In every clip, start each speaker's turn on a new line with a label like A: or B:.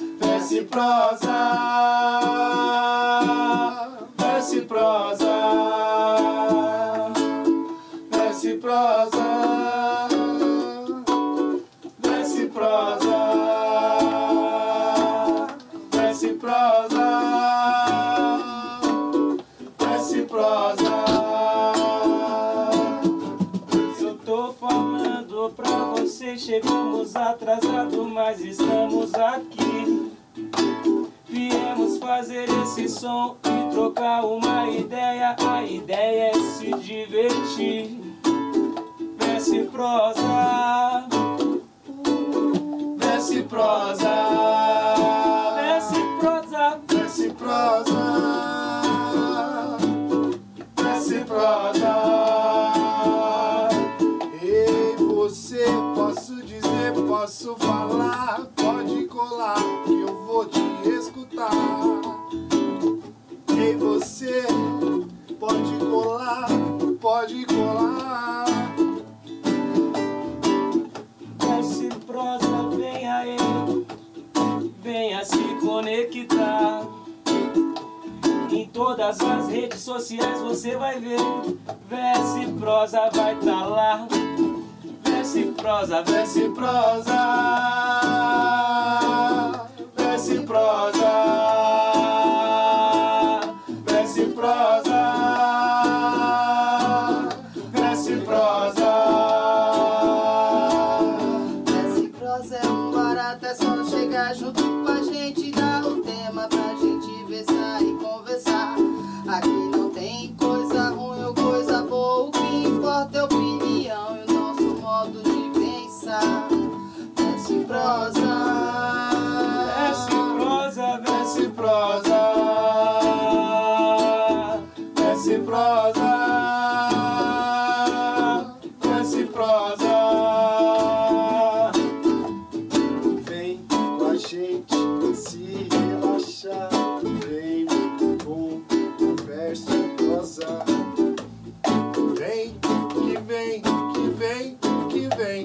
A: e prosa, verso e prosa, verso e prosa, verso e prosa, verso e prosa, verso e prosa.
B: Eu tô falando pra você, chegamos atrasado, mas estamos aqui. Viemos fazer esse som e trocar uma ideia, a ideia é se divertir. Verso e prosa,
A: Verso e prosa,
B: verso e prosa,
A: Desce prosa, desce prosa. E você, posso dizer, posso falar, pode colar, que eu vou te escutar. E você, pode colar, pode colar.
B: verso e prosa, vem aí, venha se conectar. Em todas as redes sociais você vai ver, verso e prosa vai tá lá. Verso e prosa, verso
A: Desce prosa, desce prosa, desce prosa, desce prosa,
C: Desce prosa é um barato, é só chegar junto com a gente Dar o tema pra gente versar e conversar Aqui não tem coisa ruim ou coisa boa O que importa é a opinião e o nosso modo de pensar Desce prosa
B: Desce prosa, verso
A: desce prosa, desce prosa, desce prosa. Vem com a gente se relaxar, vem com conversa prosa. Vem que vem, que vem, que vem,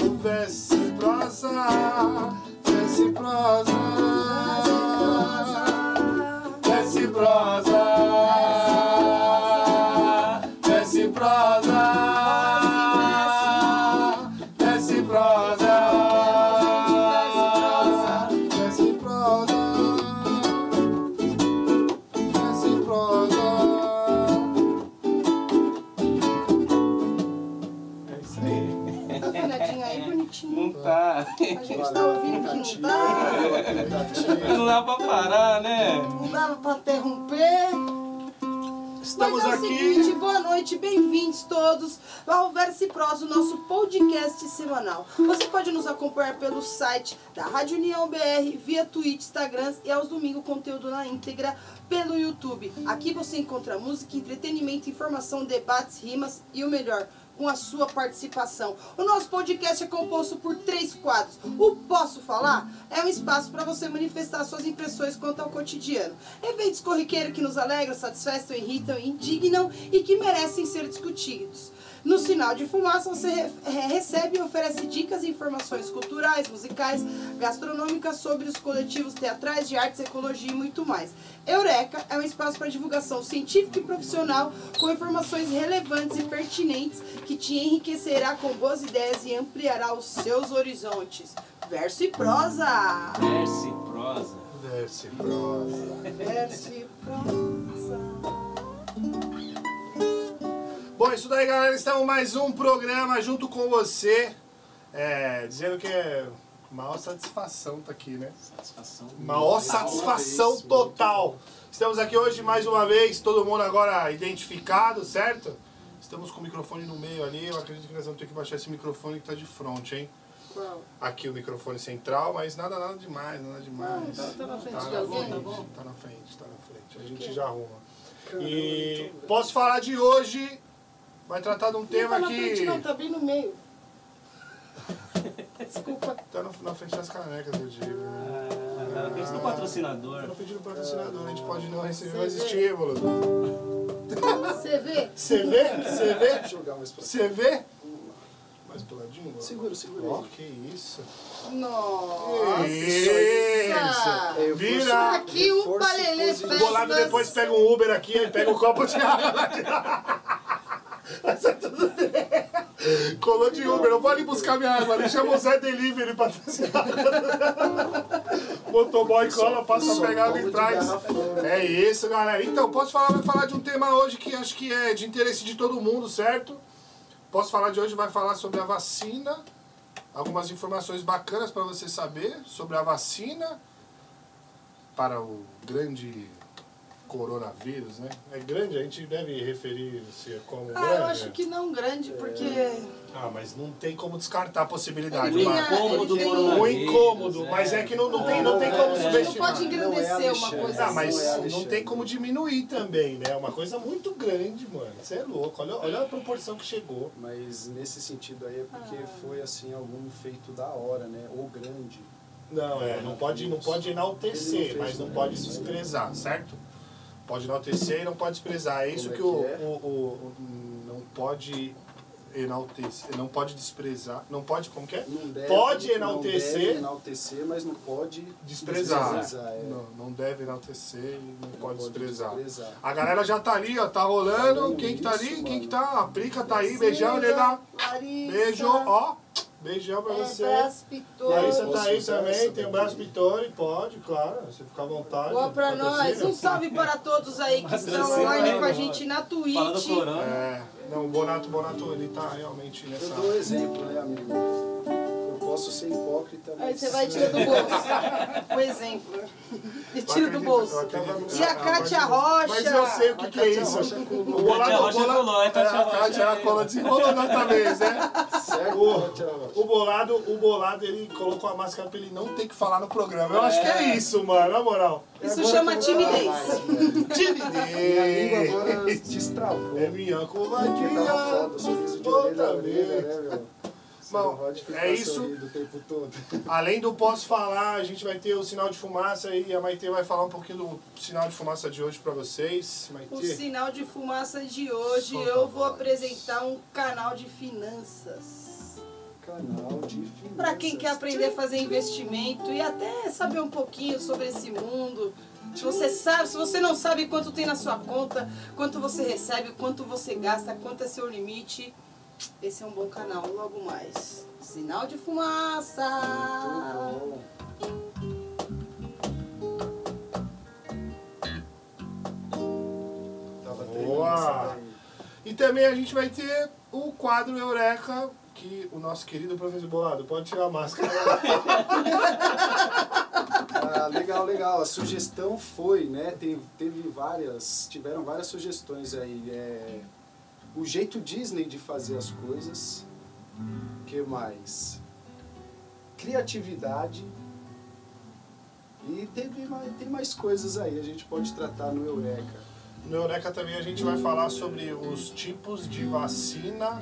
A: conversa prosa, desce prosa. Desce prosa, desce prosa, desce prosa, desce prosa, desce prosa.
B: É isso aí.
C: Tá afinadinho aí, bonitinho
B: Não tá.
C: A gente tá ouvindo que não dá
B: Não dá pra parar, né?
C: Não dava pra interromper
A: Estamos
C: Mas é o
A: aqui.
C: seguinte, boa noite, bem-vindos todos ao Verso e Prosa, o nosso podcast semanal. Você pode nos acompanhar pelo site da Rádio União BR, via Twitch, Instagram e aos domingos conteúdo na íntegra pelo YouTube. Aqui você encontra música, entretenimento, informação, debates, rimas e o melhor, com a sua participação. O nosso podcast é composto por três quadros. O Posso Falar é um espaço para você manifestar suas impressões quanto ao cotidiano. Eventos corriqueiros que nos alegram, satisfazem, irritam, indignam e que merecem ser discutidos. No sinal de fumaça, você re- re- recebe e oferece dicas e informações culturais, musicais, gastronômicas sobre os coletivos teatrais, de artes, ecologia e muito mais. Eureka é um espaço para divulgação científica e profissional com informações relevantes e pertinentes que te enriquecerá com boas ideias e ampliará os seus horizontes. Verso e prosa!
B: Verso e prosa.
A: Desce prosa.
C: Verso e prosa!
A: Bom, isso daí, galera. Estamos mais um programa junto com você. É, dizendo que é maior satisfação estar aqui, né?
B: Satisfação.
A: Maior satisfação total. Estamos aqui hoje mais uma vez, todo mundo agora identificado, certo? Estamos com o microfone no meio ali. Eu acredito que nós vamos ter que baixar esse microfone que tá de frente, hein?
C: Qual?
A: Aqui o microfone central, mas nada, nada demais, nada demais.
C: Não, tá- tá na frente
A: tá
C: de alguém,
A: frente,
C: tá bom?
A: Tá na frente, tá na frente. A gente já arruma. E posso falar de hoje. Vai tratar de um
C: Não tá
A: tema
C: na
A: que.
C: frente não, tá bem no meio. Desculpa.
A: Tá no- na frente das canecas, eu digo. né?
B: Ah, tá na frente do
A: Tá
B: patrocinador.
A: no frente do patrocinador, a gente pode não receber
C: Você
A: mais
C: vê?
A: estímulos.
C: Você vê?
A: Você vê? Você vê?
D: jogar mais pra
A: Você vê? Mais pro ladinho?
D: Segura, segura
A: Ó,
D: aí.
A: que isso.
C: Nossa!
A: Isso.
D: Eu
E: Combina.
C: Aqui um o
F: Reforço
C: Palelê
F: positivo.
E: O Bolado
C: Festas.
E: depois pega um Uber aqui, aí pega um copo de água. Mas tá tudo bem. Colou de Uber, eu vou ali buscar minha água. Ali chama o Zé Delivery pra trazer água. Motoboy cola, passa a
F: só
E: pegar e
F: como de
E: traz.
F: garrafão.
E: É isso, galera. Então, posso falar, vai falar de um tema hoje que acho que é de interesse de todo mundo, certo? Posso falar de hoje, vai falar sobre a vacina. Algumas informações bacanas pra você saber sobre a vacina para o grande coronavírus, né? É grande, a gente deve referir-se como
C: Ah,
E: grande. né?
C: eu acho que não grande, porque.
E: Ah, mas não tem como descartar a possibilidade.
C: Ele
B: O
C: tem
E: Marco.
C: a-
B: incômodo do
C: ele tem-
E: O
B: coronavírus.
E: um incômodo, mas é que não, não tem, não tem como
F: É.
C: Não
E: subestimar.
C: pode engrandecer
F: Não é
C: uma
F: Alexandre.
C: coisa
E: Ah, mas
F: Não é,
C: assim.
E: não
F: Alexandre.
E: tem como diminuir também, né? É uma coisa muito grande, mano. Você é louco. Olha, olha a proporção que chegou.
F: Mas nesse sentido aí é porque foi assim algum feito da hora, né? Ou grande.
E: Não, é, não pode, não pode enaltecer,
F: Ele não fez
E: mas não
F: nada.
E: pode desprezar, certo? Pode enaltecer e não pode desprezar. É isso
F: Como é
E: que, o,
F: que é?
E: o, o- o- não pode enaltecer, não pode desprezar, não pode, como que é?
F: Não deve,
E: pode
F: não deve
E: enaltecer,
F: enaltecer, mas não pode
E: desprezar.
F: desprezar, é.
E: Não, não deve enaltecer e não, pode desprezar.
F: desprezar.
E: A galera já tá ali, ó, tá rolando.
F: Falando
E: Quem que tá
F: nisso,
E: ali? Quem
F: mano.
E: que tá? A Prica tá aí, beijão, nega.
C: Larissa,
E: Beijo, ó. Beijão pra
C: é,
E: você.
C: Brás Pitor.
E: Larissa tá
F: Posso
E: aí
F: usar
E: também,
F: essa
E: tem o
F: daqui?
E: braço Pitone, pode, claro, você fica à vontade.
C: Boa pra
E: patrocina.
C: nós. Um salve para todos aí que
B: Patrocina
C: estão online
B: aí,
C: com a
B: mano.
C: gente na Twitch.
B: Fala do corona.
E: É, não, o Bonato, Bonato, ele tá realmente
F: Eu
E: nessa.
F: dou um exemplo, né, amigo? Eu posso ser hipócrita, mas.
C: Aí você vai e tira do bolso. O exemplo. E tira
E: Eu
C: do
E: acredito, eu
C: bolso.
E: acredito.
C: E a Kátia Rocha.
E: Mas eu sei o que, que é isso.
F: Rocha
E: O
F: colou.
E: Bonato,
B: Kátia
E: o
B: Rocha
E: Bonato-
B: colou, é,
E: é,
B: Kátia
E: a Kátia
B: Rocha.
E: Rocha desenrolou da outra vez, né?
F: Certo?
E: O-
F: Tia Rocha?
E: O bolado, o bolado, ele colocou a máscara pra ele não ter que falar no programa. Eu acho que é isso, mano, na moral.
C: Isso
F: Agora
C: chama
F: eu vou
C: timidez.
F: falar mais, velho. Minha língua
E: Timidez.
F: agora destravou.
E: É minha
F: Porque tava foda,
E: covardia.
F: Tá sorriso de orelha a orelha,
E: Totalmente.
F: né, meu? Você
E: Bom,
F: não pode ficar
E: é isso.
F: sorrindo o tempo todo.
E: Além do posso falar, a gente vai ter o sinal de fumaça e a Maite vai falar um pouquinho do sinal de fumaça de hoje pra vocês.
C: O
E: Maite.
C: sinal de fumaça de hoje,
E: Solta a
C: eu vou
E: voz.
C: apresentar um canal de finanças.
F: Canal de finanças.
C: Para quem quer aprender a fazer investimento e até saber um pouquinho sobre esse mundo. Se você sabe, se você não sabe quanto tem na sua conta, quanto você recebe, quanto você gasta, quanto é seu limite, esse é um bom canal. Logo mais. Sinal de fumaça.
F: Muito bom. Tava tremendo essa
E: Boa!
F: daí.
E: E também a gente vai ter o quadro Eureka, que o nosso querido professor Bolado pode tirar a máscara.
F: Ah, legal, legal. A sugestão foi, né? Teve, teve várias, tiveram várias sugestões aí. É, o jeito Disney de fazer as coisas. que mais? Criatividade. E teve mais, tem mais coisas aí, a gente pode tratar no Eureka.
E: No Eureka também a gente vai falar sobre os tipos de vacina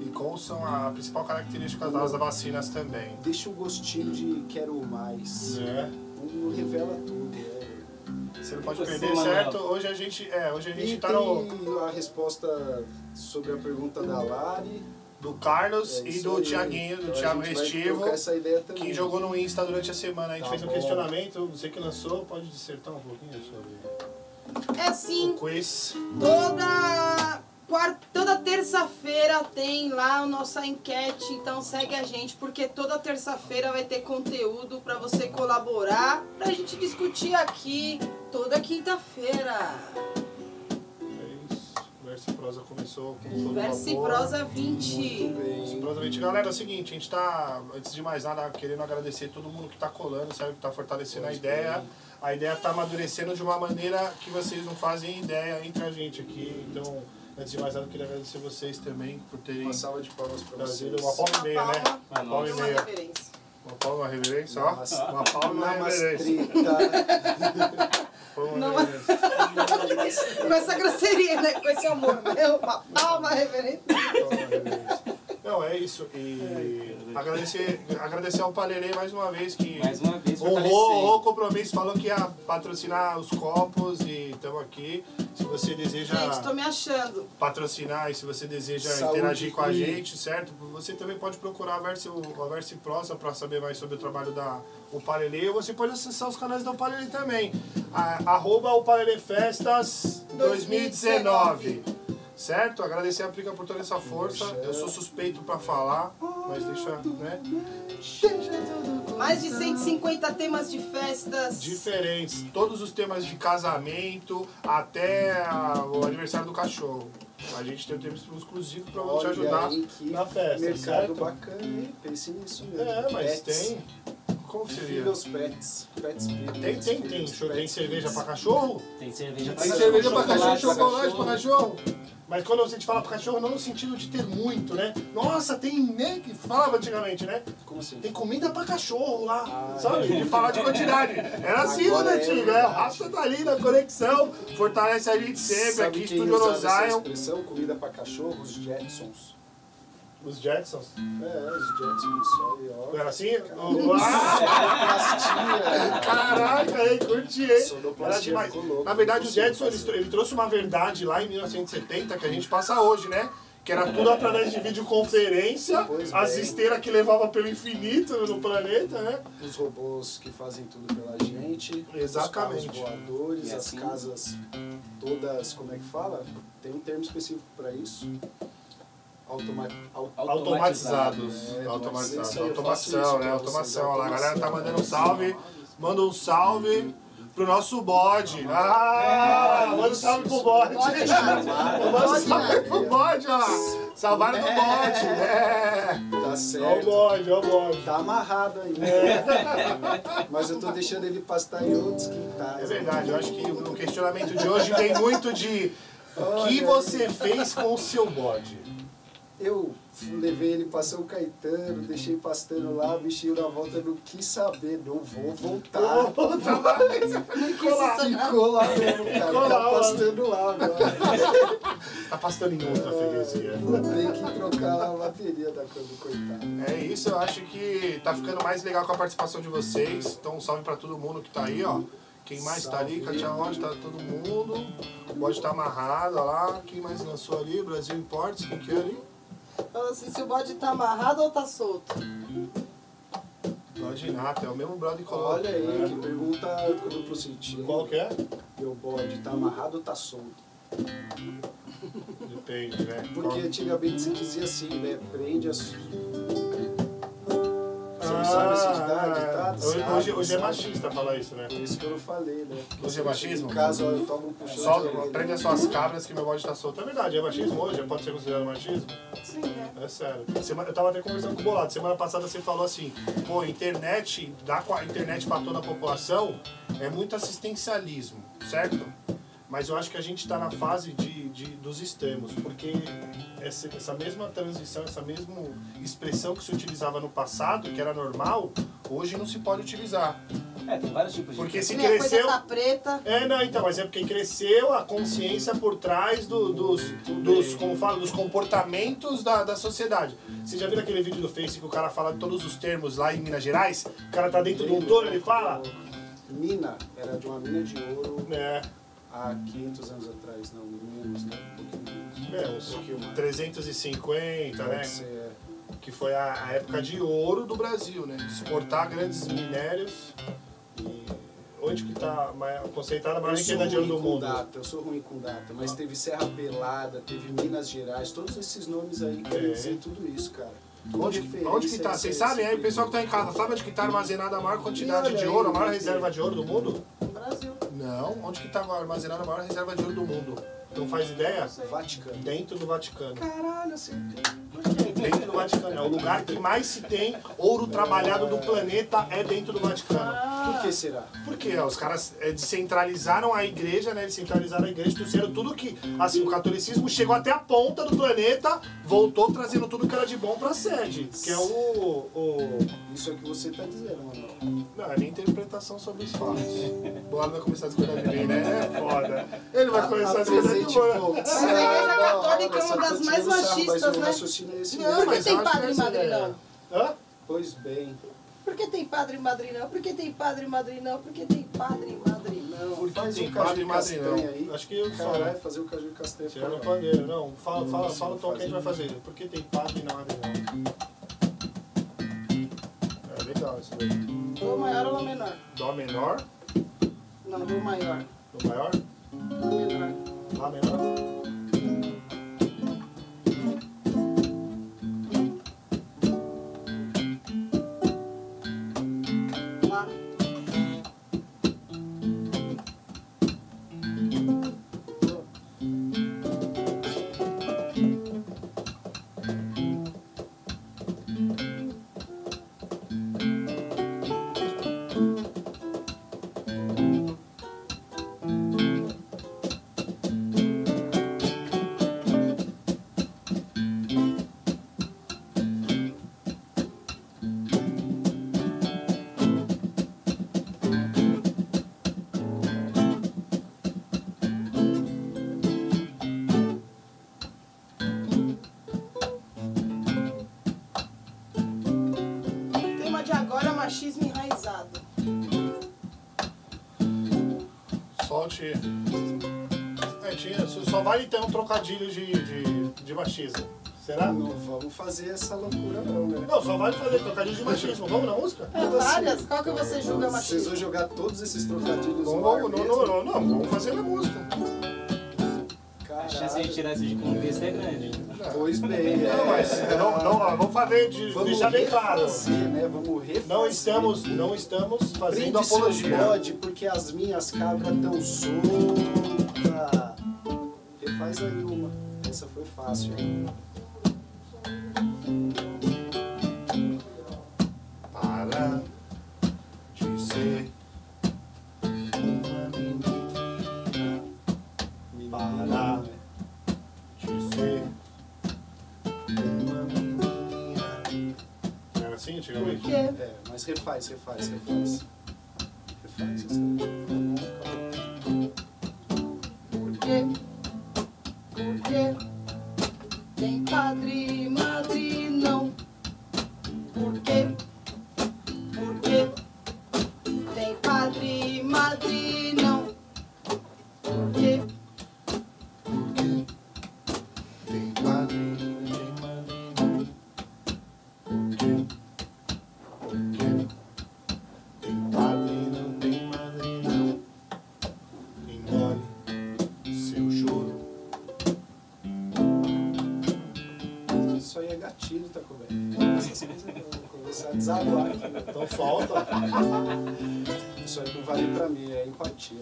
E: e qual são a principal característica das vacinas também.
F: Deixa o gostinho de quero mais.
E: É.
F: Um revela tudo. é.
E: Você não pode
B: Você,
E: perder,
B: Manuel.
E: certo? Hoje a gente, é, hoje a gente
F: E
E: tá no,
F: tem a resposta sobre a pergunta da Lari.
E: do Carlos
F: É
E: e
F: isso
E: do
F: aí.
E: Tiaguinho, do
F: Então a
E: Thiago
F: gente vai
E: Restivo,
F: colocar essa ideia também.
E: que jogou no Insta durante a semana. A gente
F: Tá
E: fez um
F: bom.
E: questionamento, você que lançou, pode dissertar um pouquinho sobre
C: É sim,
E: o quiz.
C: toda quarta, toda terça-feira tem lá a nossa enquete, então segue a gente porque toda terça-feira vai ter conteúdo pra você colaborar, pra gente discutir aqui toda quinta-feira.
E: É isso. Verso e prosa começou com todo
C: Verso e
E: vapor.
C: prosa
F: Muito
C: 20.
E: Sim,
F: bem.
E: Prontamente, galera, é o seguinte, a gente tá, antes de mais nada, querendo agradecer todo mundo que tá colando, sabe, que tá fortalecendo a ideia. A ideia tá amadurecendo de uma maneira que vocês não fazem ideia entre a gente aqui. Então, antes de mais nada, eu queria agradecer vocês também por terem
F: Uma salva de palmas para vocês.
E: trazido uma palma e meia, né?
C: Uma
E: Uma palma
C: E
E: e
C: uma
E: meia.
C: referência.
E: Uma palma, uma reverência, ó.
F: Nossa.
E: Uma palma né, e uma reverência.
F: Namastrita.
E: Palma,
C: Não.
E: reverência.
C: Com essa grosseria, né? Com esse amor. né? Uma palma, referência.
E: Palma, reverência. Não, é isso. E
G: fazer.
E: Agradecer, agradecer ao Palerê mais uma vez que
B: Mais uma vez,
E: honrou, honrou o
B: fortalecendo.
E: compromisso, falou que ia patrocinar os copos e estamos aqui. Se você deseja
C: Gente, tô me achando.
E: patrocinar e se você deseja
F: Saúde
E: interagir com a
F: e-
E: gente, certo? Você também pode procurar a Verse, o- a Verse Prosa para saber mais sobre o trabalho da o Parelê. Ou você pode acessar os canais do Parelê também. A, arroba o Parelê Festas 2019. Certo? Agradecer a Prica por toda essa força. Eu sou suspeito para falar, mas deixa, né?
C: Mais de 150 temas de festas.
E: Diferentes. Todos os temas de casamento até a- o aniversário do cachorro. A gente tem um tema exclusivo para te
F: Olha
E: ajudar
F: aí que
E: na festa,
F: Mercado
E: certo?
F: bacana, hein? Pense nisso mesmo.
E: É, mas
F: Pets.
E: tem. Como seria?
F: Filhos pets. Pets filhos,
E: Tem, tem, tem.
F: filhos,
E: Deixa eu ver, Tem
F: pets,
E: cerveja
F: filhos.
E: pra cachorro?
B: Tem cerveja pra
E: Tem
F: Tem
B: cachorro,
E: cerveja pra
F: chocolate
E: cachorro,
F: pra
E: chocolate pra cachorro. Mas quando a gente fala pra cachorro, não no sentido de ter muito, né? Nossa, tem, né? Que falava antigamente, né?
F: Como assim?
E: Tem comida pra cachorro lá,
F: Ah,
E: sabe? De falar de quantidade. Era assim,
F: Agora
E: né,
F: é
E: Tigo? É, o
F: verdade.
E: Rafa tá ali na conexão, fortalece a gente sempre
F: Sabe
E: aqui,
F: quem
E: Estúdio
F: usava essa
E: Rosaio.
F: expressão? Comida pra cachorro, os Jetsons.
E: Os Jacksons.
F: É, os Jetsons, só aí, ó.
E: Não era assim? Ah,
F: Plastia.
E: Caraca, hein? Curti, hein? Era
F: Sonoplastia
E: demais.
F: ficou louco.
E: Na verdade, o
F: Não sei
E: Jetson ele,
F: fazer.
E: tro- ele trouxe uma verdade lá em 1970 que a gente passa hoje, né? Que era tudo através de videoconferência,
F: Pois
E: as
F: bem.
E: esteiras que levava pelo infinito no planeta, né?
F: Os robôs que fazem tudo pela gente.
E: Exatamente.
F: Os carros voadores,
B: E assim-
F: as casas todas, como é que fala? Tem um termo específico pra isso. Automa au-
E: Automatizados.
F: É,
E: Automatizados.
F: isso aí, eu faço
E: Automação,
F: isso
E: né?
F: pra vocês,
E: Automação. Olha lá, a galera tá
F: automação.
E: mandando um salve. Manda um salve pro nosso bode. Ah! Manda um salve pro bode.
C: Bode nada.
E: Manda um salve pro bode, olha lá. Salvaram do bode. É.
F: Tá
E: Ó o
F: certo.
E: bode, ó o bode.
F: Tá amarrado ainda. Mas eu tô deixando ele pastar em outros
E: É
F: quintais.
E: verdade, eu acho que o questionamento de hoje vem muito de o que
F: Olha.
E: você fez com o seu bode.
F: Eu levei ele pra São Caetano, deixei pastando lá, o bichinho na volta não quis saber, não vou voltar. Ficou lá mesmo, cara.
E: Ficou lá,
F: Tá
E: mano.
F: pastando lá agora.
E: Tá passando em outra freguesia.
F: Vou ter que trocar a bateria da cama, coitado.
E: É isso, eu acho que tá ficando mais legal com a participação de vocês. Então, um salve pra todo mundo que tá aí, ó. Quem mais tá ali? Katia Rocha, tá todo mundo. O bode tá amarrado, ó lá. Quem mais lançou ali? Brasil Imports, quem que é ali?
C: Fala assim, se o bode tá amarrado ou tá solto?
E: Bode Nata, é o mesmo brother que
F: Olha aí,
E: né?
F: que pergunta quando pro sentido.
E: Qual que é?
F: Meu bode tá amarrado ou tá solto?
E: Depende, né?
F: Porque antigamente se dizia assim, né? Prende as. Você não sabe essa idade, tá?
E: Hoje,
F: Sabe,
E: hoje, hoje Ah, é
F: sabe.
E: machista falar isso, né?
F: Por isso que eu não falei, né?
E: Hoje é machismo?
F: No caso, ó, eu tomo um puxão
E: Só
F: de orelha.
E: prende as suas cabras que meu bode tá solto. É verdade, é machismo hoje? Pode ser considerado machismo?
C: Sim, né?
E: É sério. Semana- eu tava até conversando com o Bolado. Semana passada você falou assim, pô, internet, dá com a internet pra toda a população é muito assistencialismo, certo? Mas eu acho que a gente tá na fase de, de- dos extremos, porque essa, essa mesma transição, essa mesma expressão que se utilizava no passado, que era normal, hoje não se pode utilizar.
B: É, tem vários tipos de.
E: Porque se
C: Minha
E: cresceu.
C: coisa tá preta.
E: É, não, então, mas é porque cresceu a consciência por trás do- dos, dos, como fala, dos comportamentos da, da sociedade. Você já viu aquele vídeo do Face que o cara fala todos os termos lá em Minas Gerais? O cara tá dentro de um touro, ele fala?
F: Mina, era de uma mina de ouro
E: É,
F: há 500 anos atrás, não, menos, né? Um pouquinho menos. Um
E: é, uns 350, né?
F: Pode ser,
E: Que foi a, a época de ouro do Brasil, né? De exportar grandes minérios. E onde que tá a maior- concentrada a maior
F: Eu sou
E: riqueza de ouro do
F: ruim com
E: mundo?
F: data, eu sou ruim com data, mas teve Serra Pelada, teve Minas Gerais, todos esses nomes aí querem
E: É.
F: dizer tudo isso, cara.
E: Onde,
F: Diferença
E: onde que tá?
F: é
E: Vocês
F: esse
E: sabem aí, o
F: período.
E: pessoal que tá em casa, sabe onde que tá armazenada a maior quantidade
F: Olha
E: de
F: aí,
E: ouro, a maior
F: meu
E: reserva
F: Deus.
E: de ouro do mundo?
C: No Brasil.
E: Não. Onde que tá armazenada a maior reserva de ouro do mundo? Não faz ideia?
F: Vaticano.
E: Dentro do Vaticano.
F: Caralho, assim, acertei.
E: Dentro do Vaticano. É o lugar que mais se tem ouro trabalhado do planeta é dentro do Vaticano.
F: Por que será?
E: Porque ó, os caras é, descentralizaram a igreja, né? Eles centralizaram a igreja, trouxeram tudo que. Assim, o catolicismo chegou até a ponta do planeta, voltou trazendo tudo que era de bom pra sede. Que é o- o
F: Isso é o que você tá dizendo, Manuel.
E: Não, é minha interpretação sobre os fatos. Bolado vai começar a discordar de mim, né? É foda. Ele vai começar a discordar de
F: Apresente
E: mim.
F: fontes.
C: Mas a Igreja
F: Ah, da
C: Católica é
F: hora,
C: uma
F: só
C: das
F: tô
C: mais
F: tirando sarro,
C: machistas,
F: mas o
C: né?
F: raciocínio é esse
E: Não,
F: mesmo.
E: mas
C: tem
E: eu acho que
C: padre
E: essa é
C: madrinão?
E: ideia- Hã?
F: Pois bem.
C: Por que tem padre e madrinão? Por que tem padre e madrinão? Por que tem padre e madrinão?
E: Porque
F: Faz um
E: tem
F: caju
E: padre
F: de
E: e madrinão.
F: castanha aí.
E: Acho que eu só,
F: Caralho,
E: né?
F: fazer o caju de castanha.
E: Tirar no
F: cara.
E: pandeiro, não. Fala,
F: Não
E: fala,
F: consigo
E: fala o tom que a gente vai
F: fazer.
E: fazer. Porque tem padre e madrinão. né? É legal isso daí.
C: Dou maior ou Lá menor?
E: Dó menor,
C: Não, dou maior.
E: Dó maior,
C: Lá menor.
E: Lá menor.
C: Lá. Tema de agora, machismo enraizado.
E: Solte. É, tinha, só só vale ter um trocadilho de, de, de machismo. Será?
F: Não vamos fazer essa loucura não,
C: um
F: né?
E: Não, só vale fazer trocadilho de machismo. Vamos na música?
C: É várias? Qual que você julga
F: Vocês vão
C: machismo?
F: jogar todos esses trocadilhos
E: Vamos,
F: no ar
E: vamos, não,
F: mesmo?
E: não, não, não, vamos fazer na música.
B: A chance de
F: Caralho.
B: tirar isso de contexto é grande.
F: Pois bem,
E: Não, mas não, não, ó, vamos fazer, de,
F: É, Vamos
E: deixar bem claro.
F: refazer, né? Vamos refazer.
E: Não estamos, não estamos fazendo
F: Brinde seus
E: apologia.
F: bode, porque as minhas cabras tão soltas. Refaz aí uma. Essa foi fácil, hein?
E: Para de ser uma menina.
F: Menina,
E: Para.
F: né?
E: de ser uma menina. Não era assim
C: Por
E: antigamente?
C: quê?
F: É, mas refaz, refaz, refaz. Refaz essa.
C: Porque, porque tem padre e madre não. Porque, porque tem padre e madre não. Porque,
E: Tem padre, tem madrinha. Por quê? Por quê? Tem padre, não tem madrinha. Engole seu choro.
F: Isso aí é gatilho, tá comendo? Essas coisas vão começar a desaguar aqui. né?
E: Então falta.
F: Isso aí não vale pra mim, é empatia.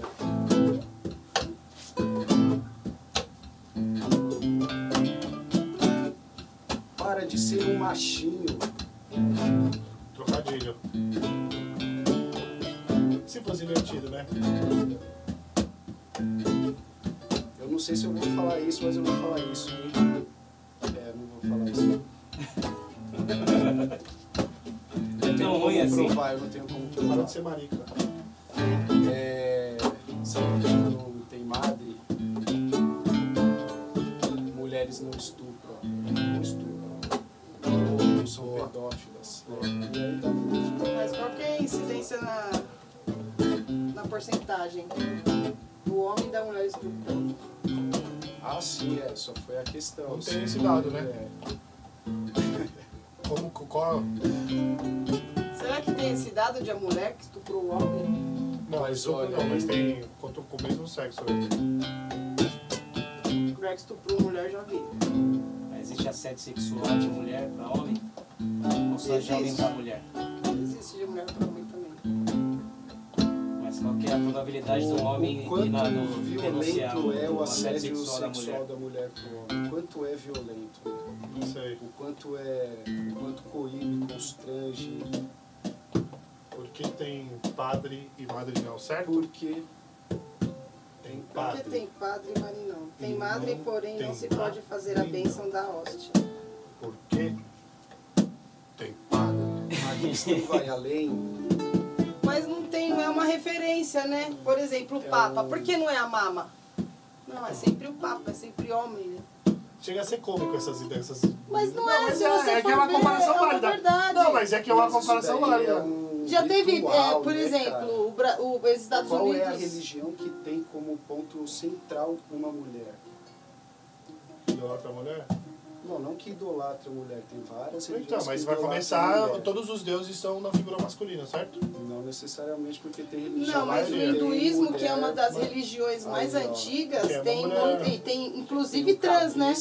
F: Para de ser um machinho.
E: Trocadilho. Se fosse invertido, né?
F: Eu não sei se eu vou falar isso, mas eu vou falar isso. hein? É, não vou falar isso.
B: É tão ruim
F: Eu
B: assim.
F: Não provar, eu não tenho como
E: Para
F: provar.
E: de ser marica.
F: É, sabe quando tem madre? Mulheres não estupram. Não estupram. Ou não são pedófilas. né? E aí tá tudo
C: mas qual que é a incidência na, na porcentagem do homem e da mulher estruturada?
F: Ah, sim, é, só foi a questão.
E: Não
F: sim.
E: tem esse dado, né?
F: É.
E: Como, qual,
C: Será que tem esse dado de a mulher que estuprou o homem?
E: não,
F: Mas
E: mas, olha,
F: olha é.
E: não,
F: aí.
E: mas tem quanto com o mesmo sexo. né?
C: Mulher que estuprou mulher já vi.
B: Existe assédio sexual de mulher pra homem? Ou só de homem pra mulher?
C: Existe de mulher pra homem também.
B: Mas qual que é a probabilidade do homem
F: o
B: ir
F: quanto
B: lá no denunciar
F: violento é o assédio
B: da
F: sexual,
B: mulher?
F: da mulher pro homem? O quanto é violento?
E: Não sei.
F: O quanto é. O quanto coíbe, constrange?
E: Por que tem padre e madrinão, certo?
F: Porque
E: Tem
C: Porque
E: padre.
C: tem padre, mas não. Tem
E: Não
C: madre, porém, não
E: tem
C: se pode
E: madre,
C: fazer a
E: não.
C: bênção da hóstia.
E: Por que tem padre?
F: a questão vai além.
C: Mas não tem, não é uma referência, né? Por exemplo, o
F: É
C: Papa.
F: o-
C: Por que não é a mama? Não, é sempre o Papa, é sempre homem, né?
E: Chega a ser cômico essas ideias. Essas...
C: Mas não, é, se
E: é,
C: você
E: é
C: for
E: que é uma
C: ver,
E: comparação
C: é uma
E: válida.
C: verdade.
E: Não, mas é né? que é uma
F: Mas isso
E: comparação
F: daí é
E: válida.
F: um
C: Já teve, é,
F: ritual,
C: por
F: né, cara?
C: exemplo, o, Bra- o- os Estados
F: Qual
C: Unidos.
F: é a religião que tem como ponto central uma mulher?
E: Idolatra a mulher?
F: Não, não que idolatra a mulher, tem várias religiões.
E: Então, mas
F: que
E: vai
F: é. idolatram a
E: começar.
F: mulher.
E: Todos os deuses são na figura masculina, certo?
F: Não necessariamente porque tem religião.
C: Não, mas o
E: Maria, tem
C: hinduísmo, que é uma das
F: religiões
C: religiões mais
F: Aí, ó.
C: antigas,
E: Que é uma
C: tem, um
E: mulher.
C: tem, tem inclusive trans, né?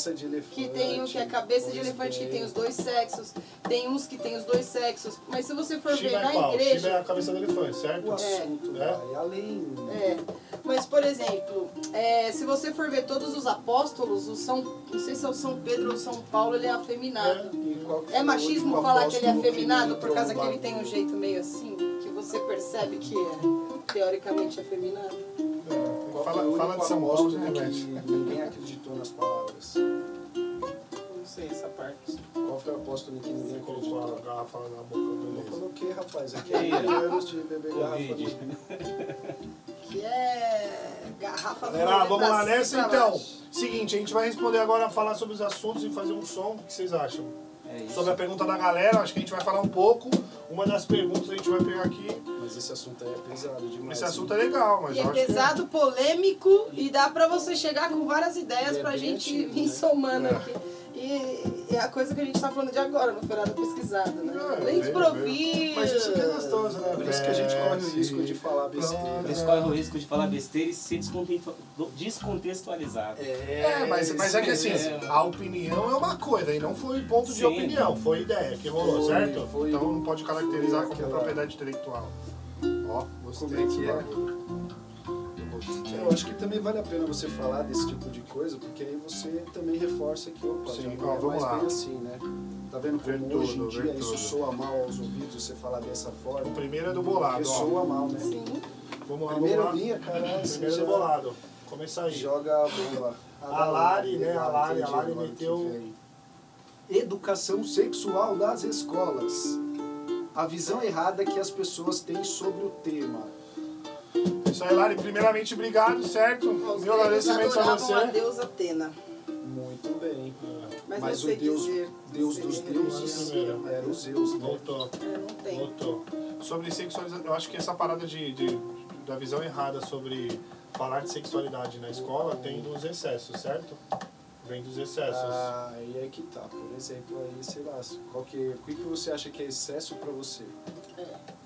C: Que tem o que é cabeça de elefante, que tem os dois sexos, tem uns que tem os dois sexos. Mas se você for ver
E: Shiva é
C: na
E: qual? Shiva é
C: igreja.
E: a cabeça do elefante, certo?
F: O assunto
E: É.
F: vai além.
C: É. Mas, por exemplo, é, se você for ver todos os apóstolos, o São, não sei se é o São Pedro ou São Paulo, ele é afeminado.
F: E qual que
C: É
F: foi o
C: machismo
F: último
C: falar que ele é
F: apóstolo que
C: afeminado por
F: entrou
C: causa
F: no
C: que ele
F: barco?
C: tem um jeito meio assim, que você percebe que é teoricamente afeminado?
E: É.
F: Qual
E: Fala,
F: foi
E: fala
F: o
E: de São
F: único
E: Paulo, né,
F: apóstolo
E: remete.
F: que Ninguém acreditou nas palavras.
C: Não sei essa parte.
F: Qual foi o apóstolo que ninguém
E: Você
F: acreditou?
E: colocou a garrafa na boca
F: Eu
E: do
F: coloquei, rapaz. Aqui
B: Ei,
F: é anos de beber
B: Covid.
F: garrafa.
C: Que é garrafa
E: Galera,
C: verde
E: vamos
C: pra
E: lá
C: cima e
E: nessa
C: tá assim pra
E: então.
C: baixo.
E: Seguinte, a gente vai responder agora, falar sobre os assuntos e fazer um som. O que vocês acham?
B: É isso.
E: Sobre a pergunta da galera, acho que a gente vai falar um pouco. Uma das perguntas a gente vai pegar aqui.
F: Mas esse assunto aí é pesado demais.
E: Esse assunto é legal, mas
C: E
E: eu
C: é
E: acho que-
C: pesado, polêmico e dá pra você chegar com várias ideias
F: E é
C: pra
F: bem
C: gente
F: antigo,
C: vir
F: né?
C: somando
E: É.
C: aqui. E é a coisa que a gente tá falando de agora, no Feriado Pesquisado, né?
E: É,
C: Nem
E: veio,
C: improviso.
E: Mas isso que é gostoso, né?
F: Por isso que a gente corre o
E: Veste,
F: risco de falar besteira.
E: plano.
B: Eles correm o risco de falar besteira e ser descontento- descontextualizado.
E: É, mas, mas é que assim,
B: É.
E: a opinião é uma coisa, e não foi ponto de
B: Sim.
E: opinião, foi ideia que rolou,
F: Foi,
E: certo?
F: foi.
E: então não pode caracterizar
F: Foi
E: como
F: aquela-
E: propriedade intelectual. Ó, gostei
F: Como é que
E: desse
F: é?
E: bagulho.
F: Eu acho que também vale a pena você falar desse tipo de coisa, porque aí você também reforça que, opa,
E: Sim,
F: já não
E: ó,
F: é
E: vamos
F: mais
E: lá.
F: bem assim, né? Tá vendo como
E: Ver
F: hoje em
E: tudo,
F: dia
E: ver
F: isso
E: tudo.
F: soa mal aos ouvidos, você falar dessa
E: O
F: forma?
E: primeiro é do
F: Porque
E: bolado, ó.
F: soa mal, né?
C: Sim.
E: Vamos lá, vamos
F: Primeira
E: lá.
F: linha, caralho, você
E: Primeiro do
F: já
E: bolado. Começa aí.
F: joga a bomba.
E: A Lari, né? A Lari, a
F: entendi
E: Lari
F: agora o que
E: meteu-
F: vem. Educação sexual nas escolas. A visão errada que as pessoas têm sobre o tema.
E: Isso aí, Lari, primeiramente, obrigado, certo?
C: Os
E: Meu
C: gregos
E: agradecimento a
C: adoravam a
E: você. né?
C: deusa Atena.
F: Muito bem.
C: Mas,
F: Mas
C: não
F: o
C: sei
F: Deus,
C: dizer.
F: Deus
C: se
F: dos
C: ele
F: deuses
E: era
C: existia.
E: Deus.
F: era o Zeus, né?
E: Voltou.
C: É, não tem.
E: Voltou. Sobre sexualidade, eu acho que essa parada de, de- da visão errada sobre falar de sexualidade na escola tem dos excessos, certo? Vem dos excessos.
F: Ah, aí é que tá. Por exemplo, aí, sei lá, qual que, o que, que você acha que é excesso pra você?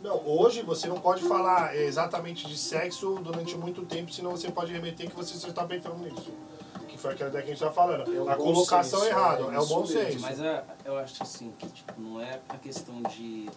E: Não, hoje você não pode falar exatamente de sexo durante muito tempo, senão você pode remeter que você só está pensando nisso. Que foi aquela ideia que a gente está falando.
F: É o
E: a
F: bom
E: colocação
F: senso,
E: errada,
F: é
E: é o
F: isso
E: bom
F: mesmo.
E: senso.
B: Mas a- eu acho assim, que tipo, não é a questão de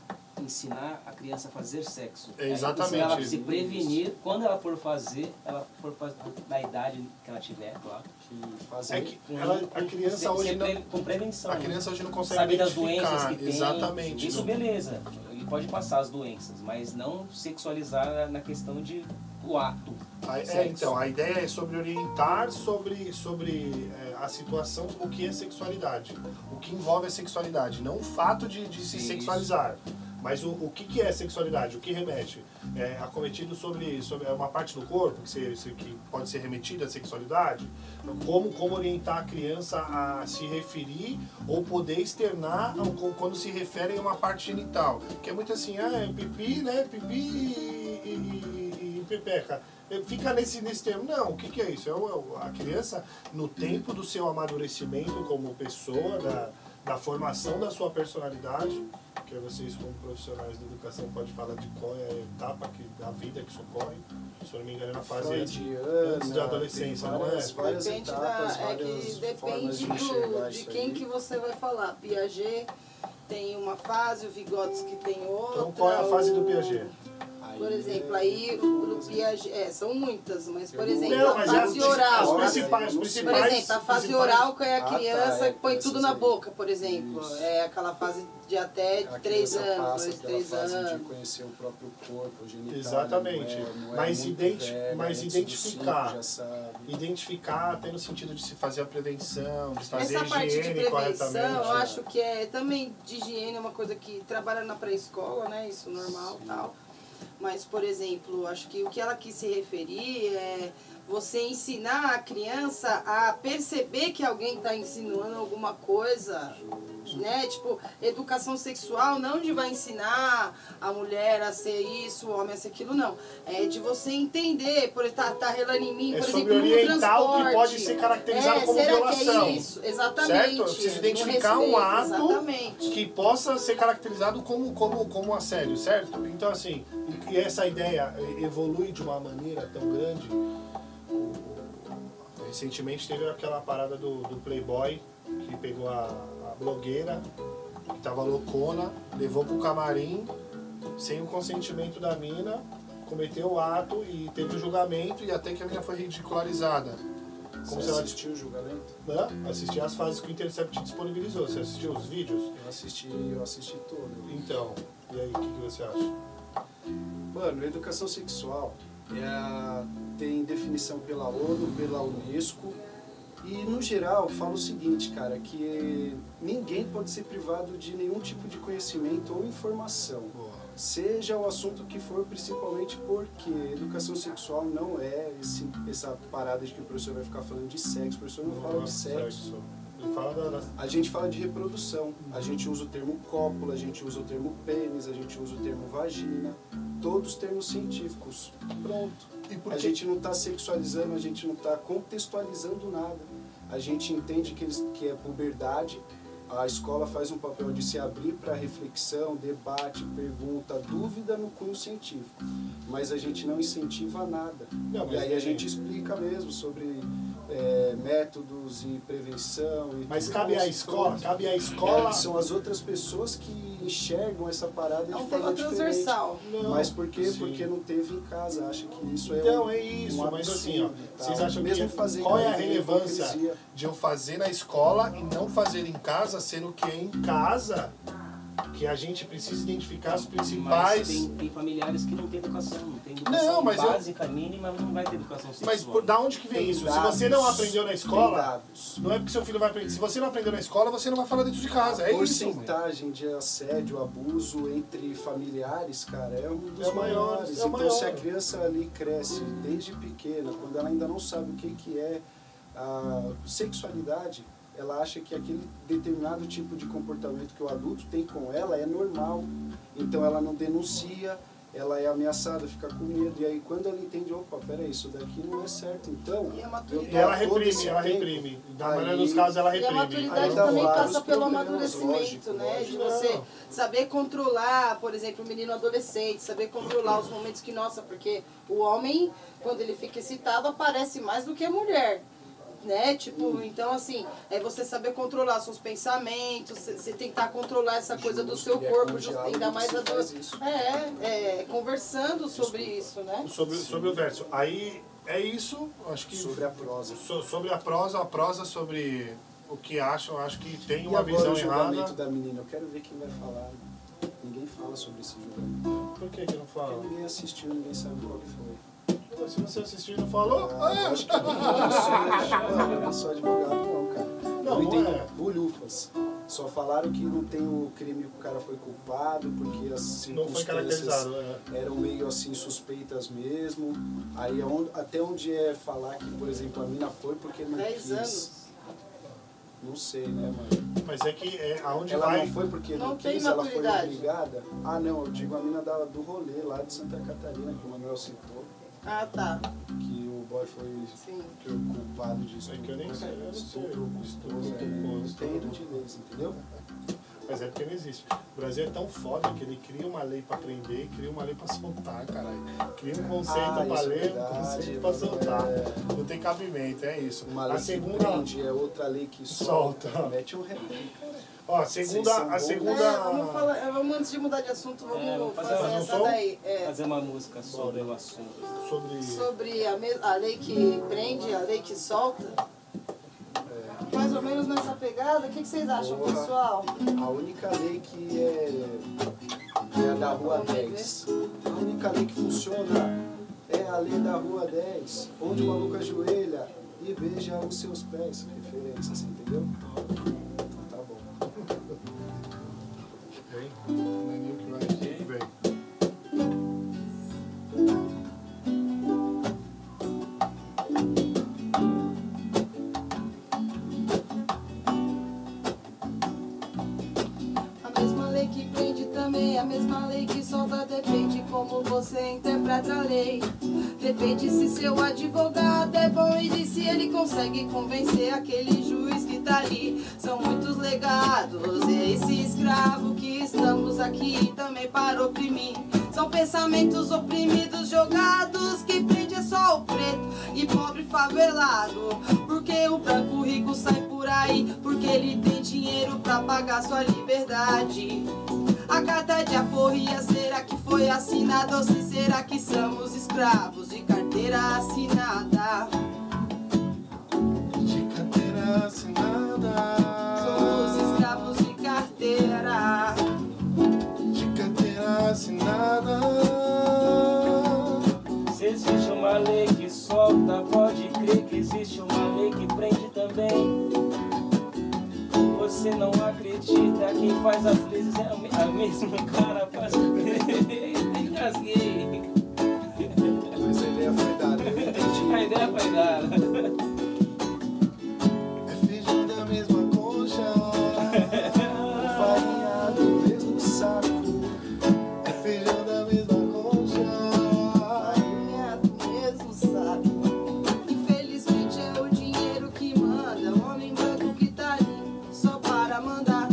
B: ensinar a criança a fazer sexo.
E: É
B: É
E: exatamente
B: ensinar ela a
E: isso.
B: se prevenir quando ela for fazer, ela for fazer na idade que ela tiver, claro.
F: Que fazer
E: É que ela- a
B: Se-
E: criança
B: se
E: hoje não.
B: pre- Com prevenção.
E: A
B: né?
E: criança hoje não consegue
B: Saber das
E: identificar.
B: doenças que tem.
E: Exatamente.
B: Isso,
E: não-
B: beleza. Ele pode passar as doenças, mas não sexualizar na- na questão de o ato.
E: A- É,
B: Sexo.
E: então, a ideia é sobre orientar sobre, sobre é, a situação, o que é sexualidade, o que envolve a sexualidade, não o fato de, de se
B: Isso.
E: sexualizar, mas o, o que, que é sexualidade, o que remete. É, acometido sobre, sobre é uma parte do corpo que, se- se- que pode ser remetida à sexualidade, como, como orientar a criança a se referir ou poder externar ao- co- quando se refere a uma parte genital, que é muito assim, ah, é pipi, né, pipi e- e- e- e pepeca. Eh, Fica nesse, nesse termo. Não, o que, que é isso? É o- é o- a criança, no tempo do seu amadurecimento como pessoa, da, da formação da sua personalidade, que vocês, como profissionais da educação, podem falar de qual é a etapa que, da vida que socorre. Se eu não me engano, é na fase.
F: freudiana,
E: antes de adolescência,
F: tem
E: não é?
F: várias, várias
C: Depende
F: etapas,
C: da, é
F: várias
C: que
F: formas
C: depende
F: de
C: do-
F: enxergar
C: de
F: isso
C: quem
F: aí.
C: que você vai falar. Piaget tem uma fase, o Vigotes que tem outra.
E: Então, qual é a fase do
C: o-
E: Piaget?
F: Aí
C: Por exemplo,
F: é
C: aí
F: outra
C: o
F: coisa.
C: Piaget, é, são muitas, mas por
F: Eu não- é
C: exemplo,
E: Não,
C: a
E: mas é
C: fase
E: as-
C: oral.
E: as
C: a-
E: principais-
F: Por
C: por
E: principais-
C: exemplo, a fase
E: principais-
C: oral que é
F: Ah,
C: a
F: tá,
C: criança
F: é,
C: que põe tudo
F: essas
C: na
F: aí.
C: boca, por exemplo.
F: Isso.
C: É aquela fase de até de
F: A
C: é três
F: criança
C: anos,
F: passa
C: dois,
F: pela
C: três
F: fase
C: anos.
F: de conhecer o próprio corpo, o genital.
E: Exatamente.
F: não é- não é
E: Mas
F: muito
E: identi-
F: velha,
E: mas
F: antes dos
E: identificar.
F: cinco Já sabe.
E: Identificar, até no sentido de se fazer a prevenção, de fazer
C: Essa
E: a
C: parte de
E: higiene
C: prevenção,
E: corretamente.
C: eu acho que é também de higiene é uma coisa que trabalha na pré-escola, né? Isso normal,
F: Sim.
C: tal. Mas, por exemplo, acho que o que ela quis se referir é você ensinar a criança a perceber que alguém está insinuando alguma coisa, né? Tipo, educação sexual não de vai ensinar a mulher a ser isso, o homem a ser aquilo, não. É de você entender, por estar tá, tá relando em mim,
E: É
C: por
E: sobre
C: exemplo, no
E: orientar o que
C: transporte.
E: pode ser caracterizado
C: É,
E: como
C: será
E: violação.
C: Que é isso? Exatamente.
E: Certo? Eu preciso
C: No
E: identificar um ato
C: Exatamente.
E: que possa ser caracterizado como, como, como assédio, certo? Então, assim, e- e essa ideia evolui de uma maneira tão grande. Recentemente teve aquela parada do, do Playboy, que pegou a, a blogueira, que tava loucona, levou pro camarim, sem o consentimento da mina, cometeu o ato e teve o julgamento e até que a mina foi ridicularizada. Como se
F: Você
E: ela
F: assistiu o julgamento?
E: né? assistir as fases que o Intercept disponibilizou. Você assistiu os vídeos?
F: Eu assisti, eu assisti todo.
E: Então, e aí, o que, que você acha?
F: Mano, educação sexual é a- tem definição pela ONU, pela Unesco. E no geral, fala o seguinte, cara, que ninguém pode ser privado de nenhum tipo de conhecimento ou informação.
E: Boa.
F: Seja o assunto que for, principalmente porque educação sexual não é esse- essa parada de que o professor vai ficar falando de sexo, o professor não fala de sexo.
E: Ele fala da, da-
F: A gente fala de reprodução, a gente usa o termo cópula, a gente usa o termo pênis, a gente usa o termo vagina, todos termos científicos. Pronto.
E: E por
F: A
E: que-
F: gente não está sexualizando, a gente não está contextualizando nada. A gente entende que, eles, que é puberdade, a escola faz um papel de se abrir para reflexão, debate, pergunta, dúvida no cunho científico. Mas a gente não incentiva nada.
E: Não,
F: e
E: mas é
F: aí
E: tem-
F: a gente explica mesmo sobre é, métodos e prevenção. E
E: Mas
F: tudo
E: cabe à
F: mais.
E: escola, cabe à
F: É,
E: escola.
F: são as outras pessoas que enxergam essa parada
C: É
F: de
C: um
F: forma
C: tema
F: diferente.
C: transversal.
E: Não,
F: Mas por quê?
E: sim.
F: Porque não teve em casa, acha que isso é
E: Então,
F: um,
E: é isso,
F: um
E: mas assim, ó,
F: absurdo e tal.
E: vocês acham
F: Mesmo
E: que
F: fazer
E: qual é a
F: com
E: relevância
F: hipocrisia.
E: de eu fazer na escola e não fazer em casa, sendo que é em casa que a gente precisa identificar os
B: Mas
E: principais.
B: tem, tem familiares que não têm educação, não tem educação
E: Não, mas eu-
B: básica, mínima, não vai ter educação sexual.
E: Mas por, da onde que vem
F: Tem
E: isso? Se
F: dados,
E: você não aprendeu na
F: tem
E: escola,
F: dados.
E: não é porque seu filho vai aprender. Se você não aprendeu na escola, você não vai falar dentro de casa. É isso.
F: porcentagem de assédio, abuso entre familiares, cara, é um dos
E: É o maior,
F: maiores.
E: é o
F: então,
E: maior.
F: se a criança ali cresce desde pequena, quando ela ainda não sabe o que, que é a sexualidade, ela acha que aquele determinado tipo de comportamento que o adulto tem com ela é normal. Então, ela não denuncia, ela é ameaçada, fica com medo. E aí, quando ela entende, opa, peraí, isso daqui não é certo. Então,
C: E a
F: eu
C: maturidade.
E: E ela
F: tô todo
E: reprime,
F: esse
E: ela
F: tempo
E: reprime. Da
F: aí-
E: maioria dos casos, ela
C: E a
E: reprime.
C: maturidade
F: Aí dá
C: é também tá
F: vários
C: passa pelo
F: problemas,
C: amadurecimento,
F: lógico,
C: né?
F: lógico.
C: De você
E: Não.
C: saber controlar, por exemplo, o menino adolescente, saber controlar os momentos que, nossa, porque o homem, quando ele fica excitado, aparece mais do que a mulher. Né? Tipo, então assim, é você saber controlar seus pensamentos, você- você tentar controlar essa coisa do
F: Justo,
C: seu
F: e é
C: corpo,
F: com
C: justo,
F: diálogo
C: ainda
F: que
C: mais
F: se
C: a do...
F: faz isso.
C: é, é, conversando sobre isso, né?
E: Sobre, sobre o verso. Aí é isso. Acho que
F: sobre a prosa.
E: so- sobre a prosa, a prosa sobre o que acham, acho que tem
F: E
E: uma
F: agora
E: visão
F: o julgamento
E: errada.
F: da menina, eu quero ver quem vai falar. Ninguém fala sobre esse julgamento.
E: Por que, que não fala?
F: Porque ninguém assistiu, ninguém sabe qual que foi.
E: Se você assistiu e não falou, ah,
F: acho que não, eu sou- eu não sou advogado não, cara.
E: Não,
F: eu
E: não
F: entendo
E: é.
F: bolhufas. Só falaram que não tem o crime que o cara foi culpado, porque as
E: não foi
F: circunstâncias
E: caracterizado. né?
F: eram meio assim suspeitas mesmo. Aí aon- até onde é falar que, por exemplo, a mina foi porque não
C: Dez
F: quis.
C: anos.
F: Não sei, né, mano?
E: Mas é que é, aonde
F: Ela
E: vai.
F: não foi porque não,
C: Não tem
F: quis, ela foi
C: maturidade.
F: obrigada. Ah, não, eu digo a mina da, do rolê lá de Santa Catarina, que o Manuel citou,
C: Ah, tá.
F: que o boy foi
C: Sim.
F: que o culpado disso.
E: É que eu nem sei, eu não sei. Estupro, estupro, estupro.
F: Entendo de leis, entendeu?
E: Mas é porque não existe. O Brasil é tão foda que ele cria uma lei pra prender e cria uma lei pra soltar, caralho. Cria um conceito
F: Ah,
E: pra
F: isso é
E: ler, um
F: verdade,
E: conceito pra soltar.
F: é.
E: Não tem cabimento, é isso.
F: Uma lei
E: a
F: que
E: segunda.
F: prende é outra lei que solta.
E: Solta.
F: Mete um remédio.
E: Ó, a
F: Vocês são
E: segunda. A
F: bons.
E: segunda.
C: É, vamos, falar, vamos antes de mudar de assunto, vamos,
B: É, vamos fazer
C: fazer,
B: mais um
C: essa
E: som?
C: daí. É.
B: Fazer uma música sobre o assunto.
E: Sobre.
C: sobre a, me- a lei que prende, a lei que solta.
B: É.
C: Mais ou menos nessa pegada, o que, que vocês acham,
F: Boa.
C: pessoal?
F: A única lei que é, é a da Rua 10. A única lei que funciona é a lei da Rua 10, onde o maluco ajoelha e beija os seus pés. Referência, você entendeu? Então tá bom.
E: Vem. Naninho que vai. Vem.
C: depende como você interpreta a lei. Depende se seu advogado é bom e de se ele consegue convencer aquele juiz que tá ali. São muitos legados, é esse escravo que estamos aqui também para oprimir. São pensamentos oprimidos jogados que prende é só o preto e pobre favelado. Porque o branco rico sai por aí, porque ele tem dinheiro pra pagar sua liberdade. A carta de aforria, será que foi assinada ou se será que somos escravos de carteira assinada?
E: De carteira
C: Somos
E: assinada.
C: escravos de carteira.
E: De carteira assinada.
B: Se existe uma lei que solta, pode crer que existe uma lei que prende também. Você não acredita, quem faz as leis é a me- a mesma cara faz. Engasguei.
F: Mas a ideia foi dada, né? eu entendi.
B: A ideia foi dada.
E: É feijão da mesma concha.
F: Farinha do mesmo saco,
E: É feijão da mesma concha.
C: Farinha do mesmo saco. Infelizmente é o dinheiro que manda. O homem branco que tá ali só para mandar.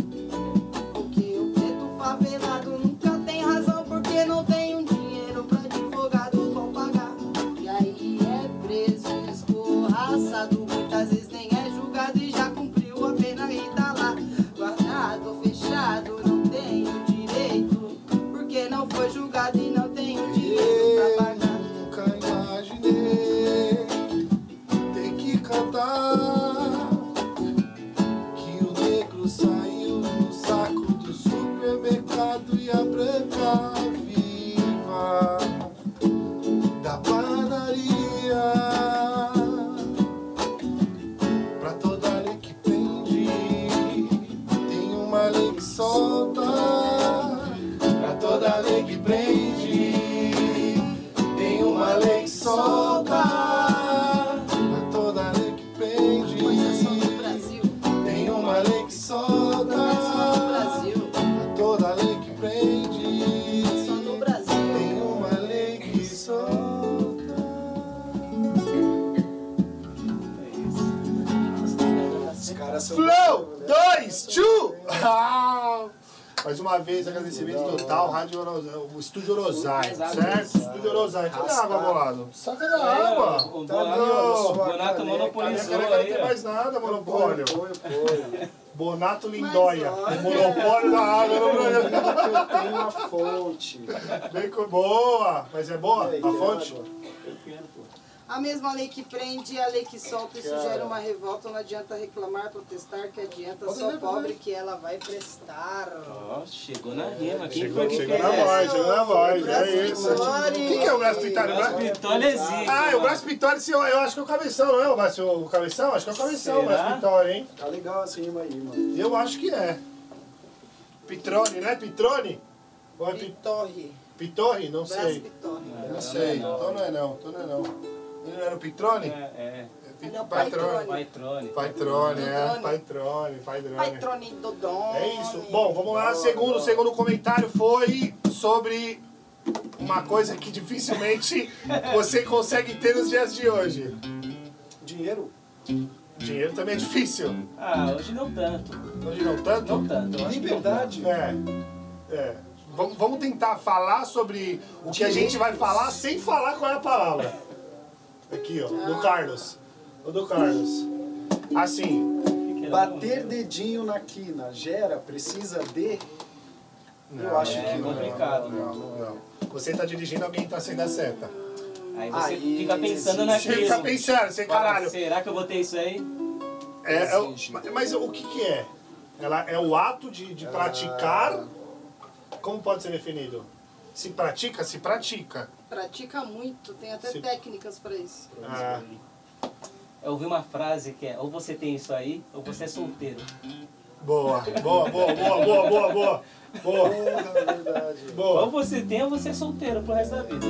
C: Porque o preto favelado nunca tem razão. Porque não tem um dinheiro pra advogado bom pagar. E aí é preso, escorraçado. Muitas vezes nem é julgado e já cumpriu a pena e tá lá. Guardado, fechado, não tem o direito. Porque não foi julgado e não tem o dinheiro pra pagar.
E: Nunca imaginei ter que cantar que o negro saiu no saco do supermercado e a branca viva da padaria. Pra toda lei que pende, tem uma lei que solta. Pra toda lei que prende, tem uma lei que solta. Pra toda lei que prende,
C: Constituição do é Brasil.
E: tem uma lei que solta.
C: Constituição do Brasil.
E: Pra toda lei que prende,
C: Constituição do Brasil.
E: tem uma lei que solta.
F: os caras são.
E: Flow, dois, two! Ah! Mais uma vez, agradecimento total, Rádio Oro- o Estúdio Rosário,
B: Exato.
E: certo? Estúdio Rosário, cadê a água, bolado? Saca da
B: Aí,
E: água!
B: o- o
F: Tá ali,
B: Bonato-
E: ó,
B: o
F: sua
B: Bonato
F: caneca.
E: Minha
B: monopolizou
E: caneca não
B: aí.
E: tem mais nada, monopólio.
F: Põe, põe, põe.
E: Bonato Lindóia,
C: Mas olha.
E: monopólio da água no Brasil.
F: Eu tenho a fonte.
E: Bem com boa, mas é boa
F: E aí,
E: a fonte?
F: água?
C: A mesma lei que prende e a lei que solta, isso
F: Cara.
C: gera uma revolta. Não adianta reclamar, protestar, que adianta
F: Pode
C: só
F: ver, pode
C: pobre
F: ver.
C: que ela vai prestar.
B: Ó, chegou na rima. Quem
E: Chegou,
B: foi que
E: chegou
B: fez
E: na
B: essa?
E: voz, chegou na voz, é
C: Brasil,
E: isso.
C: Vitória.
E: Quem que é o Braço Pintário? O Braço Pintário-
B: Vitória é zica,
E: Ah, o
B: mano.
E: Braço Pintório, sim, eu eu acho que é o Cabeção, não é o Braço o Cabeção? Acho que é o Cabeção, o
B: Será?
E: Braço Pintório, hein?
F: Tá legal essa rima aí, mano.
E: Eu acho que é. Pitrone, né? Pitrone? Ou é pi-
C: Pitorre.
E: Pitorre? Não
C: Braço
E: sei.
C: Pitorre.
E: Não sei. Então não é não. Então não é não. Ele não era o Pitrone? É.
B: É,
E: Pi-
C: Ele é o
B: é.
E: Paitrone.
B: Vai, Trone.
E: Paitrone, é.
C: Paitrone.
E: Paitrone,
C: Vai,
E: Paitrone.
C: Trone Dodon.
E: É isso. Bom, vamos lá. Segundo, segundo comentário foi sobre uma coisa que dificilmente você consegue ter nos dias de hoje.
F: Dinheiro?
E: Dinheiro também é difícil.
B: Ah, hoje não tanto.
E: Hoje não tanto?
B: Não tanto. eu acho que não
F: Liberdade?
E: É. É. Vamos, vamos tentar falar sobre o que a gente vai falar sem falar qual é a palavra. Aqui, ó. Do Carlos. O do Carlos. Assim.
B: tanto. Fiquei lá com
F: Bater
B: medo.
F: dedinho na quina gera, precisa de.
E: não, é,
F: Eu acho
E: não,
F: que
E: não,
B: É complicado.
E: Não, não, não. Você tá dirigindo, alguém tá sem dar seta.
B: Aí você
F: Aí,
B: fica pensando
E: Você
B: naquilo.
E: fica pensando, você caralho.
B: Será que eu botei isso aí?
E: É, é o- mas o que que é? Ela é o ato de, de praticar. Como pode ser definido? Se pratica, se pratica.
C: Pratica muito, tem até
E: Sim.
C: técnicas pra isso.
E: Ah,
B: Eu ouvi uma frase que é ou você tem isso aí, ou você é solteiro.
E: boa, boa, boa, boa, boa, boa, boa. Boa.
F: Porra, é verdade.
E: Boa.
B: Ou você tem ou você é solteiro pro resto da vida.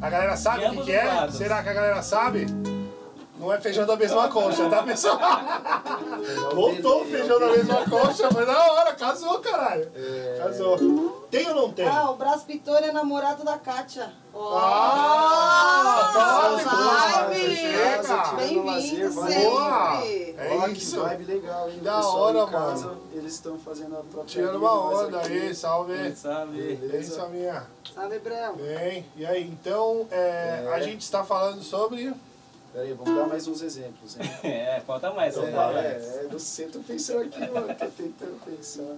E: A galera sabe
B: De
E: o que,
B: ambos os
E: que é?
B: lados.
E: Será que a galera sabe? Não é feijão da mesma concha, tá, pessoal? Voltou o feijão da mesma concha, foi na hora, casou, caralho.
F: É.
E: Casou. Tem ou não tem?
C: Ah, o Brás Pitor é namorado da Kátia. Ó.
E: Ah,
F: top,
C: Nossa,
F: boa,
C: vibe!
E: chega.
C: Bem-vindo
F: Boa.
C: sempre!
E: É
F: um Olha que
E: isso.
F: vibe legal, hein?
E: Que
F: O
E: da
F: pessoal
E: hora,
F: em casa,
E: mano.
F: Eles estão fazendo a própria.
E: Tirando
F: vida,
E: uma
F: mas
E: onda
F: aqui-
E: aí, salve.
B: Sabe?
E: É isso,
F: Beleza?
E: minha.
C: Salve, Brão!
E: Bem, e aí, então, é,
F: É.
E: a gente está falando sobre...
F: Peraí, vamos dar mais uns exemplos, hein?
B: É, falta mais,
F: É,
B: vamos lá.
F: é, é, não sei, tô pensando aqui, mano, tô tentando pensar.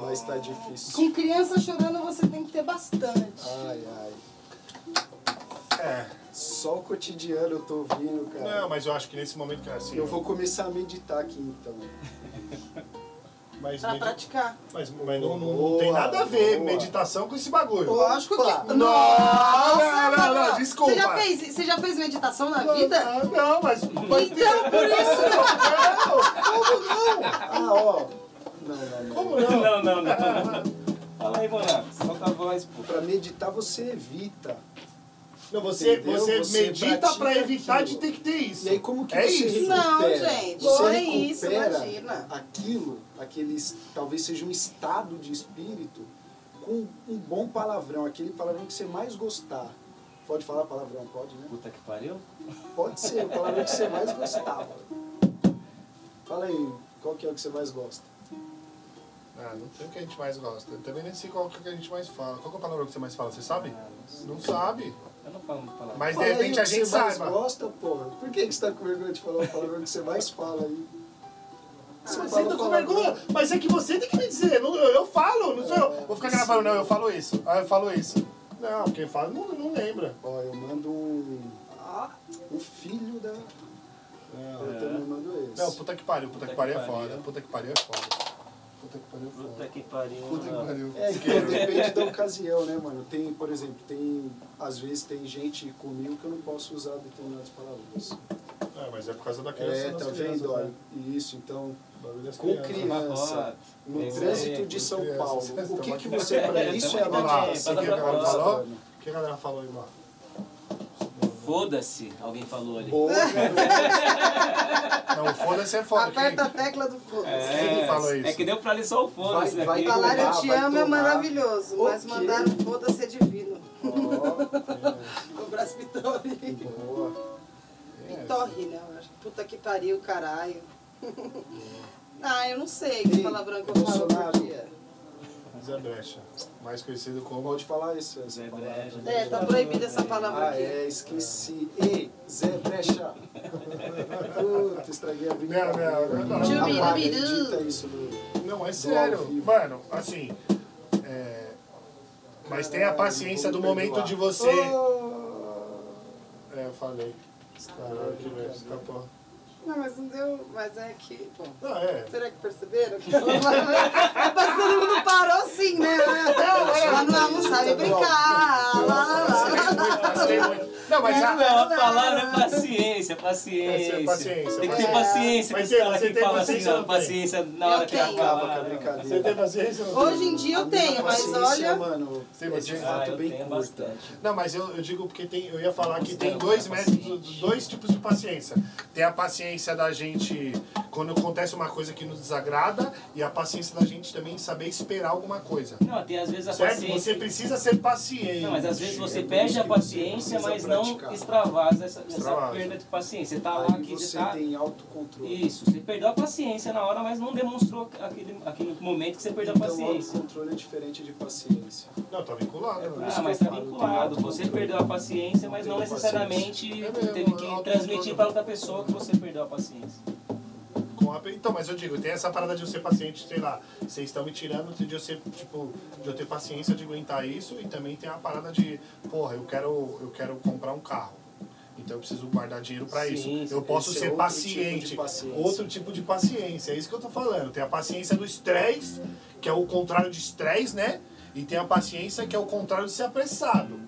F: Mas tá difícil.
C: Com criança chorando, você tem que ter bastante.
F: Ai, ai.
E: É,
F: Só o cotidiano eu tô ouvindo, cara.
E: não, mas eu acho que nesse momento, cara, assim...
F: Eu vou começar a meditar aqui, então.
E: Mas,
C: Ah, Pra
E: medi-
C: praticar.
E: mas, mas não, não- não
F: Boa,
E: tem nada a ver
F: boa.
E: meditação com esse bagulho.
C: Lógico que.
E: Não, não, não, não,
C: Gabriel,
E: desculpa.
C: Você já fez, você já fez meditação na
E: Não,
C: vida?
E: Não, não, mas... mas
C: Então, por isso.
F: Ah, ó. Não, não, não.
E: como não?
B: Não, não, não. Fala aí, Bonato. Solta a voz, pô.
F: Pra meditar você evita.
E: Não, você,
F: Entendeu?
E: você,
F: Você
E: medita
F: pratica
E: pra evitar
F: aquilo.
E: de ter que ter isso.
F: E aí como que
E: É
F: você
E: isso.
F: recupera?
C: Não, gente, não
F: Você
C: é isso,
F: recupera
C: imagina.
F: aquilo, aqueles, talvez seja um estado de espírito com um bom palavrão, aquele palavrão que você mais gostar. Pode falar palavrão, pode, né?
B: Puta que pariu.
F: Pode ser, o palavrão que você mais gostava. Fala aí, qual que é o que você mais gosta?
E: Ah, não tem o que a gente mais gosta. Eu também nem sei qual que a gente mais fala. Qual que é a palavra que você mais fala? Você sabe? Ah, Não sabe.
B: Eu não falo palavrão.
E: Mas de
F: Fala aí
E: repente
F: o
E: a
F: que
E: gente
F: você mais
E: saiba.
F: gosta, porra. Por que que você tá com vergonha de falar o palavrão que você mais fala aí?
E: Ah, mas
F: fala
E: eu tô com
F: palavrão.
E: vergonha. Mas é que você tem que me dizer. Não, eu, eu falo, não sou eu. Vou ficar gravando, não, eu falo isso. Ah, eu falo isso. Não, quem fala não, não lembra.
F: Ó, eu mando um. O filho da. é, Eu também mando esse.
E: É. Não, puta que pariu, puta que pariu é
B: que pariu.
E: foda. Puta que pariu é foda. Puta que pariu é
B: Puta
E: foda.
B: que pariu.
E: Puta que
B: mano.
E: pariu.
F: É, que depende da ocasião, né, mano? Tem, por exemplo, tem. Às vezes tem gente comigo que eu não posso usar determinadas palavras.
E: É, mas é por causa da criança.
F: É,
E: das
F: tá
E: crianças,
F: vendo? Olha,
E: né?
F: Isso, então,
E: O bagulho das
F: Com
E: crianças.
F: criança.
B: Tá Nossa.
F: no
B: Tem
F: trânsito
B: que-
F: de São
E: crianças,
F: Paulo,
E: vocês
F: o que
E: estão
F: que
E: aqui.
F: você. Isso é a
B: Tamo aqui,
F: meditação.
B: passa
F: que
B: pra
F: a galera
B: próxima.
F: falou?
E: O que a galera falou aí, mano?
B: Foda-se, alguém falou ali.
F: Boa, garoto.
E: Não, foda-se é foda.
C: Aperta a
E: Quem-
C: tecla do fogo.
E: Quem falou isso?
B: é que deu pra ali só o foda-se.
F: Vai-
B: né?
F: vai
B: Quem-
F: tomar.
C: Falar eu te
F: Ah, vai
C: amo é
F: tomar.
C: maravilhoso, mas
F: Ok.
C: mandar um foda-se é divino.
F: Ó,
C: O Brás Pitori.
F: boa. É.
C: Pitorre, né? eu acho. Puta que pariu, caralho. Ah, eu não sei que
F: Ei,
C: palavrão que eu falo por
F: Bolsonaro.
C: dia.
E: Zé Brecha, mais conhecido como.
F: Pode falar isso, essa
B: Zé
F: palavra.
B: Breja.
C: É, tá proibida essa
B: um
C: palavra
F: Ah,
C: aqui.
F: é, esqueci. Ei, Zé Brecha. Puta, estraguei a brincadeira.
E: Não, não, não.
F: Apaga,
C: Tchubirubiru.
F: edita isso do...
E: Não, é
F: ao
E: sério.
F: vivo.
E: Mano, assim. é, Mas tenha a paciência do
F: Vou
E: momento
F: perdoar.
E: de você.
F: Oh.
E: É, eu falei. Caralho, que merda, tá escapou.
C: Não, mas não deu. Mas é que. Bom,
E: Não, é.
C: será que perceberam? que ela falou? Mas todo mundo parou sim, né? Ela não sabe brincar. Lá, lá, lá.
E: Gostei muito. Não, mas a.
B: Não, a palavra é paciência, paciência.
E: É, é paciência,
B: Tem que
E: paciência.
B: ter paciência com esse
E: Mas tem-
B: cara
E: você
B: que
E: tem
B: fala assim,
E: paciência ou
B: não, paciência
E: não tem?
B: na
C: Eu
B: hora que
C: tenho.
F: Acaba
B: acaba.
F: com a
B: né?
E: Você tem
F: é brincadeira.
E: paciência? ou não?
C: Hoje em dia
F: A
C: eu
F: minha
C: tenho, mas
F: paciência,
C: olha.
F: mano,
E: Sim,
F: é
E: mas
F: de
E: tem-
B: Ah,
F: fato
B: eu
F: bem
B: tenho
F: curta.
B: bastante.
E: Não, mas eu, eu digo porque tem. Eu ia falar que tem
B: Considero
E: dois
B: cara
E: métodos,
B: paciente.
E: dois tipos de paciência. Tem a paciência da gente quando acontece uma coisa que nos desagrada e a paciência da gente também em saber esperar alguma coisa.
B: Não, tem às vezes a
E: Certo?
B: paciência.
E: Você precisa ser paciente.
B: Não, mas é- às vezes você
F: por
B: perde
F: isso
B: a
F: que você
B: paciência,
F: precisa
B: mas não
F: praticar.
B: extravasa essa, essa
E: Extravasa.
B: perda de paciência. Você tá lá
F: Aí
B: aqui,
F: você
B: você tá.
F: tem autocontrole.
B: Isso, você perdeu a paciência na hora, mas não demonstrou aquele, aquele momento que você perdeu a
F: Então,
B: paciência.
F: autocontrole é diferente de paciência.
E: Não, tá vinculado.
F: É por
E: né?
F: isso
B: Ah,
F: que
B: mas
F: eu
B: tá
F: falo, tem
B: vinculado. Você
F: autocontrole.
B: perdeu a paciência, mas não
F: Tem
B: necessariamente
E: É mesmo,
B: teve
E: é
B: que
E: autocontrole.
B: transmitir para outra pessoa que você perdeu a paciência.
E: Com a- Então, mas eu digo, tem essa parada de eu ser paciente, sei lá, vocês estão me tirando de eu ser, tipo, de eu ter paciência de aguentar isso e também tem a parada de, porra, eu quero, eu quero comprar um carro. Então eu preciso guardar dinheiro pra
B: Sim,
E: isso.
B: sim,
E: Eu posso
F: esse é
E: ser
F: outro
E: paciente,
F: tipo de paciência.
E: Outro tipo de paciência, é isso que eu tô falando. Tem a paciência do estresse, que é o contrário de estresse, né? E tem a paciência que é o contrário de ser apressado.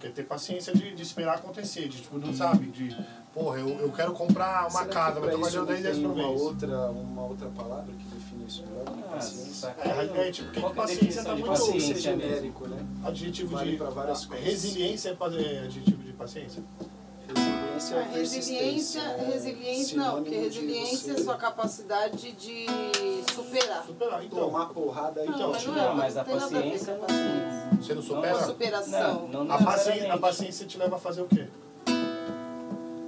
E: Que é ter paciência de, de esperar acontecer, de tipo, não sabe, de, porra, eu, eu quero comprar uma
F: Será que
E: casa,
F: pra
E: mas tô
F: isso
E: guardando
F: não
E: 10 reais
F: tem
E: por
F: uma
E: mês.
F: outra, uma outra palavra que define isso melhor? que
B: Ah,
F: paciência?
E: É, é, tipo, porque
B: Qual que é a
E: paciência
B: definição
E: tá
B: de
E: muito-
F: Ou
B: paciência
F: ser
B: mesmo?
F: genérico, né?
E: Adjetivo
F: Vale
E: de ah,
F: pra várias coisas.
E: Resiliência é pa- é adjetivo de paciência?
C: Ah,
F: Resiliência resiliência e persistência.
C: resiliência,
F: né?
C: resiliência não, porque
F: Sinônimo de
C: resiliência é
F: você
C: sua capacidade de superar.
E: Superar. Então,
F: Tomar porrada e
E: Então,
F: continuar.
B: tipo, não, mas
C: não
B: a
C: tem nada ver com
B: paciência
C: a
B: não- é.
C: paciência.
E: você não
C: Uma
E: supera?
C: superação.
B: Não, não
E: A paciência, a
B: necessariamente.
E: paciência te leva a fazer o quê?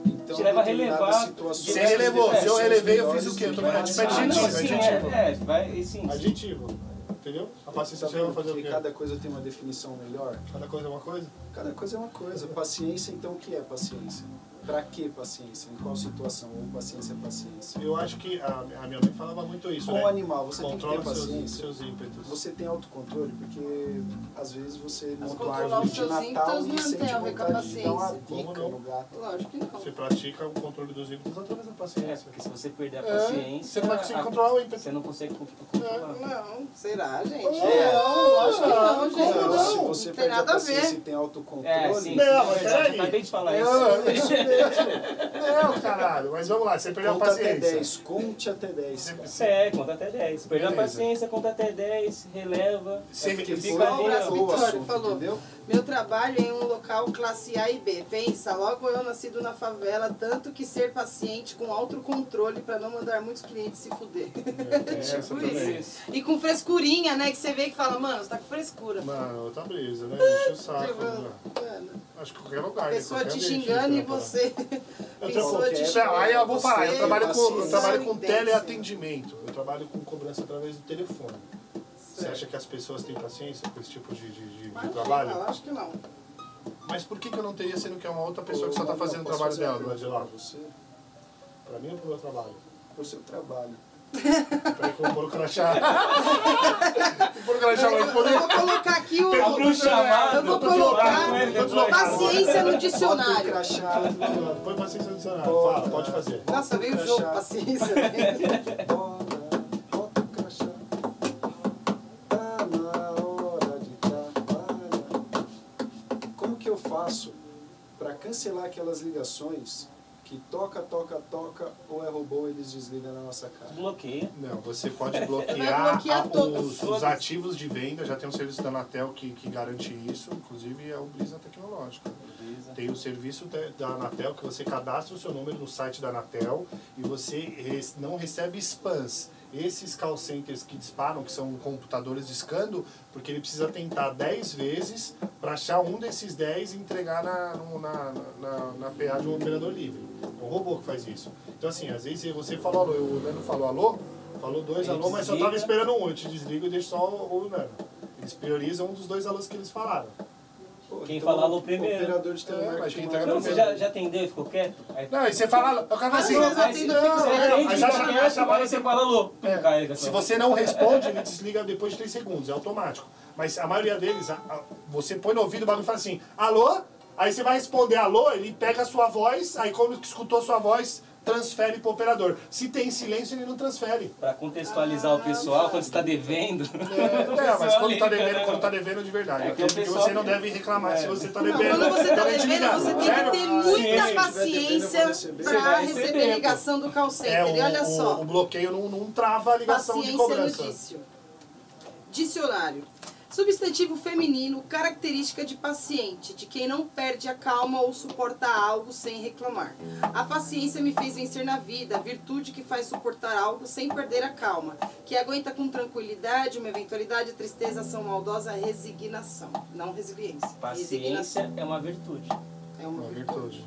F: Então,
B: Te leva a
F: determinadas
B: relevar.
F: situações,
E: Você relevou, se eu
F: situações
E: relevei, eu fiz
F: melhores
E: o quê? Eu tô
F: vai
E: falando tipo
F: passar.
B: Ah, não,
E: adjetivo,
B: sim,
E: adjetivo.
B: é, é, vai, e sim. sim.
E: Adjetivo. Entendeu? A paciência te leva a fazer o
F: Porque
E: quê?
F: cada coisa tem uma definição melhor.
E: Cada coisa é uma coisa?
F: Cada coisa é uma coisa. Paciência, então, o que é paciência? Pra que paciência? Em qual situação? Ou paciência é paciência?
E: Eu acho que a, a minha mãe falava muito isso,
F: Com
E: né?
F: o animal, você tem
E: Controla
F: que ter
E: seus,
F: paciência.
E: seus ímpetos.
F: Você tem autocontrole, porque às vezes você
C: Mas
F: monta uma
C: controlar
F: árvore
C: os
F: de
C: seus
F: Natal
C: ímpetos
F: e
C: não tem
F: sente
C: a ver com a
F: vontade de dar uma
E: paciência.
F: bica
E: Como não?
F: no gato.
C: Lógico que
E: Você
B: Tipo,
C: não.
E: pratica o controle dos ímpetos através da
B: É,
E: paciência.
B: porque se você perder a
E: É,
B: paciência.
E: você não vai conseguir
B: a-
E: controlar É. o ímpeto.
B: Você não consegue co- controlar.
C: Não, será, gente?
E: Não,
F: É.
C: Não, lógico que não, gente.
E: como não?
F: Então, Se você
C: Não tem
F: perde a
C: nada a
F: paciência
C: ver.
F: e tem autocontrole,
B: É, sim.
E: Não,
B: sim,
E: mas
B: é verdade,
E: peraí.
B: Eu acabei de falar isso.
E: Não, isso mesmo. Não, é, caralho. Mas vamos lá, você perdeu a
F: conta até
E: paciência.
F: 10, conte até 10. cara.
E: Você-
B: É, conta até 10. Perdeu a
F: Beleza.
B: paciência, conta até 10, releva.
E: Você,
F: É porque
B: fica
F: foi
B: ali, ó.
F: o
C: Vitória,
F: assunto,
C: falou.
F: entendeu?
C: Meu trabalho é em um local classe A e B. Pensa, logo eu nascido na favela, tanto que ser paciente com autocontrole pra não mandar muitos clientes se fuder.
E: É, essa
C: Tipo
E: também.
B: Isso.
C: E com frescurinha, né? Que você vê que fala, mano, você tá com frescura.
E: Mano, outra brisa, né? Deixa o saco.
C: Tipo,
E: mano.
C: mano,
E: Acho que qualquer lugar.
C: a
E: né?
C: pessoa
E: Qualquer
C: te
E: ambiente,
C: xingando
E: né,
C: e
E: pra-
C: você.
E: Eu
C: pessoa
E: trabalho-
C: te
F: xingando,
E: Não, aí eu vou falar. Eu
F: você
E: trabalho com, eu
F: passa-
E: trabalho com
C: não entende.
E: teleatendimento. Eu trabalho com cobrança através do telefone. Você acha que as pessoas têm paciência com esse tipo de, de- de- de
C: Mas não,
E: trabalho?
C: eu acho que não.
E: Mas por que, que eu não teria, sendo que é uma outra pessoa que só tá
F: Não,
E: fazendo o
F: posso
E: trabalho
F: fazer uma
E: dela, do lado de lá?
F: pergunta pra Você,
E: Pra mim ou pro meu trabalho?
F: pro seu trabalho.
E: Pra compor o crachá. Compor o crachá vai
C: Eu
E: poder.
C: vou colocar aqui o.
E: Pegou
B: Abriu o chamado.
C: Eu vou
B: tô falando
C: colocar
B: com ele depois.
C: paciência no
F: Bota o
C: dicionário.
F: crachá,
E: Põe paciência no dicionário.
F: Bota.
E: Fala, pode fazer.
C: Nossa, veio o jogo,
F: Crachá.
C: paciência. né?
F: bora, bota o crachá. Tá na hora de trabalhar. Como que eu faço pra cancelar aquelas ligações que toca, toca, toca, ou é robô eles desligam na nossa cara?
B: Bloqueia.
E: Não, você pode
C: Vai
E: bloquear,
C: bloquear
E: a-
C: todos.
E: os, os ativos de venda, já tem um serviço da Anatel que, que garante isso, inclusive é o Brisa Tecnológica.
B: Beleza.
E: Tem o serviço da- da Anatel que você cadastra o seu número no site da Anatel e você res- não recebe spams. Esses call centers que disparam, que são computadores discando, porque ele precisa tentar 10 vezes para achar um desses 10 e entregar na, no- na, na, na PA de um operador livre. É um robô que faz isso. Então, assim, às vezes você falou alô, o Nano falou alô, falou dois
B: Ele
E: alô, mas só
B: desliga.
E: tava esperando um. Eu te desligo e deixo só o, o Nano. Eles priorizam um dos dois alôs que eles falaram.
F: Pô,
B: Quem falar alô primeiro.
F: Então, Operador de
E: É, mas
F: telemarketing.
E: quem tá
B: Não, você já, já atendeu e ficou quieto? Aí,
E: Não, e você fala, o cara fala assim,
C: Ah, não,
E: "Não,
C: mas eu atendo
E: não,
C: fixo,
E: não,
C: atende,
E: mas
B: já
E: a chamada- a chamada-
B: você fala alô.
E: É,
B: Carrega,
E: se
B: só.
E: você não responde, ele desliga depois de 3 segundos, é automático. Mas a maioria deles, a- a- você põe no ouvido o bagulho e fala assim, alô? Aí você vai responder alô, ele pega a sua voz, aí quando escutou sua voz, transfere pro operador. Se tem silêncio, ele não transfere.
B: Pra contextualizar o pessoal, quando você tá devendo.
E: É, mas
B: pessoal
E: quando tá
B: liga,
E: devendo,
B: né?
E: quando tá devendo de verdade.
B: É que
E: Até
B: o
E: porque
B: pessoal é.
E: você não
B: que-
E: deve reclamar se você tá
C: Não,
E: devendo.
C: quando você tá
E: Então, é
C: devendo,
E: desligado.
C: você tem que
E: Sério?
C: ter
B: se
C: muita
B: tiver
F: devendo, eu vou
C: paciência
F: receber.
B: Você
C: pra
B: vai
C: receber
B: receber,
C: ligação do call
E: É,
C: center.
E: o,
C: E olha
E: o-
C: só,
E: o bloqueio não, não trava a ligação
C: paciência
E: de
C: é no
E: cobrança.
C: dício. Dicionário. Substantivo feminino, característica de paciente, de quem não perde a calma ou suporta algo sem reclamar. A paciência me fez vencer na vida, a virtude que faz suportar algo sem perder a calma, que aguenta com tranquilidade uma eventualidade, tristeza, ação maldosa, resignação. Não resiliência. Resignação
B: Paciência é uma virtude.
C: é uma
E: Uma
C: virtude.
E: virtude.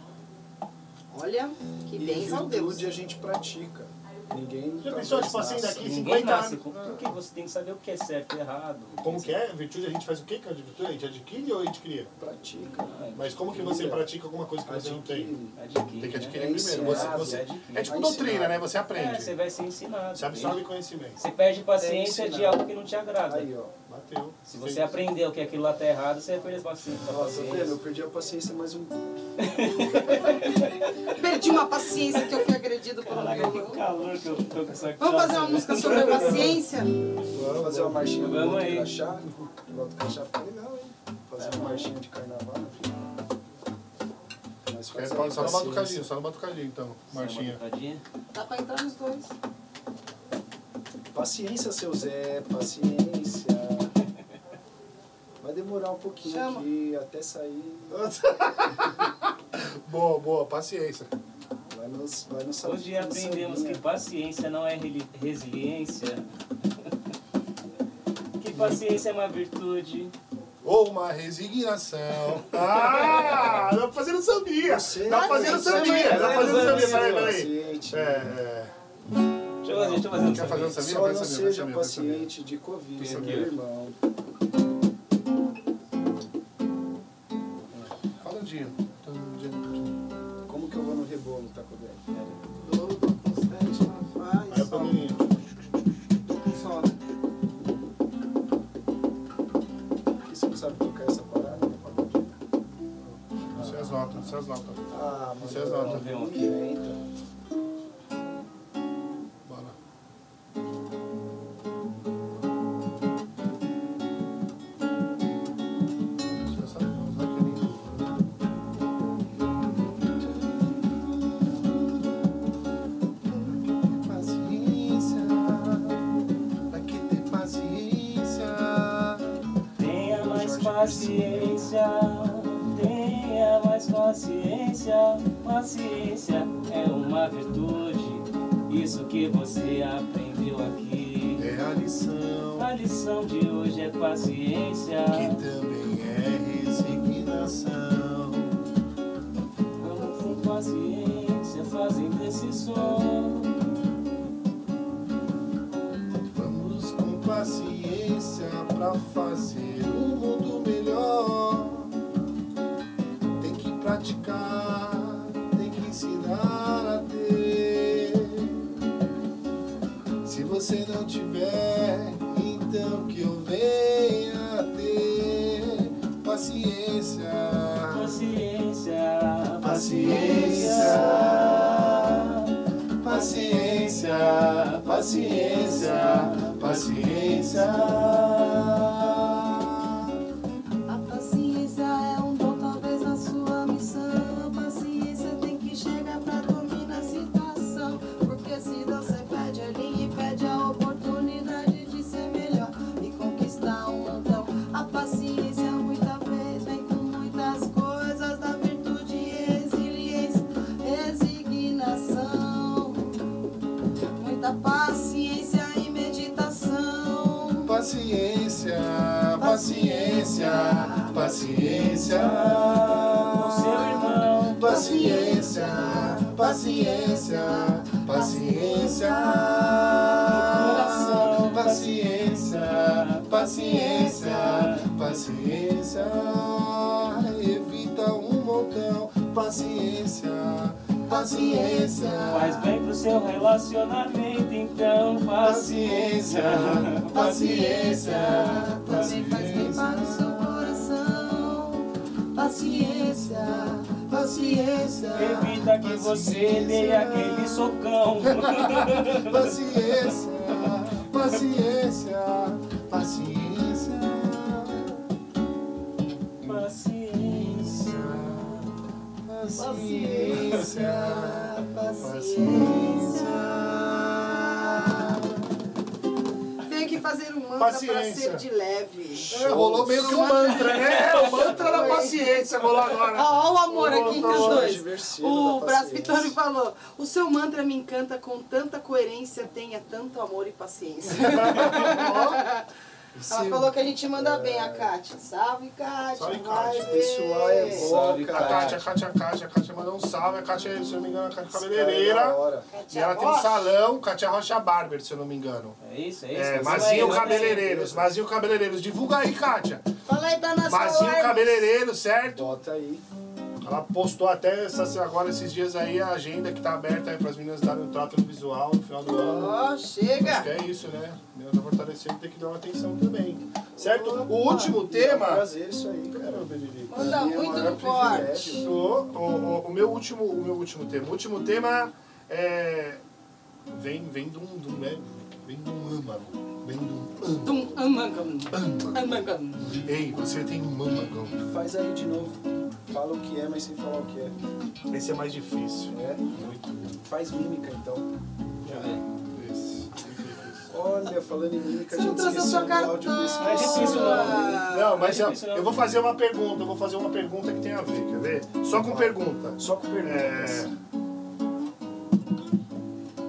C: Olha, que
F: E
C: bens ao Deus.
F: virtude a gente pratica. Ninguém. tá
E: Já pensou,
F: talvez,
E: tipo assim,
F: nasça.
E: daqui
B: Ninguém
E: 50
B: nasce
E: anos.
B: com porque você tem que saber o que é certo e errado.
E: Como que é? Virtude a gente faz o quê que é de virtude? A gente adquire ou a gente cria?
F: Pratica.
E: Mas como que você
F: Cria.
E: pratica alguma coisa que você não tem?
F: Adquire.
B: Adquire,
E: Tem que
B: né?
E: adquirir
F: É
E: primeiro. Você,
F: ensinado,
E: você-
B: é adquirido.
E: é tipo
F: É
E: doutrina,
F: ensinado.
E: né? Você
B: É, você
E: aprende.
B: vai ser ensinado.
E: Você absorve conhecimento.
B: Você perde paciência de
F: É ensinado.
B: algo que não te agrada.
F: Aí, ó.
E: Bateu.
B: Se você aprendeu que aquilo lá tá errado, você vai perder paciência. sua
F: Nossa,
B: paciência.
F: velho, Tá eu perdi a paciência mais um.
C: Perdi uma paciência que eu fui agredido por um
B: Caraca, que
C: violão.
B: calor que eu tô com essa
C: Vamos fazer uma música sobre a paciência?
F: Vamos fazer uma marchinha do
B: Vamos
F: Loto
B: aí.
F: Crachá. O Loto Crachá fica legal, hein? Fazer uma marchinha de carnaval. né? Mas
E: É,
F: faz
E: só,
F: aí,
E: só não bota o
F: paciência.
E: cadinho, só não bota o cadinho então, Martinha.
C: Dá pra entrar nos dois.
F: Paciência, seu Zé, paciência. Vai demorar um pouquinho
C: Chama.
F: aqui até sair.
E: Boa, boa, paciência.
F: Vai nos, vai nos
B: Hoje aprendemos que paciência não é reli- resiliência. que paciência é uma virtude.
E: Ou uma resignação. Ah, dá pra fazer no sambinha. Dá pra fazer no sambinha. Dá pra fazer no sambinha. tá Peraí, peraí. É,
B: Deixa eu fazer, deixa eu fazer. um
E: Quer fazer um sambinha?
F: Só
E: Vai, sambinha,
F: não
E: vai,
F: seja
E: sambinha, vai, sambinha.
F: paciente de
E: Tá
F: Covid,
B: Tem
F: meu
B: aqui.
F: irmão.
E: Fala um dia.
F: Como que eu vou no tá rebolo, Tacobé?
E: Aí é pra
C: Constante,
E: menino.
C: só.
F: Por que você não sabe tocar essa parada? né?
E: Isso é as notas, isso é as notas.
F: Ah, mas
E: Vocês notam.
F: não inventa.
E: Bora. Você sabe usar aquele-
F: Paciência, vai que ter paciência.
B: Tenha mais paciência, tenha mais paciência. Paciência é uma virtude, isso que você aprendeu aqui.
E: É a lição
B: A lição de hoje é paciência.
E: que também é resignação.
B: Vamos com paciência, fazem desse som.
E: Vamos com paciência pra fazer um mundo melhor. Tem que praticar, tem que ensinar a ter. Se você não tiver, então que eu venha ter paciência.
B: Paciência,
E: Paciência. Paciência, paciência, paciência.
C: A paciência é um dom, talvez a sua missão. A paciência tem que chegar pra dominar a situação. Porque senão você perde a linha e perde a oportunidade de ser melhor e conquistar um montão. A paciência muita vez vem com muitas coisas da virtude e resiliência, resignação. Muita paciência e meditação.
E: Paciência, paciência, paciência.
B: o seu irmão.
E: Paciência, paciência, paciência. Paciência, paciência, paciência. Evita um montão. Paciência, paciência.
B: Faz bem pro seu relacionamento, então
E: Paciência, paciência,
C: Também faz bem para o seu coração. Paciência, paciência.
B: Evita que você dê aquele socão.
E: Paciência, paciência, paciência.
B: Paciência.
E: Paciência,
C: Paciência. Tem que fazer um mantra para ser
E: Paciência.
C: de leve.
E: É, rolou meio que um mantra, né? É, o mantra da paciência rolou agora.
C: Ó, ó o amor aqui entre os
E: Outro
C: dois.
F: adversivo
C: O
F: da
C: Braspitani
F: paciência.
C: falou: o seu mantra me encanta com tanta coerência, tenha tanto amor e paciência. Ela falou que a gente manda bem a Kátia. Salve, Kátia.
E: É. Salve,
C: vai
E: Kátia.
C: ver.
F: Pessoal é
B: Salve,
F: bom,
E: A Kátia, a
F: cara.
E: Kátia, a Kátia, a Kátia mandou um salve. A Kátia, se eu não me engano, a Kátia
F: Cara, da
E: cabeleireira.
F: hora.
E: E ela tem um
C: Rocha.
E: salão, Kátia Rocha Barber, se eu não me engano.
B: É isso, é isso.
E: É,
B: Você
E: Mazinho
B: vai-
E: Cabeleireiros, Mazinho Cabeleireiros. Divulga aí, Kátia.
C: Fala aí pra nós
E: Mazinho
C: falarmos.
E: Cabeleireiro, certo?
F: Bota aí.
E: Ela postou até essas- agora esses dias aí a agenda que tá aberta aí pras meninas darem um trato no visual no final do ano.
C: Ó,
E: Acho que
C: chega.
E: é isso, né? Menina tá fortalecendo, tem que dar uma atenção também. Certo?
C: Opa.
E: O último
F: É um
E: tema.
F: prazer isso aí, cara.
E: Caramba, Benedito.
C: Manda
F: Pra mim é o
C: muito
F: maior
C: no corte.
F: privilégio.
E: O, o- o meu último, o meu último tema. O último tema é. Vem, vem de um. de um, né? Vem de um âmago. Vem de um âmago.
C: Dum, amangam, amangam.
E: Ei, você tem um âmago.
F: Faz aí de novo. Fala o que é, mas sem falar o que é.
E: Esse é mais difícil.
F: É.
E: Muito.
F: Faz mímica então.
B: Deixa eu ver.
E: Esse. Esse é difícil.
F: Olha, falando em mímica, a
C: Você não
F: gente
C: trouxe a
E: é um
F: esqueceu
C: sua É
F: o áudio desse
B: Mas
C: cartola.
B: difícil,
F: disco.
B: não.
C: né?
E: Não, mas
B: Não é
E: eu,
B: difícil, não.
E: eu vou fazer uma pergunta, eu vou fazer uma pergunta que tem a ver, quer ver? Só com pergunta.
F: Só com perguntas.
E: É.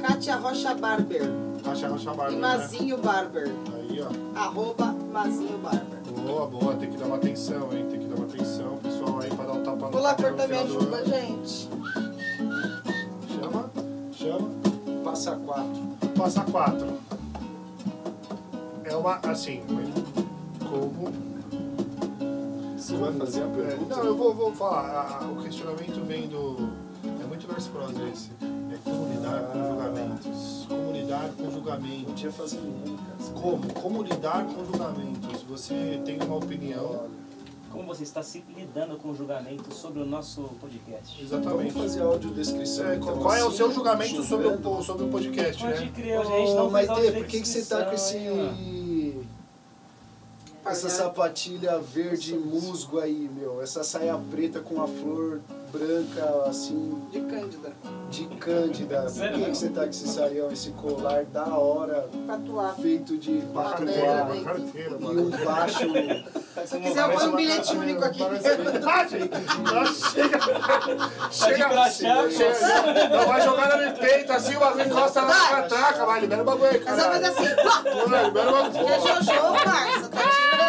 C: Kátia Rocha Barber.
E: Rocha Rocha
C: E
E: Barba. Né?
C: Mazinho Barber.
E: Aí, ó.
C: Arroba Mazinho Barber.
E: Boa, boa, tem que dar uma atenção, hein? Tem que dar uma atenção, pessoal aí pra dar um tapa no
C: Vou lá
E: no
C: cortar minha
E: final do
C: juba,
E: ano.
C: gente.
E: Chama, chama.
F: Passa quatro.
E: Passa quatro. É uma, assim, como
F: Você vai fazer a
E: É,
F: pergunta?
E: não, eu vou, vou falar. A- a- o questionamento vem do. É muito mais próximo esse. É como lidar com julgamentos. Como lidar com
F: Não
E: julgamentos.
F: tinha Um fazer mímica.
E: Como? Como lidar com julgamentos? Você tem uma opinião.
B: Como você está se lidando com o julgamento sobre o nosso podcast?
F: Vamos
E: Exatamente.
F: fazer a audiodescrição.
E: É,
F: então,
E: qual é o
F: assim,
E: seu julgamento sobre o,
F: julgando.
E: po- sobre o podcast,
B: Pode
E: né?
B: crer, hoje a gente
F: Ô,
B: não fez
F: Maitê, por que, que você tá
B: audiodescrição,
F: com esse.
B: hein,
F: Essa sapatilha verde musgo aí, meu. Essa saia preta com a flor branca, assim,
C: De Cândida.
F: de cândida. Por
B: Sério,
F: que,
B: não?
F: que você tá com esse saião, esse colar da hora,
C: Patuá.
F: feito de
E: Uma
F: patuá
E: carteira,
C: né?
E: uma carteira,
F: e
E: mano.
F: um baixo.
B: ó?
C: Se quiser, eu ponho um bilhete
E: Parece-
C: único aqui.
E: Verdade! Nossa, chega!
B: Tá de crachá,
E: Chega!
B: cara.
E: Não vai jogar na minha peito assim, o bagulho encosta na
C: Vai.
E: catraca, vai, libera o bagulho aí,
C: É só fazer
E: cara.
C: assim. pá!
E: Libera o bagulho.
C: Que é Jojo, parça. Tá tirando.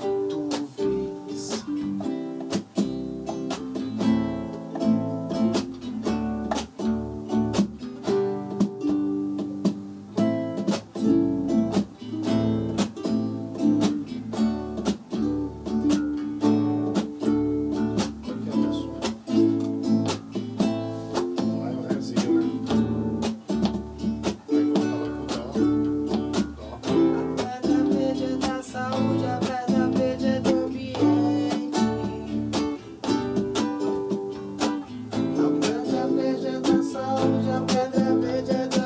F: Tu vês
E: Qual que é o assunto? Lá é o rézinho, né? Aí volta lá com o dó. Dó.
C: Atleta verde da saúde, atleta verde do ambiente. Atleta verde da saúde, atleta verde do ambiente.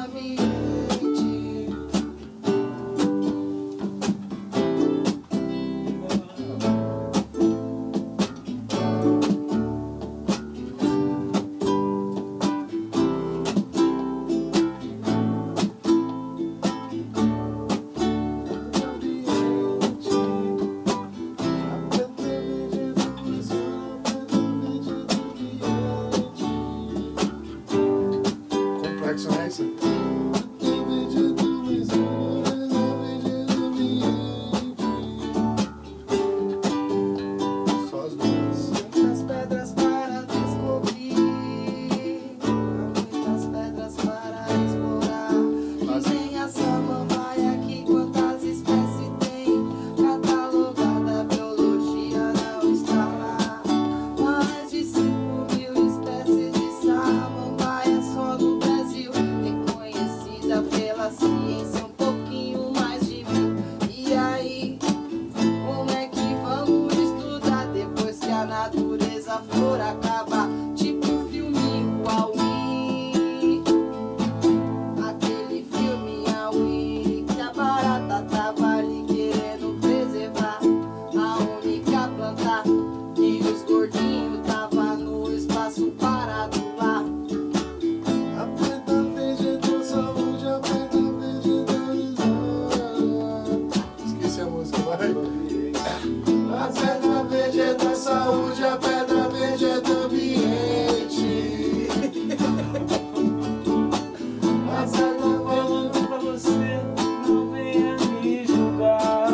E: Complexo, né? Isso? Só as duas.
C: Muitas pedras para descobrir, muitas pedras para explorar.
E: Mas-
C: Tem a samambaia aqui, quantas espécies tem? Catalogada a biologia não está lá. Mais de 5 mil espécies de samambaia só no Brasil. Reconhecida pela ciência, um pouquinho mais de mil. E aí? Como é que vamos estudar depois que a natureza for acabar? Tipo o filme Huawei. Aquele filme Huawei que a barata tava ali querendo preservar. A única planta que os gordinhos tava no espaço parado lá.
E: Esqueci a música, vai.
F: A pedra verde é da saúde, a pedra verde é do ambiente.
B: Mas eu tô falando pra você, não venha me julgar.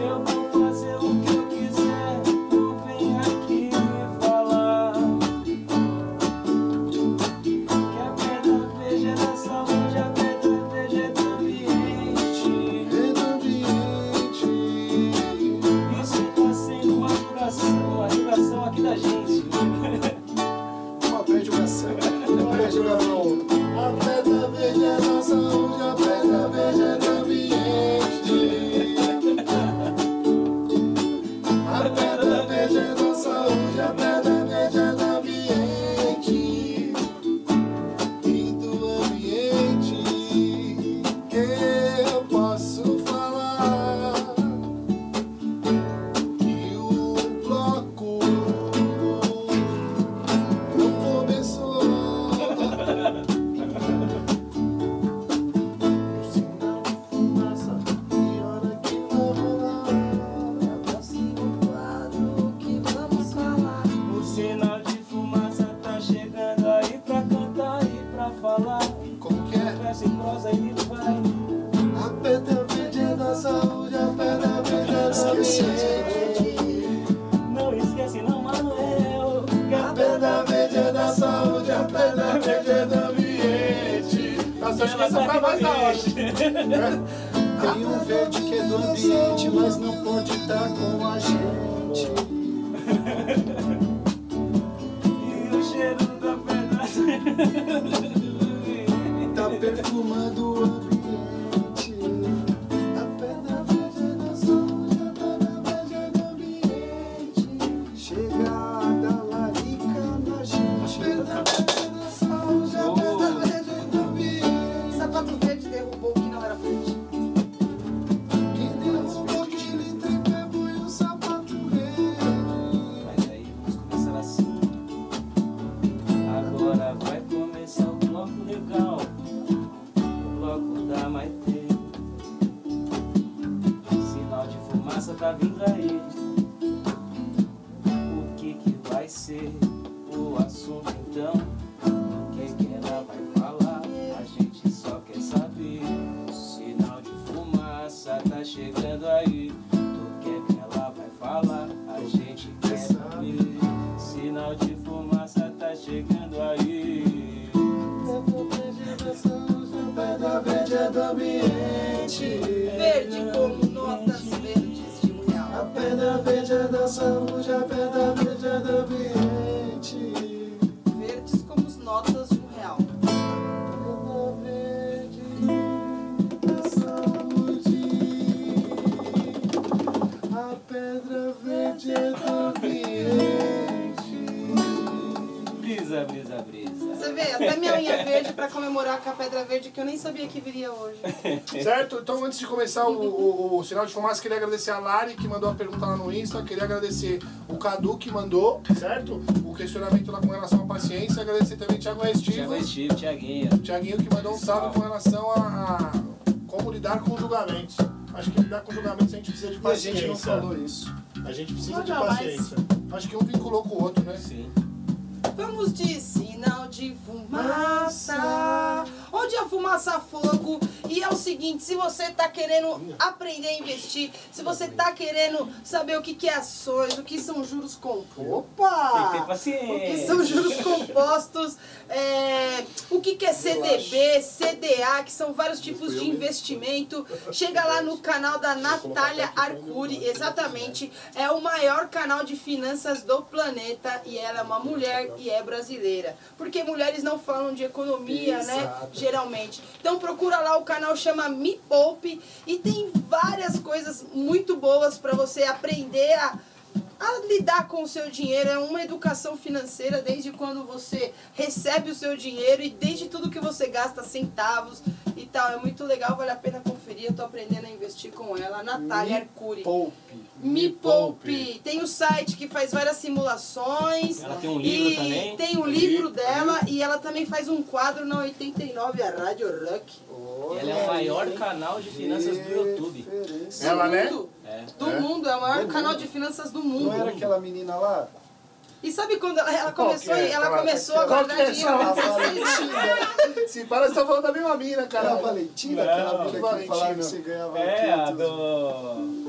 B: Eu vou fazer o que eu quiser, não venha aqui me falar. Que a pedra veja é da saúde, a pedra veja é do ambiente.
F: É do ambiente.
B: Isso tá sendo uma curação, uma curação aqui da gente.
F: Uma pré-julgação. Uma pré-julgação. A pedra verde é da saúde, a pedra verde é do ambiente.
C: é
B: tá
E: é? essa foi a mais da
B: tá
E: hora.
F: Tem um verde que é do ambiente, mas não pode estar com a gente.
B: E o cheiro da pedra.
F: Tá perfumando o ambiente. A pedra veja da suja, a pedra veja do ambiente. Chegada larica na gente. A pedra veja da suja, a pedra veja do ambiente.
C: Sapato verde derrubou o que não era verde.
F: Que derrubou aquele tripé foi o sapato verde.
B: Mas aí vamos começar assim. Agora vai começar o bloco legal. O bloco da Maitê. Sinal de fumaça tá vindo aí. O que que vai ser o assunto então? O que que ela vai falar? A gente só quer saber. Sinal de fumaça tá chegando aí. Do que que ela vai falar? A gente quer saber. Sinal de fumaça tá chegando aí.
F: Pedra verde é do ambiente.
C: Verde
B: É,
C: como notas verdes de um
F: A
C: real.
F: pedra verde é da saúde, a pedra verde é do ambiente.
C: Verdes como as notas de um real.
F: Pedra verde da saúde. A pedra verde é do ambiente.
B: Brisa, brisa,
C: Você
B: brisa.
C: vê, até minha unha é verde pra comemorar com a pedra verde que eu nem sabia que viria hoje.
E: Certo? Então, antes de começar o, o- o sinal de fumaça, queria agradecer a Lari, que mandou a pergunta lá no Insta. Queria agradecer o Cadu, que mandou, certo? O questionamento lá com relação à paciência. Agradecer também o Thiago Restivo.
B: Tiago Steve, Tiaguinho.
E: Tiaguinho, que mandou um salve com relação a, a como lidar com julgamentos. Acho que lidar com julgamentos a gente precisa de
F: E a
E: paciência.
F: gente não falou isso.
E: A gente precisa
C: Não,
E: de
C: não, mas-
E: paciência. Acho que um vinculou com o outro, né?
B: Sim.
C: Vamos de sinal de fumaça. Onde a fumaça a fogo. E é o seguinte, se você tá querendo aprender a investir, se você tá querendo saber o que que é ações, o que são juros compostos.
B: Tem que ter
C: Opa!
B: paciência.
C: O que são juros compostos, é, o que, que é CDB, CDA, que são vários tipos de investimento. Chega lá no canal da Natália Arcuri, exatamente. É o maior canal de finanças do planeta e ela é uma mulher e é brasileira. Porque mulheres não falam de economia, né?
F: Exato.
C: Geralmente. Então procura lá, o canal chama Me Poupe e tem várias coisas muito boas para você aprender a a Ah, lidar com o seu dinheiro é uma educação financeira desde quando você recebe o seu dinheiro e desde tudo que você gasta centavos e tal. É muito legal, vale a pena conferir. Eu tô aprendendo a investir com ela, a Natália Arcuri.
F: Poupe.
C: Me Poupe. Tem o site que faz várias simulações.
B: Ela tem um livro
C: e
B: também.
C: Tem o livro dela e ela também faz um quadro na 89, a Rádio Rock.
B: Ela é o maior canal de finanças do YouTube.
F: Referência.
E: Ela,
C: do
E: né?
C: mundo.
B: É.
C: Do
E: É.
C: mundo, é o maior
F: Do
C: canal
F: mundo.
C: de finanças do
F: Não
C: mundo.
F: era aquela menina lá?
C: E sabe quando ela, ela
E: Qual
C: começou,
E: que é?
C: e ela
E: Aquela-
C: começou a
E: Qual
C: guardar
E: que é
C: dinheiro
E: essa
C: com
E: lá?
C: 16 anos?
E: Se para, você tá falando da mesma mina,
F: Aquela
E: cara.
F: Valentina,
B: Não,
F: aquela mulher que
E: Valentina.
F: falava que você ganhava
B: É, a
F: 500
B: do.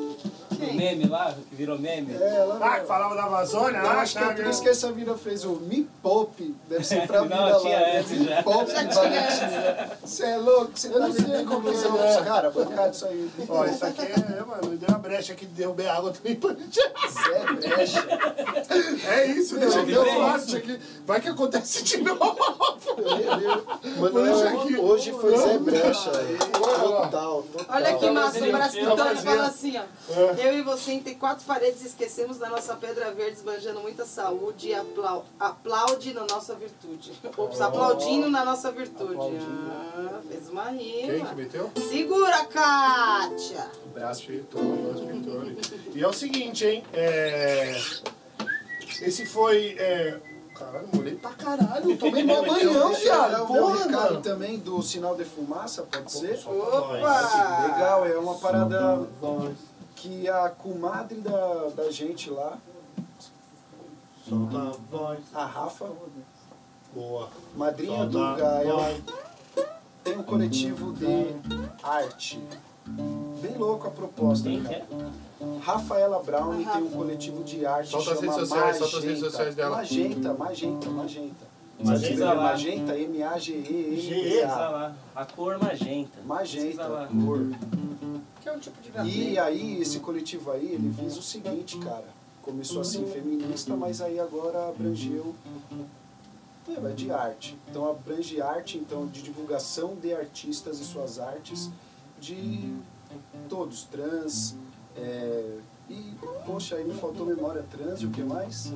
B: Do
C: Quem?
B: meme lá, que virou meme.
F: É, ela
E: Ah, que
F: mesmo.
E: falava da Amazônia?
F: Eu
E: Ah,
F: acho que é por
E: tá,
F: isso que essa mina fez o Me Poupe. Deve ser pra
B: Não,
F: mina lá.
B: tinha
F: né?
B: antes
F: Me
B: já.
F: Poupe, Valentina. Você é louco? Você tá
E: não sei
F: vendo como
E: como
F: você
E: é.
F: é. Cara, bancado isso aí.
E: Ó, isso aqui é, mano, deu uma brecha aqui, derrubei a água também pra gente.
F: Zé Brecha.
E: É isso,
F: Meu
E: deixa eu
F: Deus.
E: ver o ácido aqui. Vai que acontece de novo.
F: Meu Deus. Mano,
E: Deixa aqui.
F: hoje, hoje foi Zé Brecha. Total, total.
C: Olha que massa, o
B: ele
C: braço
B: tinha
C: do Tony
E: fazia.
C: fala assim, ó.
E: É.
C: Eu e você entre quatro paredes esquecemos da nossa pedra verde, esbanjando muita saúde e aplau- aplaude na nossa virtude. Ops,
E: Oh.
C: aplaudindo na nossa virtude.
F: Aplaudindo.
C: Ah, fez uma
E: Quem que
C: rima.
E: meteu?
C: Segura, Kátia!
E: Braço Pitone, braço Pitone. E é o seguinte, hein? É... Esse foi. É... Caralho, molhei pra caralho. Tomei mó banhão, viado.
F: o
E: Porra,
F: recado
E: mano.
F: também do sinal de fumaça, pode ser?
C: Opa!
F: Legal, é uma parada que a comadre da, da gente lá,
E: Solta a voz.
F: a Rafa,
E: Boa.
F: madrinha do
E: Solta a
F: Gael,
E: voz.
F: tem um
B: Uhum.
F: coletivo de arte. Bem louco a proposta, né,
B: Quem que
F: cara.
B: é?
F: Rafaela Brown
C: A
F: tem um
C: Rafa.
F: coletivo de arte
E: Solta as
F: chama
E: redes sociais, solta as redes
F: Magenta.
E: sociais dela.
F: Magenta, Magenta, Magenta. Mas
B: Magenta
F: escrever
B: lá.
F: magenta, M-A-G-E-N-T-A.
B: Precisa lá. A cor magenta.
F: Magenta,
B: Precisa lá.
F: cor.
C: Que é um tipo de
F: E aí, esse coletivo aí, ele fez o seguinte, cara. Começou assim, feminista, mas aí agora abrangeu tema de arte. Então abrange arte, então, de divulgação de artistas e suas artes, de todos, trans, é, e, poxa, aí me faltou memória trans e o que mais?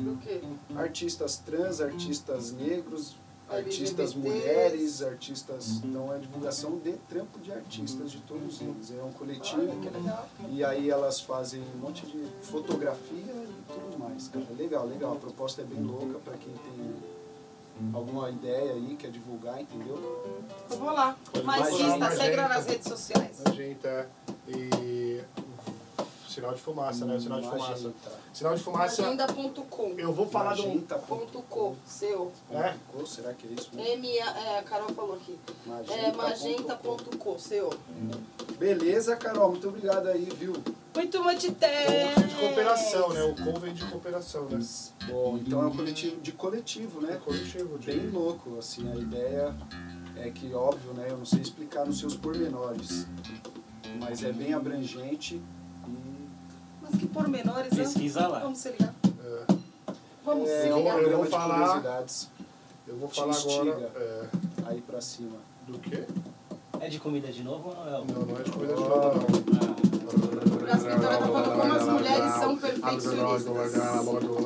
C: O quê?
F: Artistas trans, artistas negros, artistas
C: LGBTs.
F: mulheres, artistas. Então é divulgação de trampo de artistas de todos eles. É um coletivo.
C: Olha, que legal.
F: E aí elas fazem um monte de fotografia e tudo mais, cara. Legal, legal. A proposta é bem louca pra quem tem alguma ideia aí, quer divulgar, entendeu?
C: Eu vou lá.
E: Pode
F: procurar,
C: Magista,
E: Magenta.
C: segue lá nas redes sociais.
E: Magenta e. Sinal de fumaça, né? O sinal de fumaça.
F: tá.
E: Sinal de fumaça.
C: Agenda.com.
E: Eu vou falar de um.
C: Ponto co, seu.
E: É?
F: Magenta.com, será que é isso? mesmo?
C: M, é, a Carol falou aqui. É
F: Magenta.com.
C: magenta.com, seu.
F: Beleza, Carol, muito obrigado aí, viu?
C: Muito multité.
E: Coven de cooperação, né? O Coven de cooperação, né?
F: Bom, então é um coletivo de coletivo, né?
E: Uhum. Coletivo
F: bem
E: de.
F: louco, assim, a ideia é que, óbvio, né, eu não sei explicar nos seus pormenores, mas é bem abrangente e
C: Mas que pormenores, né?
B: Pesquisa lá.
C: Vamos se ligar.
E: É.
C: Vamos
F: é,
C: se
E: eu-
C: ligar.
E: eu-
F: programa de
E: falar-
F: curiosidades
E: Eu vou
F: Te
E: falar agora.
F: instiga.
E: é,
F: aí pra cima.
E: do quê?
B: É de comida de novo ou não é? o-
E: Não, não é de comida de novo, não.
C: As Vitória tá falando como as mulheres são perfeccionistas.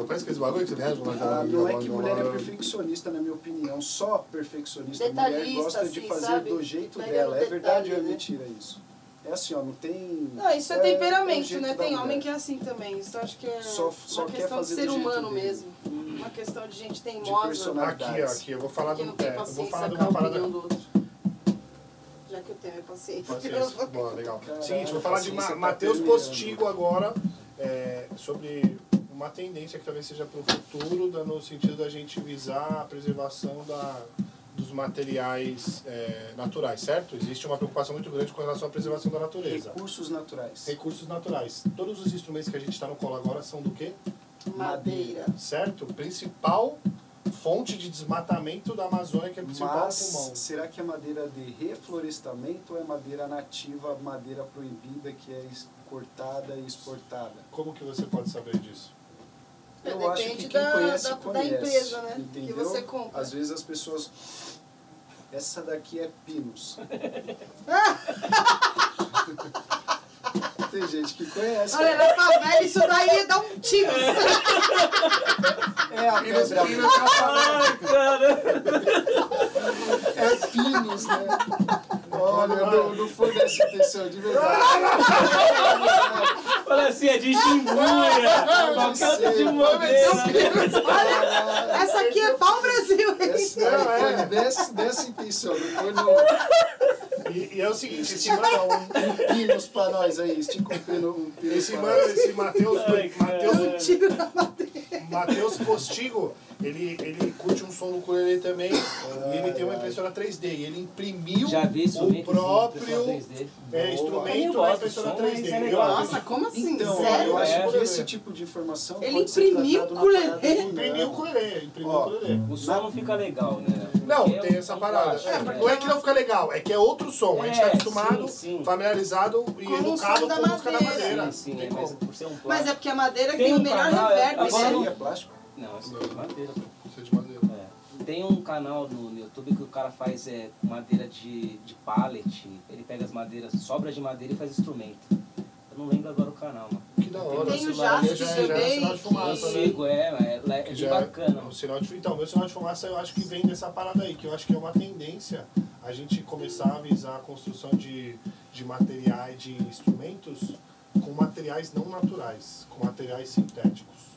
E: Parece que esse bagulho que você tem,
F: Ah, não é que mulher é perfeccionista, na minha opinião, só perfeccionista. mulher
C: Detalhista,
F: gosta de
C: assim,
F: fazer
C: sabe?
F: do jeito
C: Pega
F: dela.
C: no
F: É verdade
C: detalhe,
F: ou é
C: né?
F: mentira isso? É assim, ó, não tem.
C: Não, isso é,
F: o
C: temperamento,
F: um jeito
C: né?
F: da
C: Tem homem
F: mulher.
C: que é assim também. Isso eu acho que é
F: Só- só
C: uma
F: quer
C: questão de
F: fazer
C: ser
F: do jeito
C: humano
F: dele.
C: mesmo. Uma questão de gente
F: De
C: teimosa.
F: personalidade.
E: Aqui, ó, aqui, eu vou falar de
C: que
E: um
C: não tem
E: pé. Eu vou
C: paciência
E: falar de
C: com a
E: uma parada.
C: opinião do outro. Já que eu tenho a paciência.
E: Paciência. Boa, legal.
F: Caralho,
E: Seguinte, vou falar de
F: paciência
E: Ma
F: tá
E: Matheus
F: terminando.
E: Postigo agora é, sobre uma tendência que talvez seja para o futuro, da- no sentido da gente visar a preservação da, dos materiais é, naturais, certo? Existe uma preocupação muito grande com relação à preservação da natureza.
F: Recursos naturais.
E: Recursos naturais. Todos os instrumentos que a gente está no colo agora são do quê?
C: Madeira.
E: certo? Principal fonte de desmatamento da Amazônia, que é o principal
F: Mas
E: pulmão.
F: será que é madeira de reflorestamento ou é madeira nativa, madeira proibida que é es- cortada e exportada?
E: Como que você pode saber disso?
F: Eu
C: É, Depende
F: acho que quem
C: da-
F: conhece,
C: da- da
F: conhece,
C: empresa, né, que
F: Entendeu?
C: você compra.
F: Às vezes as pessoas. Essa daqui é pinos. Tem gente que conhece.
C: Olha, ela tá velha, isso daí ia dar um tiro.
F: É a
E: Pinos,
F: pedra.
E: pinos,
B: Ah, cara!
F: É pinos, né? Olha, não, não foi dessa intenção, de verdade.
B: Fala assim, é de
E: Ah,
B: chimbuia!
F: não
B: Bacana
F: sei.
B: de madeira!
F: Olha,
C: Essa aqui é pau-brasil, hein?
F: Essa, é não, foi dessa, dessa intenção, não foi no
E: E, e é o seguinte, esse um- mano,
F: pinos pra nós aí, estica um pino, um pino
E: esse
F: pra
E: mano, é
F: nós.
E: esse Matheus,
B: Ai,
E: Matheus,
C: Um tiro na madeira.
E: Matheus Postigo, ele, ele curte um som no ukulele também, e ele tem uma impressora 3D, e ele imprimiu
B: Já vi isso
E: o
B: mesmo,
E: próprio
B: pessoal 3D.
E: é,
B: Eu
E: instrumento na
B: gosto do som,
E: impressora
B: mas
E: 3D.
B: é
E: Eu
B: legal.
E: acho
C: Nossa, como assim?
F: Então, eu
C: Sério?
F: acho
B: É,
F: que
E: é.
F: esse tipo de informação
C: Ele
F: pode
C: imprimiu
F: ser tratado na
C: ukulele.
F: parada
E: que
F: do
E: imprimiu o
F: Nando.
E: ukulele, imprimiu o
F: Ó,
E: ukulele.
B: O som não fica legal, né?
E: Não,
B: Porque
E: tem
B: é
E: essa
B: um
E: parada.
B: plástico,
E: É,
B: né?
E: não é que não fica legal, é que é outro som. a gente tá
B: É,
E: acostumado,
B: sim, sim.
E: familiarizado e
C: Com o
E: educado
C: som da
E: com a música da
C: madeira.
B: Sim,
E: madeira.
B: sim,
E: Tem
B: é, mas
E: como.
B: por ser um plástico.
C: Mas é porque a madeira tem,
B: Tem
C: o
B: um
C: melhor
B: canal,
C: reverb,
B: é-
F: Isso
B: Agora-
F: aí
C: né?
F: é plástico?
B: Não, isso é de madeira.
E: Isso é de madeira.
B: É. Tem um canal no YouTube que o cara faz é, com madeira de, de pallet. Ele pega as madeiras, sobras de madeira e faz instrumento. Eu não lembro agora o canal, mano.
E: Que da hora.
C: Tem o
E: esse
C: jaspe
E: barulho já, já é um
C: também,
E: sinal de
B: Eu
E: fumaça, né?
B: sigo, é, é, é,
E: Que
B: bem
E: já-
B: bacana.
E: o sinal de, então, meu sinal de fumaça eu acho que vem dessa parada aí, que eu acho que é uma tendência a gente começar a visar a construção de, de materiais, de instrumentos com materiais não naturais, com materiais sintéticos.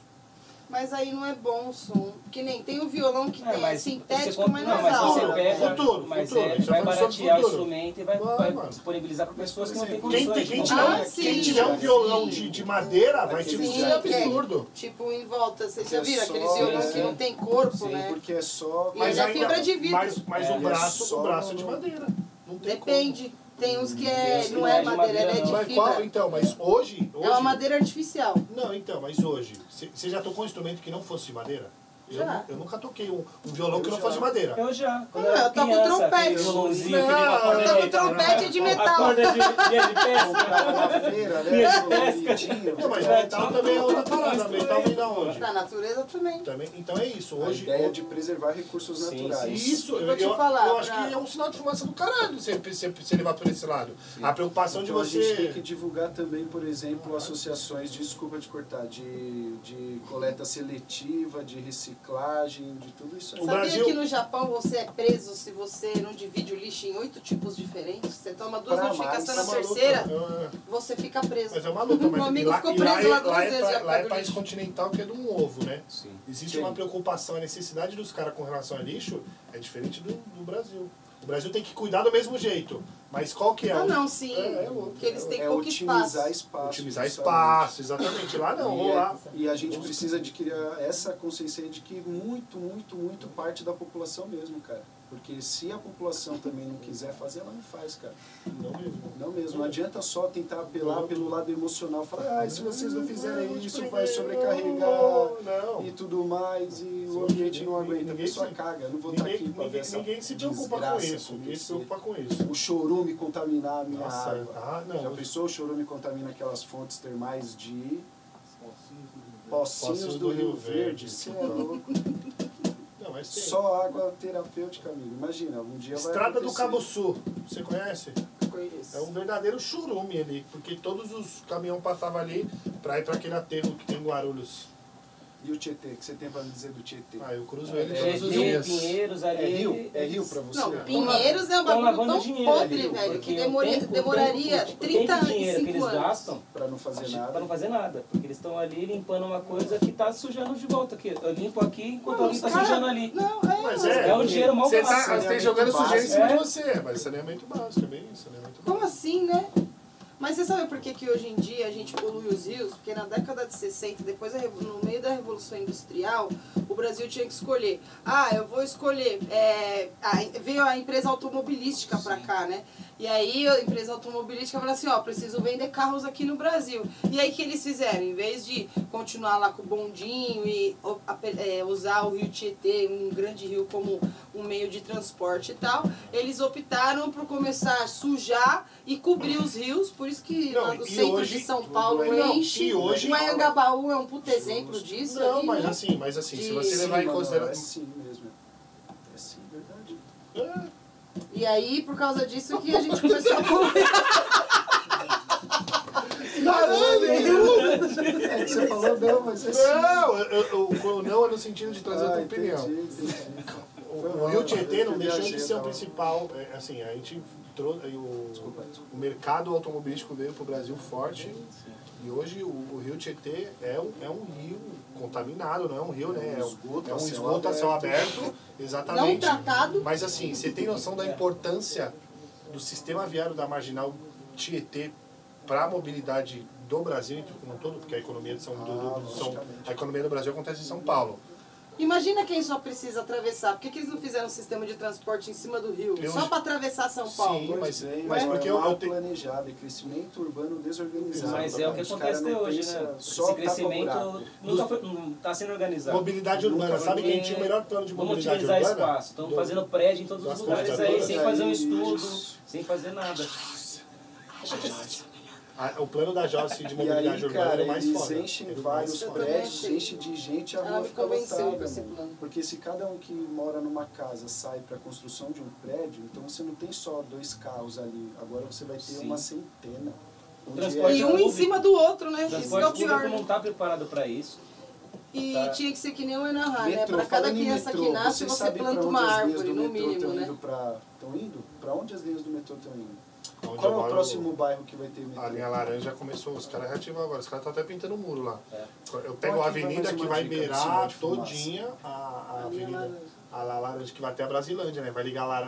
C: Mas aí não é bom o som. Que nem tem o violão que
B: É,
C: tem é
B: mas você
C: sintético,
B: con-
C: mas
B: não,
C: não é
B: mas
E: alto.
B: você
C: alto.
B: pega,
E: Futuro,
B: mas
E: futuro, a
B: é,
E: gente tá
B: vai
E: falando sobre
B: baratear o
E: futuro.
B: instrumento e vai,
E: Vai,
B: vai
E: mano.
B: disponibilizar para pessoas que
F: Mas,
B: não têm
F: por
E: Quem,
B: condições. de
E: tem- quem tiver,
B: comprar.
C: Ah, sim.
E: quem tiver um violão de, de madeira vai
F: Sim,
E: tipo ser
B: é
E: um
C: ok.
E: absurdo.
C: Tipo em volta, vocês já
F: É
C: viram
F: só-
C: aqueles violões
F: é.
C: que não tem corpo,
B: né? Sim,
C: né?
F: Porque é só.
C: Mas
F: Mas
C: é
F: aí
E: ainda-
C: fibra de vidro.
E: Mas, mas o
F: É,
E: braço,
F: só
E: o braço é de
F: no-
E: madeira. Não tem
C: Depende. Tem uns que é,
B: Esse
C: não
B: não
C: é
B: é de
C: madeira, ele
B: madeira,
C: é
E: Como.
C: de
E: Mas qual,
C: fibra.
E: então, mas hoje, hoje
C: É uma madeira artificial.
E: Não, então, mas hoje, você já tocou um instrumento que não fosse de madeira? Eu,
C: Já.
E: eu nunca toquei um, um violão que
F: Eu
E: não fosse de
F: já.
E: madeira.
B: Eu já. Quando
C: Ah,
B: eu era
C: eu toco
B: criança,
C: trompete.
B: aquele violãozinho,
E: Não,
B: aquele com a corda
E: eu toco
B: elétrica, né?
C: trompete de metal.
B: A corda de, linha de pesca.
F: Comprava na feira, né?
B: Minha
F: Coloridinho.
E: Não, mas
B: É,
E: metal
B: tipo,
E: também é outra parada.
B: mas
E: Metal vem da onde?
C: Da natureza também.
E: Também, então é isso.
F: A
E: Hoje,
F: ideia de preservar recursos
B: Sim,
E: E
F: naturais.
E: Isso, eu,
C: Vou te
E: eu-
C: falar,
E: eu acho
C: pra-
E: que é um sinal de fumaça do caralho você, você, você levar por esse lado. A preocupação
F: Então
E: de
F: a gente tem que
E: você. é
F: divulgar também, por exemplo, associações, desculpa de cortar, de, de coleta seletiva, de reciclagem, de tudo isso aí.
E: O
C: Sabia
E: Brasil-
C: que no Japão você é preso se você não divide o lixo em oito tipos diferentes? Você toma duas
F: Pra
C: notificações na
F: mais,
E: é uma luta,
C: terceira,
E: é-
C: você fica preso.
E: Mas é uma luta, mas
C: Meu amigo
E: e lá,
C: ficou
E: e lá,
C: preso
E: é-
C: lá duas
E: lá é,
C: vezes
E: pa-
C: já por
E: lá é
C: causa do
E: país
C: lixo.
E: continental que é de um ovo, né?
B: Sim.
E: Existe
F: Sim.
E: uma preocupação, a necessidade dos caras com relação a lixo é diferente do, do Brasil. O Brasil tem que cuidar do mesmo jeito. Mas qual que é?
C: Ah,
E: o-
C: não, sim.
E: É, é outro,
C: que eles têm
F: é
C: pouco
F: otimizar
C: espaço.
F: espaço.
E: Otimizar
F: justamente.
E: espaço, exatamente. Lá não,
F: e,
E: ou
F: é-
E: lá.
F: e a gente precisa de criar essa consciência aí de que muito, muito, muito parte da população mesmo, cara. Porque se a população também não quiser fazer, ela não faz, cara.
E: Não mesmo.
F: Não mesmo, não adianta só tentar apelar pelo lado emocional, falar, ah, e se vocês não fizerem isso, vai sobrecarregar
E: Não.
F: e tudo mais,
E: Sim,
F: e o ambiente não
E: ninguém-
F: aguenta, a
E: ninguém
F: pessoa
E: se-
F: caga, eu não vou estar
E: Ninguém,
F: aqui pra ver
E: ninguém,
F: essa
E: ninguém se preocupa com
F: desgraça
E: isso. Ninguém se
F: acontecer.
E: preocupa com isso.
F: O chorume contaminar a minha
E: Nossa,
F: água.
E: ah, não.
F: Já pensou o chorume contamina aquelas fontes termais de pocinhos,
E: Pocinhos
F: do, Rio Verde? Você é louco.
E: Não, mas tem.
F: Só água terapêutica, amigo. Imagina, um dia vai
E: Estrada do
F: acontecer.
E: Cabo Sul, você conhece?
C: Conheço.
E: É um verdadeiro churume ali, porque todos os caminhões passavam ali pra ir pra aquele aterro que tem em Guarulhos.
F: E o Tietê, o que você tem pra me dizer do Tietê?
E: Ah, eu cruzo ele
F: É,
E: todos os
F: tem-
E: dias.
B: um Pinheiros ali.
F: É rio? É rio pra você?
C: Não, Pinheiros é um
B: Tão
C: bagulho
B: lavando
C: tão
B: dinheiro
C: podre,
F: ali,
C: velho,
B: porque
C: que
B: o
C: demora-
B: tempo- o
C: demoraria
B: tempo- o
C: 30
B: tempo de
C: e
B: dinheiro que
C: 5
B: eles
C: anos.
B: gastam
F: Pra não fazer nada.
B: pra não fazer nada. Porque eles estão ali limpando uma coisa que tá sujando de volta aqui. Eu limpo aqui enquanto
C: Não,
B: alguém
C: os
B: tá
C: cara-
B: sujando ali.
C: Não, é.
E: Mas
B: É o dinheiro mal
E: Você tá,
B: gasto.
E: você tem jogando
F: Saneamento
E: sujeira em cima de
B: básico. É.
E: você, mas saneamento básico, é bem isso, saneamento básico.
C: Como assim, né? Mas você sabe por que, que hoje em dia a gente polui os rios? Porque na década de 60, depois da revo- no meio da Revolução Industrial, o Brasil tinha que escolher. Ah, eu vou escolher. é, a- veio a empresa automobilística pra cá, né? E aí a empresa automobilística falou assim, ó, preciso vender carros aqui no Brasil. E aí o que eles fizeram? Em vez de continuar lá com o bondinho e o- ape- é, usar o Rio Tietê, um grande rio, como um meio de transporte e tal, eles optaram por começar a sujar e cobrir os rios, por isso que
E: Não,
C: lá no
E: e
C: centro
E: hoje-
C: de São Paulo
E: Não, e
C: enche.
E: hoje-
C: o Anhangabaú é um puto exemplo disso.
E: Não,
C: ali,
E: mas
C: né?
E: assim, mas assim, se
C: De-
E: você
F: Sim,
E: levar em
F: mano,
E: consideração.
F: É sim mesmo. É sim, verdade.
E: É,
C: E aí, por causa disso, que a gente começou a comer.
F: É que você falou não, mas é sim.
E: Não, eu- eu- eu- o não é no sentido de Ah, trazer outra
F: Ah, entendi,
E: opinião.
F: entendi.
E: O,
F: Foi
E: o
F: mal,
E: Rio Tietê
F: eu
E: não deixou de
F: viajei,
E: ser o
F: tá bom.
E: principal. é, Assim, a gente trouxe. aí O,
F: Desculpa, desculpa.
E: o mercado automobilístico veio para o Brasil forte. E hoje o, o Rio Tietê é um, é um rio contaminado, não é um rio, né? É um
F: esgoto
E: é um
F: a céu
E: esgoto a céu aberto.
C: Não
E: Exatamente.
C: tratado.
E: Mas assim, você tem noção
F: É.
E: da importância do sistema viário da marginal Tietê para a mobilidade do Brasil como um todo, porque a economia de São, do- do- do- São-
F: Ah, logicamente.
E: a economia do Brasil acontece em São Paulo.
C: Imagina quem só precisa atravessar. Por que, que eles não fizeram um sistema de transporte em cima do rio?
E: Eu-
C: Só para atravessar São Paulo.
E: Sim, mas-
F: Pois é,
E: mas
F: é
E: porque eu-
F: mal
E: eu te-
F: planejado, é crescimento urbano desorganizado.
B: Mas é o que
F: Os
B: acontece
F: cara não
B: até hoje,
F: pensa,
B: né?
F: Só
B: Esse crescimento
F: tá buraco.
B: nunca foi, não tá sendo organizado.
E: Mobilidade urbana,
F: Nunca
E: sabe quem
B: Porque
E: tinha o melhor plano de
B: vamos
E: mobilidade
B: otimizar
E: urbana?
B: espaço.
F: então
B: Estão
E: Do-
B: fazendo prédio em todos os
E: das
B: lugares aí,
E: construtoras
B: sem
F: aí.
B: fazer um estudo,
F: Isso.
B: sem fazer nada.
E: a- Ah, é o plano da Joyce de
F: E
E: mobilidade
F: aí,
E: urbana
F: cara,
E: era mais
F: eles
E: foda.
F: enchem
E: Era o mais
F: vários
C: Eu
E: foda.
C: também
F: prédios,
C: achei.
F: enche de gente, a
C: Ela
F: rua
C: me
F: fica
C: convenceu
F: lotada,
C: com esse
F: mano.
C: plano.
F: Porque se cada um que mora numa casa sai para construção de um prédio, então você não tem só dois carros ali, agora você vai ter
B: Sim.
F: uma centena. Onde
B: transporte
F: é-
C: E um em
B: público.
C: cima do outro, né?
B: O
C: Isso que é o
B: transporte
C: pior.
B: público não está preparado para isso.
C: E
B: Tá.
C: tinha que ser que nem o Enahá, né?
F: Metrô,
C: Pra cada
F: falando em
C: criança
F: metrô,
C: que nasce,
F: vocês
C: você
F: sabem pra
C: planta
F: onde
C: uma
F: as linhas
C: árvore,
F: do
C: no
F: metrô
C: mínimo,
F: tão
C: né?
F: Indo pra... Estão indo? Para onde as linhas do metrô estão indo?
E: Onde eu
F: Qual é o
E: moro, é
F: próximo bairro que vai ter metrô?
E: A linha laranja começou, os caras reativaram agora, os caras estão até pintando o muro lá.
B: É.
E: Eu pego
F: Ó,
E: a
F: aqui vai
E: avenida
F: mais
E: que
F: uma
E: vai
F: dica de sinal
E: beirar
F: de fumaça.
E: todinha a, a
C: A linha
E: avenida.
C: laranja.
E: A la- laranja que vai até a Brasilândia, né? Vai ligar lá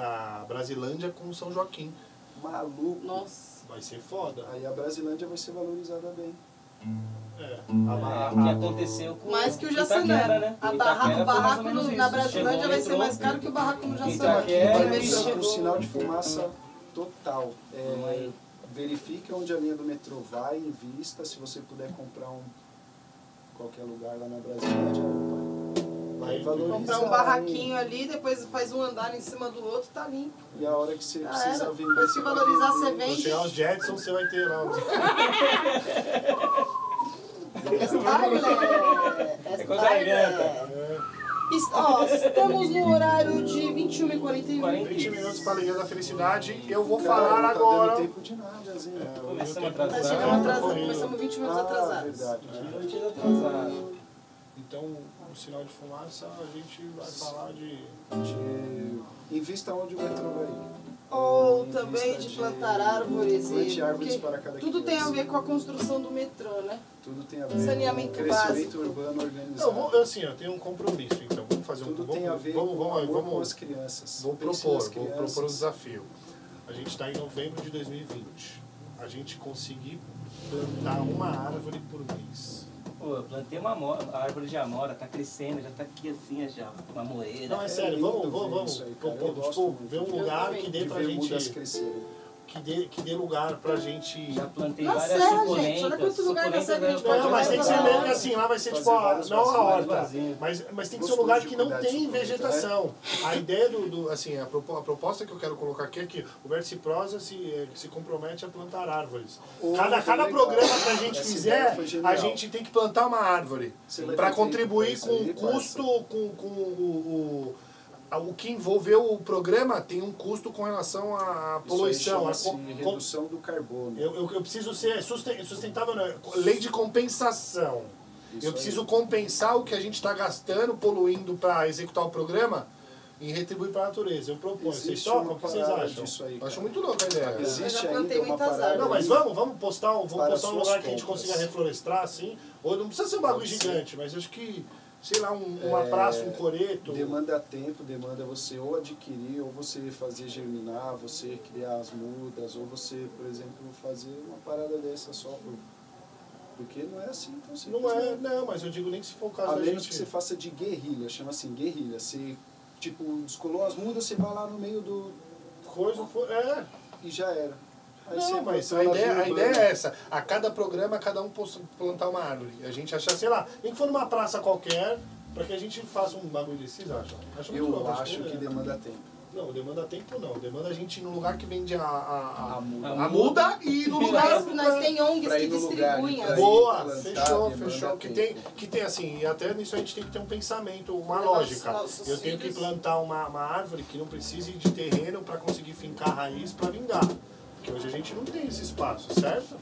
E: a Brasilândia com São Joaquim.
F: Maluco.
C: Nossa.
E: Vai ser foda.
F: Aí a Brasilândia vai ser valorizada bem.
E: É.
B: É,
E: A,
B: o
E: a-
B: que aconteceu com
C: Mais que o
B: Itaquera,
C: Jaçanã.
B: né?
C: A
B: Itaquera
C: barra-
B: foi
C: o
B: mais
C: barraco
B: ou menos
C: no-
B: isso.
C: na
B: Chegou
C: Brasilândia
B: o
C: vai ser
B: metrô,
C: mais caro que o barraco no Jaçanã.
F: Então, Aqui
B: Itaquera, né?
F: vai
C: Quando ele
F: entrar com
C: chegou.
F: sinal de fumaça total.
B: Vamos
F: É,
B: aí.
F: verifique onde a linha do metrô vai, invista. Se você puder comprar um qualquer lugar lá na Brasilândia, vai Aí valoriza.
C: Comprar um
F: aí.
C: barraquinho ali, depois faz um andar em cima do outro, tá limpo.
F: E a hora que você
C: Já Ah,
F: precisa
C: era.
F: vender.
C: Depois que
F: vai
C: valorizar,
F: vender.
C: você
E: Quando
C: vende.
E: chegar os Jetson, você vai ter lá.
F: é
C: É
B: com É a garganta.
C: Estamos no horário de 21h41.
B: 40.
E: 20 minutos para a Liga da Felicidade. Eu vou
F: Cara,
E: falar
F: não tá
E: agora.
F: dando tempo de nada, assim.
C: É,
F: Zé.
B: Começamos
C: Nós
B: atrasados.
C: chegamos atrasados,
E: Corrido.
C: Tá começamos 20 minutos
F: Ah,
C: atrasados.
F: verdade.
B: Mentira atrasada.
E: Então, o sinal de fumaça, a gente vai falar de.
F: De- Invista onde vai trabalhar.
C: Ou também de plantar árvores e.
F: Plante árvores
C: porque
F: para cada
C: Tudo tem a
F: criança.
C: ver com a construção do metrô, né?
F: Tudo tem a ver.
C: Saneamento
F: com Crescimento
C: básico.
F: urbano organizado.
E: Não, vou, assim, eu tenho um compromisso, então. Vamos fazer
F: Tudo
E: um
F: tem a
E: vamos,
F: ver
E: vamos,
F: com,
E: vamos,
F: amor com as
E: vamos,
F: crianças.
E: vou
F: Pense
E: propor,
F: nas
E: vou
F: crianças.
E: propor um desafio. A gente está em novembro de 2020. A gente conseguir plantar uma árvore por mês.
B: Pô, eu plantei uma amora, a árvore de amora, tá crescendo, já tá aqui assim, já, uma moeira.
E: Não, é
F: É
E: sério,
F: lindo
E: vamos, vamos,
F: ver
E: vamos.
F: isso aí, cara. Eu
E: propor,
F: gosto
E: tipo,
F: muito
E: ver um
F: de-
E: lugar
C: também.
E: que
F: de
E: dê pra
F: ver mudas
E: gente.
F: crescerem.
E: Que dê, que dê lugar pra gente.
B: Já plantei
C: Na
B: várias
C: serra, gente,
B: suculentas.
C: olha quanto lugar na
B: suculentas
C: serra que a gente
B: eu
C: pode
E: Não, mas tem que ser meio que
B: plantar.
E: assim, lá vai ser
F: Fazer
E: tipo, a,
F: vários
E: não a
F: vasinhos,
E: horta,
B: vasinhos.
E: mas, mas tem que ser um
F: Gostoso
E: lugar
F: de
E: que não
F: cuidar de
E: tem
F: tudo, né?
E: vegetação. A ideia do, do- assim, a, propo- a proposta que eu quero colocar aqui é que o Vértice Prosa se, eh, se compromete a plantar árvores.
F: Oh,
E: cada
F: que
E: cada
F: legal.
E: programa que a gente
F: Essa
E: fizer,
F: ideia foi genial.
E: a gente tem que plantar uma árvore
F: Você vai
E: para
F: ter que
E: contribuir
F: pensar
E: com o
F: aí, parça.
E: custo, com, com o... o a- o que envolveu o programa tem um custo com relação à
F: Isso aí
E: poluição, à
F: chama-se
E: co- co-
F: redução do carbono.
E: eu, eu, eu preciso ser susten- sustentável, não, é lei de compensação.
F: Isso
E: eu
F: aí.
E: preciso compensar o que a gente está gastando, poluindo para executar o programa e retribuir para a natureza. Eu proponho. vocês
F: Existe
E: tocam?
F: uma
E: O que vocês
F: parada
E: acham?
F: disso aí,
E: Eu
F: cara.
E: acho muito louca a ideia.
C: Eu já
F: Existe
C: plantei
F: ainda uma
C: muitas
F: parada.
C: árvores.
E: Não, mas vamos, vamos postar, um- vamos
F: Para
E: postar um
F: suas
E: lugar que a gente
F: compras.
E: consiga reflorestar, assim. Ou não precisa ser um bagulho
F: Pode ser. É,
E: gigante, mas acho que, sei lá, um, uma praça, um coreto.
F: Então, Demanda tempo, demanda você ou adquirir, ou você fazer germinar, você criar as mudas, ou você, por exemplo, fazer uma parada dessa só por... Porque não é assim tão simples.
E: Não é,
F: né?
E: não, mas eu digo nem que se for o caso
F: A
E: da
F: menos
E: gente-
F: que você faça de guerrilha, chama assim, guerrilha. Você, tipo, descolou as mudas, você vai lá no meio do...
E: Coisa for... É,
F: e já era. Aí
E: Não,
F: você
E: mas
F: botou
E: a
F: na né?
E: ideia,
F: vila
E: a ideia
F: urbana.
E: é essa. A cada programa, cada um possa plantar uma árvore. A gente achar, sei lá, nem que for numa praça qualquer, pra que a gente faça um bagulho desse, vocês acham? Acho muito
F: Eu
E: louco,
F: acho que
E: é.
F: demanda tempo.
E: Não, demanda tempo não. Demanda a gente ir no lugar que vende a, a,
F: A
E: a,
F: muda.
E: a muda e ir no lugar...
C: Nós, nós tem ONGs
F: Pra
C: que
F: ir no lugar,
C: distribuem
F: pra
C: as
F: ir.
E: Boa,
F: plantar,
E: fechou,
F: demanda
E: fechou. Que tem,
F: tempo.
E: que tem assim, e até nisso a gente tem que ter um pensamento, uma
C: Nossa,
E: lógica.
C: nossos
E: Eu tenho que
C: filhos.
E: plantar uma, uma árvore que não precise de terreno para conseguir fincar raiz para vingar. Porque hoje a gente não tem esse espaço, certo?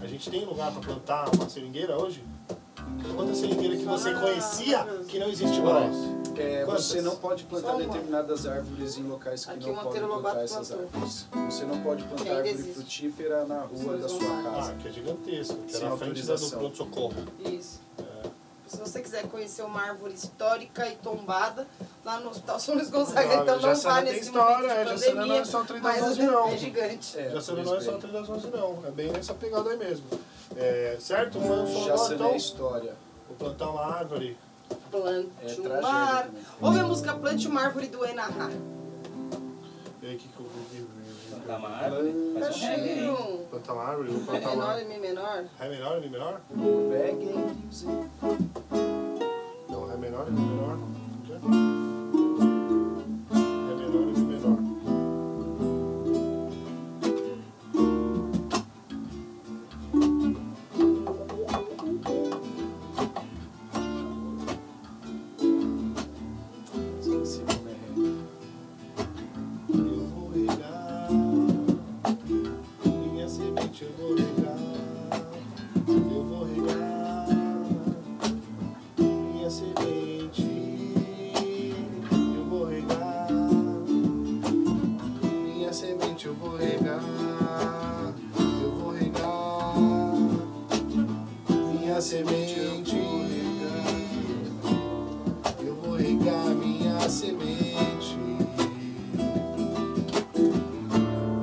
E: A gente tem lugar para plantar uma seringueira hoje? Então, Quanta seringueira que você
C: Ah,
E: conhecia
C: maravilhoso.
E: que não existe mais?
F: É,
E: Quantas?
F: você não pode plantar
C: Só uma.
F: determinadas árvores em locais que
C: Aqui o
F: não podem
C: Monteiro
F: plantar
C: Lobato
F: essas
C: plantou.
F: árvores. Você não pode
C: E
F: plantar
C: ainda
F: árvore
C: existe.
F: frutífera na rua
C: Vocês
F: da
C: vão
F: sua
C: lá.
E: Ah,
F: casa.
E: que é gigantesco, que é
F: Sem
E: na frente da do
F: autorização.
E: pronto-socorro.
C: Isso. Se você quiser conhecer uma árvore histórica e tombada, lá no Hospital São Luís Gonzaga,
E: Ah,
C: então não
E: Jaçanã
C: vá
E: tem
C: nesse
E: história,
C: momento
E: é,
C: de
E: Jaçanã
C: pandemia,
E: não é só 30
C: mas
E: anos, não.
C: é gigante.
F: É,
E: Já sendo
F: pois
E: não é só
F: bem.
E: 3 das 11 não, é bem nessa pegada aí mesmo. É, certo? Foi um som
F: Já
E: agora,
F: se não
E: então.
F: é história.
E: Vou plantar uma árvore.
F: É
C: Plante um uma
F: tragédia
C: árvore.
F: também.
C: Ouve a música Plante uma árvore do Enahá.
E: E aí, o que que eu vou
B: Plantar uma árvore, faz um reggae.
C: Pertinho.
E: Plantar uma árvore? Vou
C: Ré
E: plantar uma
C: menor
E: árvore.
C: e Mi menor.
E: Ré menor, Mi menor?
F: Reggae music.
E: Não, Ré menor, Mi menor. O quê? Ré menor e Mi menor.
F: Esqueci como é reggae.
E: Eu vou regar minha semente, eu vou regar. Eu vou regar minha semente. Eu vou regar minha semente, eu vou regar. Eu vou regar minha semente. Eu vou regar minha semente.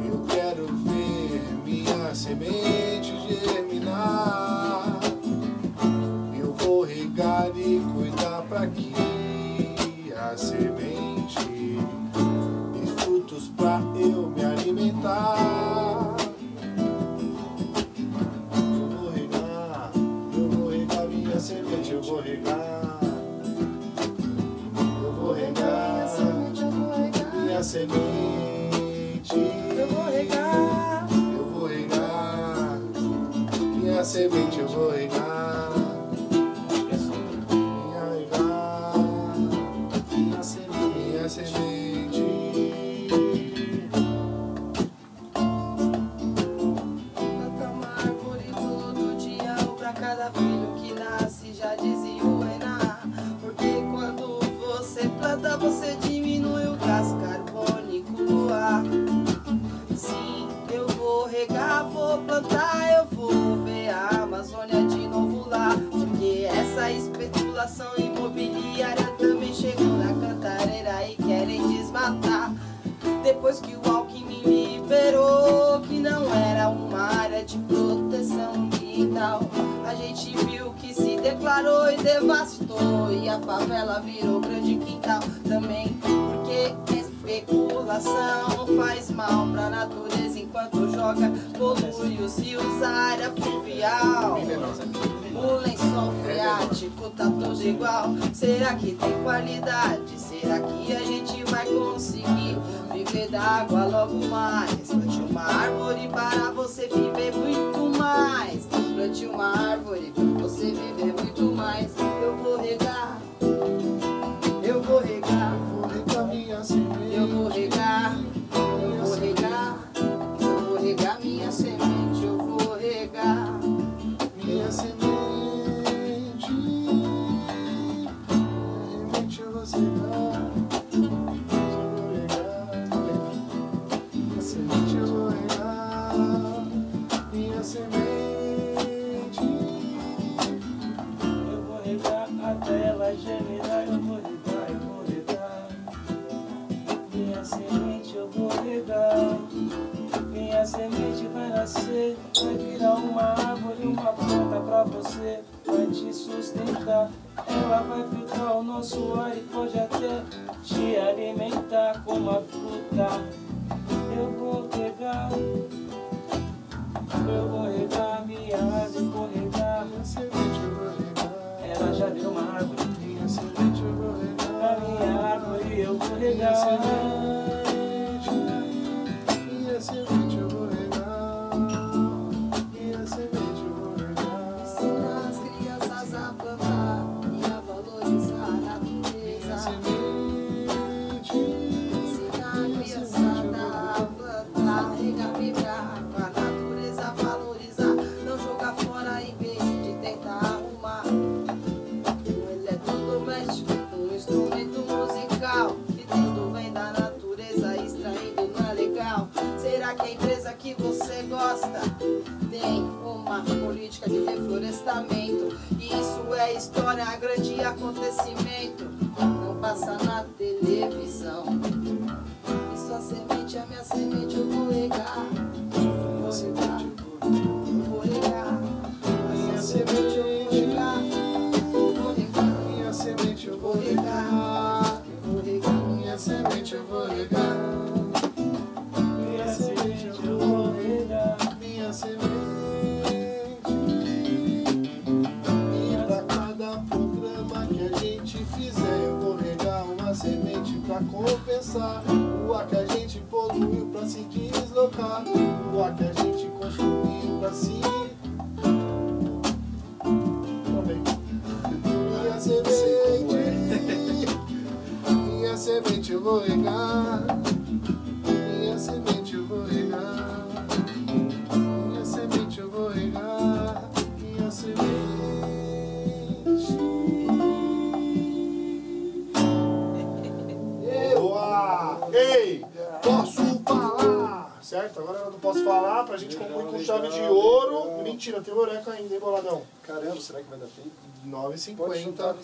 E: Eu quero ver minha semente germinar. Eu vou regar e cuidar para que a semente dê frutos para eu me alimentar. Eu vou regar, eu vou regar minha
F: Ah,
E: semente eu vou regar. Minha regar,
F: Minha semente.
E: minha semente.
C: Planta uma árvore todo dia, um pra cada filho que nasce, já dizia o Ená. Porque quando você planta, você diminui o gás carbônico do ar. Sim, eu vou regar, vou plantar, eu vou ver a Amazônia de novo lá. Porque essa especulação imobiliária também chegou na cantareira e querem desmatar. Depois que o Alckmin liberou que não era uma área de proteção ambiental, a gente viu que se declarou e devastou e a favela virou grande quintal também, porque especulação faz mal pra natureza enquanto joga polui os rios, a área fluvial. O lençol freático tá todo igual. Será que tem qualidade? Será que a gente vai conseguir viver da água logo mais? Plante uma árvore para você viver muito mais. Plante uma árvore para você viver muito mais. Eu vou regar, eu vou regar,
F: Vou regar minha semente.
C: eu vou regar, eu vou regar, eu vou regar minha semente, eu vou regar.
F: Minha semente, realmente você dá. Minha semente eu vou regar. Minha semente,
B: Eu vou regar até ela germinar, eu vou regar, eu vou regar. Minha semente eu vou regar. Minha semente vai nascer, vai virar uma árvore, uma planta pra você, vai te sustentar. Ela vai filtrar o nosso ar e pode até te alimentar com uma fruta. Eu vou regar, eu vou regar minha árvore, vou regar.
F: minha semente eu vou regar.
B: Ela já virou uma árvore.
F: Minha semente eu vou
B: Na
F: regar.
B: minha árvore eu vou
F: Minha
B: regar.
F: semente, minha semente eu vou regar. Minha semente eu vou regar.
C: Ensinar as crianças a plantar e a valorizar a natureza. Ensinar a criançada a plantar, regar, vibrar com a natureza, valorizar. Não jogar fora em vez de tentar arrumar. Um eletrodoméstico, um instrumento musical. Que tudo vem da natureza, extraindo não é legal. Será que é a empresa que você gosta tem uma política de reflorestamento? E isso é história, grande acontecimento. Não passa na televisão. E sua semente, a minha semente, eu vou regar. Vou regar, eu vou regar. é A minha semente, eu vou regar. Vou regar,
F: Minha semente eu vou
C: vou regar. Vou regar, minha semente, eu vou regar.
B: Minha semente eu vou regar.
F: Minha semente
E: E pra cada programa que a gente fizer, eu vou regar uma semente pra compensar o ar que a gente poluiu pra se deslocar, o ar que a gente consumiu pra se. Também. Minha semente, minha semente eu vou regar, minha semente eu vou regar, minha semente eu vou regar, minha semente. Boa! Ei, posso falar? Certo? Agora eu não posso falar pra gente concluir com chave de ouro. Mentira, tem oreca ainda, hein, boladão?
F: Caramba, será que vai dar tempo?
E: 9,50.
F: Pode juntar. né?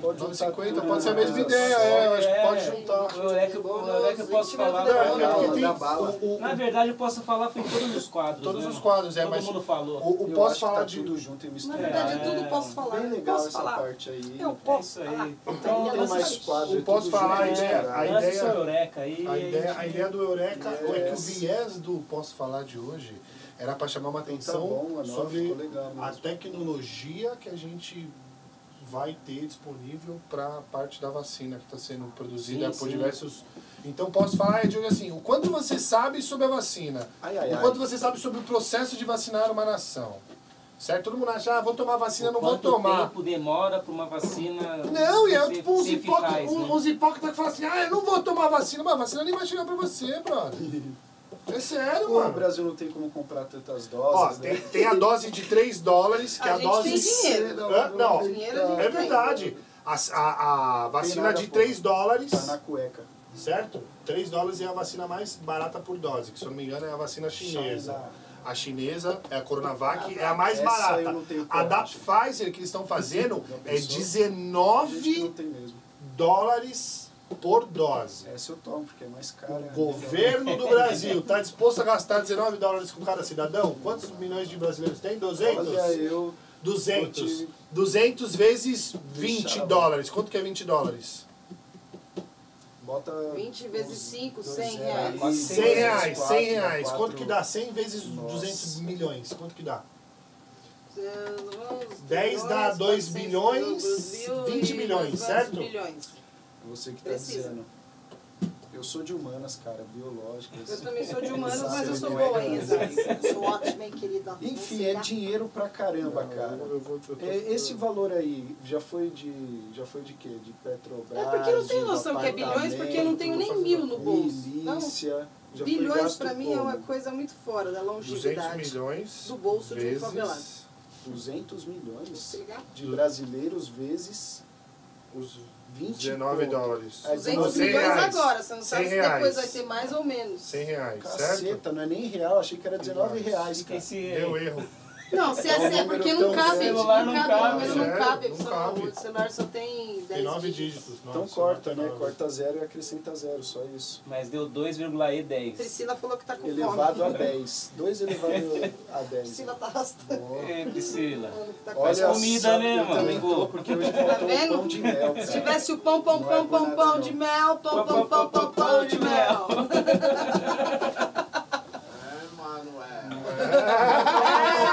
F: Pode juntar
E: 9,50, pode ser a mesma ideia, é, eu acho que pode juntar.
B: Moleque, moleque, é eu posso falar.
E: Não, é
F: Dá
E: porque tem
F: bala.
E: o- o-
B: Na verdade, eu posso falar foi em todos os quadros.
E: todos
B: né?
E: os quadros, é,
B: Todo
E: mas
B: mundo
E: o,
B: falou.
E: o
F: Eu
E: posso
F: acho que
E: falar
F: tá
E: de.
F: tudo junto e
C: Na
F: misturado.
C: verdade, eu
B: É.
C: tudo posso falar.
F: Bem
C: Eu
F: legal
C: posso
F: essa
C: falar.
F: parte aí.
C: Eu
B: É
C: posso
B: isso
C: falar.
B: aí. Então,
F: tem mais quadro.
E: Eu posso falar é. a ideia? A
B: Lança sua
E: ideia,
B: eureka É, aí.
E: a ideia, a ideia do Eureka é que o
F: Yes.
E: viés do Posso Falar de hoje era para chamar uma
F: Tá bom,
E: atenção
F: mano. Ficou
E: sobre
F: legal. mesmo.
E: a tecnologia que a gente vai ter disponível para a parte da vacina que está sendo produzida
B: Sim,
E: por
B: sim.
E: diversos. Então posso falar, Edilson, assim, o quanto você sabe sobre a vacina,
F: Ai, ai,
E: o quanto
F: ai.
E: você sabe sobre o processo de vacinar uma nação, Certo? Todo mundo acha, ah, vou tomar vacina, não vou
B: Quanto
E: tomar.
B: tempo demora pra uma vacina
E: Não, e é
B: ser-
E: tipo uns,
B: ser
E: hipócritas,
B: eficaz,
E: uns-
B: né?
E: uns hipócritas que falam assim, ah, eu não vou tomar vacina, mas a vacina nem vai chegar pra você, brother. É sério,
F: Pô, o
E: mano.
F: Brasil não tem como comprar tantas
E: Ó,
F: doses,
E: tem,
F: né?
E: tem a dose de 3 dólares, que é
C: A
E: a
C: gente
E: dose.
C: tem dinheiro.
E: Hã? Não,
C: Dinheiro a gente
E: é
C: tem.
E: verdade. A, a- a vacina
F: nada,
E: de
F: pô.
E: 3 dólares,
F: Tá na cueca.
E: certo? 3 dólares é a vacina mais barata por dose, que se eu não me engano é a vacina chinesa.
F: China.
E: A chinesa é a Coronavac, é a mais
F: Essa
E: barata.
F: eu não tenho
E: A da
F: coragem.
E: Pfizer que eles estão fazendo
F: Já
E: é
F: pensou? A gente
E: 19
F: não tem mesmo.
E: dólares por dose.
F: Essa eu tomo, porque é mais cara.
E: O governo do Brasil está disposto a gastar 19 dólares com cada cidadão? Quantos milhões de brasileiros tem? 200?
F: Olha, eu...
E: 200. 200 vezes 20
F: Deixava.
E: dólares. Quanto que é 20 dólares?
F: Bota...
C: 20 vezes 5,
F: dois
C: 100
F: reais.
C: reais.
F: Quase
E: 100
F: vezes
E: reais,
F: quatro,
E: 100 reais.
F: quatro.
E: Quanto que dá? 100 vezes
F: Nossa.
E: 200 milhões. Quanto que dá?
C: 10
E: 10 dá 2 bilhões, 20 milhões, certo?
F: Você que tá
C: Precisa.
F: dizendo. Eu sou de humanas, cara, biológicas.
C: Eu também sou de humanas,
F: Exato,
C: mas eu sou
F: não é
C: boa em
F: grande.
C: exatas. Sou ótima, hein, querida?
F: Enfim,
C: Você
F: é
C: dá-
F: dinheiro pra caramba, cara.
E: Eu vou- eu tô-
F: É, esse valor aí já foi de. Já foi de quê? De Petrobras.
C: É porque eu não tenho noção
F: de um
C: que é bilhões, porque eu não tenho nem
F: apartamento,
C: mil no bolso. Não.
F: Milícia, já foi
C: Bilhões
F: gasto
C: pra mim é uma
F: como?
C: coisa muito fora da
E: 200
C: longevidade.
E: milhões
C: Do bolso de um
E: vezes
C: favelado.
F: 200
C: Você
F: milhões
C: ligar?
F: de brasileiros vezes
E: Os
F: 20.
E: 19
F: conto.
E: dólares.
F: Aí
C: 200
F: 100
C: milhões
E: reais.
C: agora, você não
E: 100
C: sabe se
E: reais.
C: depois vai ter mais ou menos.
E: 100 reais, certo?
F: Caceta, não é nem real, achei que era 19 reais,
B: Fica
F: cara.
B: esse- é,
E: Deu erro.
C: Não, se é, se é
F: número
C: porque não
F: tão
C: cabe,
F: grande.
C: não
B: Celular não
C: cabe, o
B: cabe.
C: número não
E: É,
C: cabe.
E: não
C: só-
E: cabe.
C: O celular só tem 10
E: Tem 9
C: dígitos.
E: dígitos.
F: Então
E: nossa,
F: corta, né?
E: nove.
F: Corta zero e acrescenta zero, só isso.
B: Mas deu 2,E10.
C: Priscila falou que tá com
F: Elevado a
C: fome.
F: 10. 2 elevado a 10.
C: Priscila tá arrastando.
F: Boa.
B: É, Priscila.
C: falando que Tá com
F: Olha
C: fome.
B: comida,
F: só,
B: né,
F: eu
B: mano?
F: também tô, porque hoje
C: Tá
F: faltou um
C: vendo?
F: pão de mel,
C: Se
F: cara.
C: tivesse o pão, pão,
F: Não é
C: pão,
F: por
C: pão,
F: nada,
C: pão
F: não.
C: de mel, pão, pão, pão, pão, pão de mel.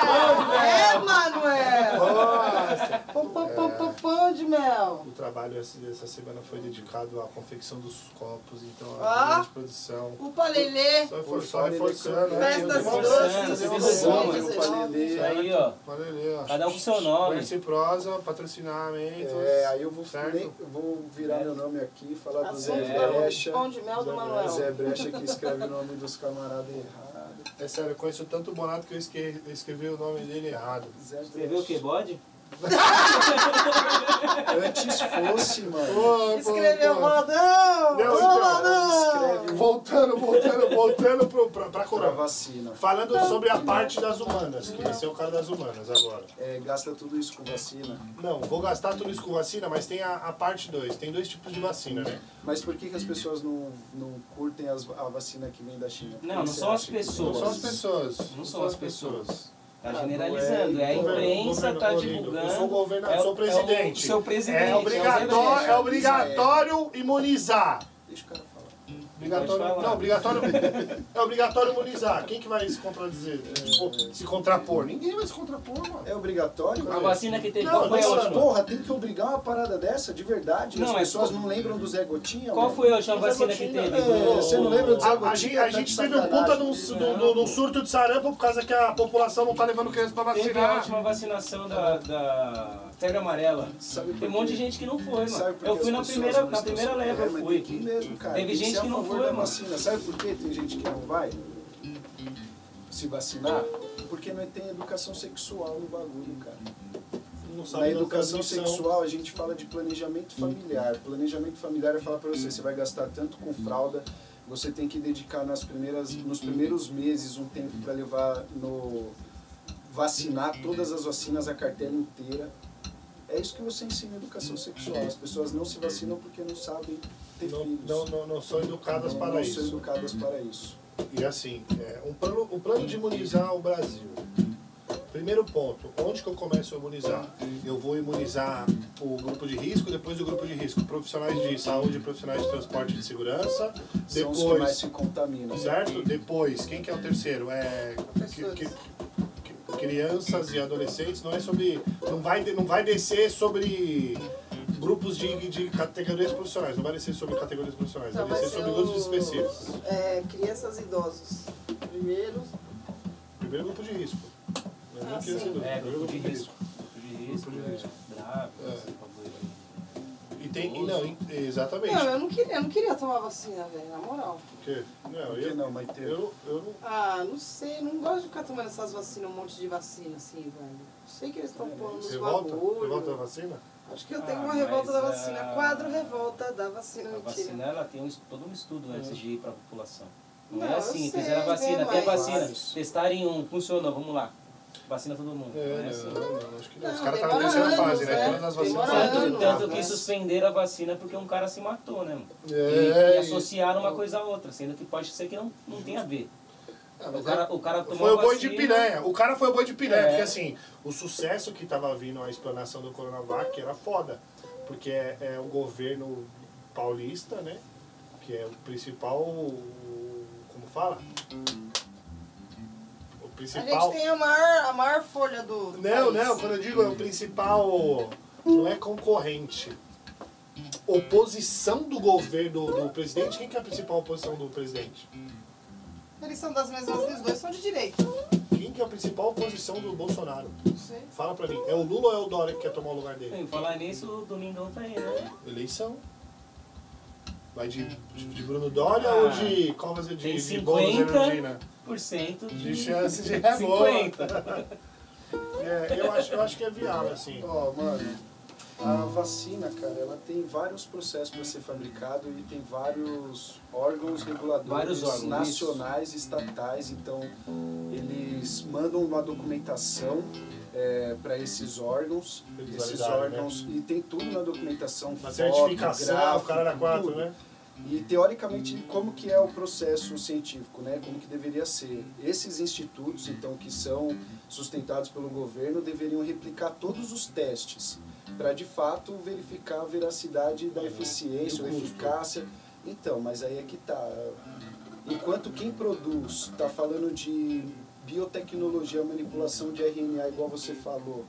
G: É, mano, é.
C: É, Manuel! Pão, pão, pão, pão, pão de mel.
E: O trabalho esse- dessa semana foi dedicado à confecção dos copos, então
C: Ah.
E: a grande produção.
C: O palelê.
E: Só, for, só reforçando. né?
C: Festas
E: Tem uma-
C: doces,
B: Tem uma-
C: dezoito,
B: Tem
F: uma-
C: dezenove.
F: né?
B: Isso aí, ó.
E: Valeu, ó.
B: Cada um com seu nome.
E: Conhece prosa, patrocinamentos.
F: É, aí eu vou,
E: Certo.
F: nem- eu vou virar meu nome aqui, falar do Zé
C: Assunto do
F: Brecha.
C: pão de mel do Manuel.
F: Zé Brecha que escreve o nome dos camaradas errado.
E: É sério, eu conheço tanto o Bonato que eu esque- eu escrevi o nome dele errado.
F: Zé
B: Você viu o que,
F: Brecha.
B: bode?
F: Antes fosse, mano.
E: Pô, pô,
C: Escreveu
E: pô.
C: Rodão!
E: Não,
C: Ô,
E: então,
C: Rodão!
F: escreve. um
E: Voltando, voltando, voltando pro, pra, pra
F: Pra
E: Corona.
F: vacina.
E: Falando sobre a parte das humanas, que você é o cara das humanas agora.
F: É, gasta tudo isso com vacina.
E: Não, vou gastar tudo isso com vacina, mas tem a, a parte 2. Tem dois tipos de vacina, né?
F: Mas por que, que as pessoas não, não curtem as- a vacina que vem da China? Por
B: Não,
F: que
B: não
F: você
B: são as
F: acha que-
E: Não
B: pessoas.
E: são as pessoas.
B: Não são as pessoas. Tá
F: Ah, não
B: generalizando. É
F: é,
B: a
E: Governo-
B: imprensa
E: governo-
B: tá
E: governo.
B: divulgando.
E: Eu sou governador,
B: É o-
E: sou
B: É o,
E: presidente.
B: seu presidente.
E: É
B: é o Zé
E: obrigatório,
B: Brecha.
E: é obrigatório imunizar.
F: Deixa o cara falar.
E: Obrigatório,
B: Pode falar.
E: não, obrigatório, é obrigatório imunizar. Quem que vai se contradizer? Tipo, se contrapor? Ninguém vai se contrapor, mano.
F: É obrigatório?
B: A vacina que teve.
E: Não,
B: Qual
E: não
B: foi a
E: sou
F: Mas,
B: última?
F: porra, tem que obrigar uma parada dessa, de verdade?
B: Não,
F: As
B: mas
F: pessoas
B: qual-
F: não lembram do Zé Gotinha?
B: Qual
F: mano?
B: foi a última
E: Mas a
B: vacina que
E: vacina-
B: teve?
F: É, você não lembra do Zé
E: A, a gente,
F: Gotinha?
E: a
F: Tá
E: gente
F: de
E: teve um puta de um,
F: sacanagem.
E: de um- de um- de um surto de sarampo por causa que a população não tá levando criança pra
B: Teve a
E: vacinar.
B: última vacinação da, da febre amarela.
F: Sabe por
B: Tem um monte
F: quê?
B: de gente que não foi,
F: Sabe
B: mano.
F: por que
B: Eu
F: as
B: fui na
F: pessoas
B: primeira,
F: não
B: na
F: estão
B: primeira
F: sabendo?
B: leva, eu
F: É, mas
B: fui.
F: tem que ir mesmo, cara.
B: Teve
F: Tem
B: gente
F: ser a
B: que não
F: favor
B: foi,
F: da
B: mano.
F: vacina. Sabe por que tem gente que não vai se vacinar? Porque não tem educação sexual no bagulho, cara.
E: Não
F: Na
E: sabe da
F: educação
E: transmissão.
F: sexual a gente fala de planejamento familiar. Planejamento familiar é falar pra você, você vai gastar tanto com fralda, você tem que dedicar nas primeiras, nos primeiros meses um tempo pra levar no vacinar todas as vacinas a cartela inteira. É isso que você ensina em educação sexual. As pessoas não se vacinam porque não sabem ter
E: Não,
F: filhos.
E: não, não, não são educadas
F: Não-
E: para
F: não são
E: isso.
F: educadas para isso.
E: E assim, é, um plano, um plano de imunizar o Brasil. Primeiro ponto, onde que eu começo a imunizar? Eu vou imunizar o grupo de risco, depois o grupo de risco, profissionais de saúde, profissionais de transporte e de segurança,
F: São os que mais
E: depois,
F: se contaminam.
E: certo? Depois, quem que é o terceiro? É que- que- que- crianças e adolescentes, não é sobre, não vai, de- não vai descer sobre grupos de, de categorias profissionais, não vai descer sobre categorias profissionais,
C: Então
E: vai
C: vai
E: descer
C: ser
E: sobre grupos específicos.
C: os é, crianças e idosos. Primeiro,
E: Primeiro grupo de risco. né? Eu
C: Ah,
E: não queria ser doido.
B: É,
E: eu
B: grupo de
E: não queria.
B: risco. Grupo de risco,
E: Grupo de risco.
B: é, grave,
E: É.
B: esse bagulho aí.
E: E tem. e não, e- exatamente.
C: Não, eu não queria, eu não queria tomar vacina, velho, na moral.
E: Porque, não,
F: Por que
E: eu,
F: não, Maite?
E: eu, eu não.
C: Ah, não sei, não gosto de ficar tomando essas vacinas, um monte de vacina assim, velho. Sei que eles
E: É,
C: estão pondo nos
E: Você volta? Você volta da
C: bagulho.
E: vacina?
C: Acho que eu tenho
B: Ah,
C: uma revolta
B: mas,
C: da
B: ah,
C: vacina, quadro revolta da vacina,
B: A vacina
C: mentira.
B: ela tem um, es- todo um estudo antes de ir para a população. Não,
C: Hum. Não,
B: é
C: eu
B: assim,
C: sei,
B: fizeram a
C: né,
B: vacina, tem a
C: mas-
B: vacina,
F: Vários.
B: testarem um, funcionou, vamos lá. Vacina todo mundo.
E: É,
B: não é assim.
E: não, não, acho que não.
C: Não,
E: Os caras estão na
C: demora
E: terceira
C: anos,
E: fase, né?
C: né?
E: Todas as vacinas
C: Demora
E: são-
B: Tanto,
C: anos,
B: tanto que
C: né?
B: suspenderam a vacina porque um cara se matou, né? mano?
E: É,
B: e, e
E: e-
B: associaram uma coisa a outra, sendo que pode ser que não, não tenha a ver.
E: Ah,
B: O
E: mas
B: cara, o cara tomou
E: Foi o boi de
B: vacina,
E: piranha. O cara foi o boi de piranha,
B: É.
E: porque assim, o sucesso que tava vindo a explanação do Coronavac era foda. Porque é, é o governo paulista, né? Que é o principal. Como fala? O
C: A
E: principal.
C: gente tem a maior, a maior folha do. do
E: Não,
C: país.
E: não, quando eu digo é o principal. Não é concorrente. Oposição do governo do presidente. Quem que é a principal oposição do presidente?
C: Eles são das mesmas, e os dois são de direita.
E: Quem que é a principal oposição do Bolsonaro?
C: Não sei.
E: Fala pra mim, é o Lula ou é o Dória que quer tomar o lugar dele?
B: Bem, falar nisso, o Domingão tá aí, né?
E: Eleição. Vai de, de, de Bruno Dória
B: Ah,
E: ou de. Qual vai ser de,
B: tem
E: de Boulos
B: 50.
E: Erundina?
B: Por cento de
E: De chance de é boa.
B: 50.
E: É, eu, acho, eu acho que é viável, assim.
F: Ó, mano, a vacina, cara, ela tem vários processos para ser fabricado e tem vários órgãos reguladores
B: Vários órgãos,
F: nacionais e estatais. Então, eles mandam uma documentação para esses órgãos.
E: Pra eles né?
F: Esses
E: validarem,
F: órgãos, e tem tudo na documentação,
E: Uma
F: foto,
E: certificação,
F: gráfico,
E: o cara era quatro,
F: tudo.
E: né?
F: E teoricamente, como que é o processo científico, né? Como que deveria ser? Esses institutos, então, que são sustentados pelo governo, deveriam replicar todos os testes para de fato verificar a veracidade da
E: E
F: eficiência, ou
E: o custo.
F: eficácia. Então, mas aí é que tá. Enquanto quem produz está falando de biotecnologia, manipulação de RNA, igual você falou.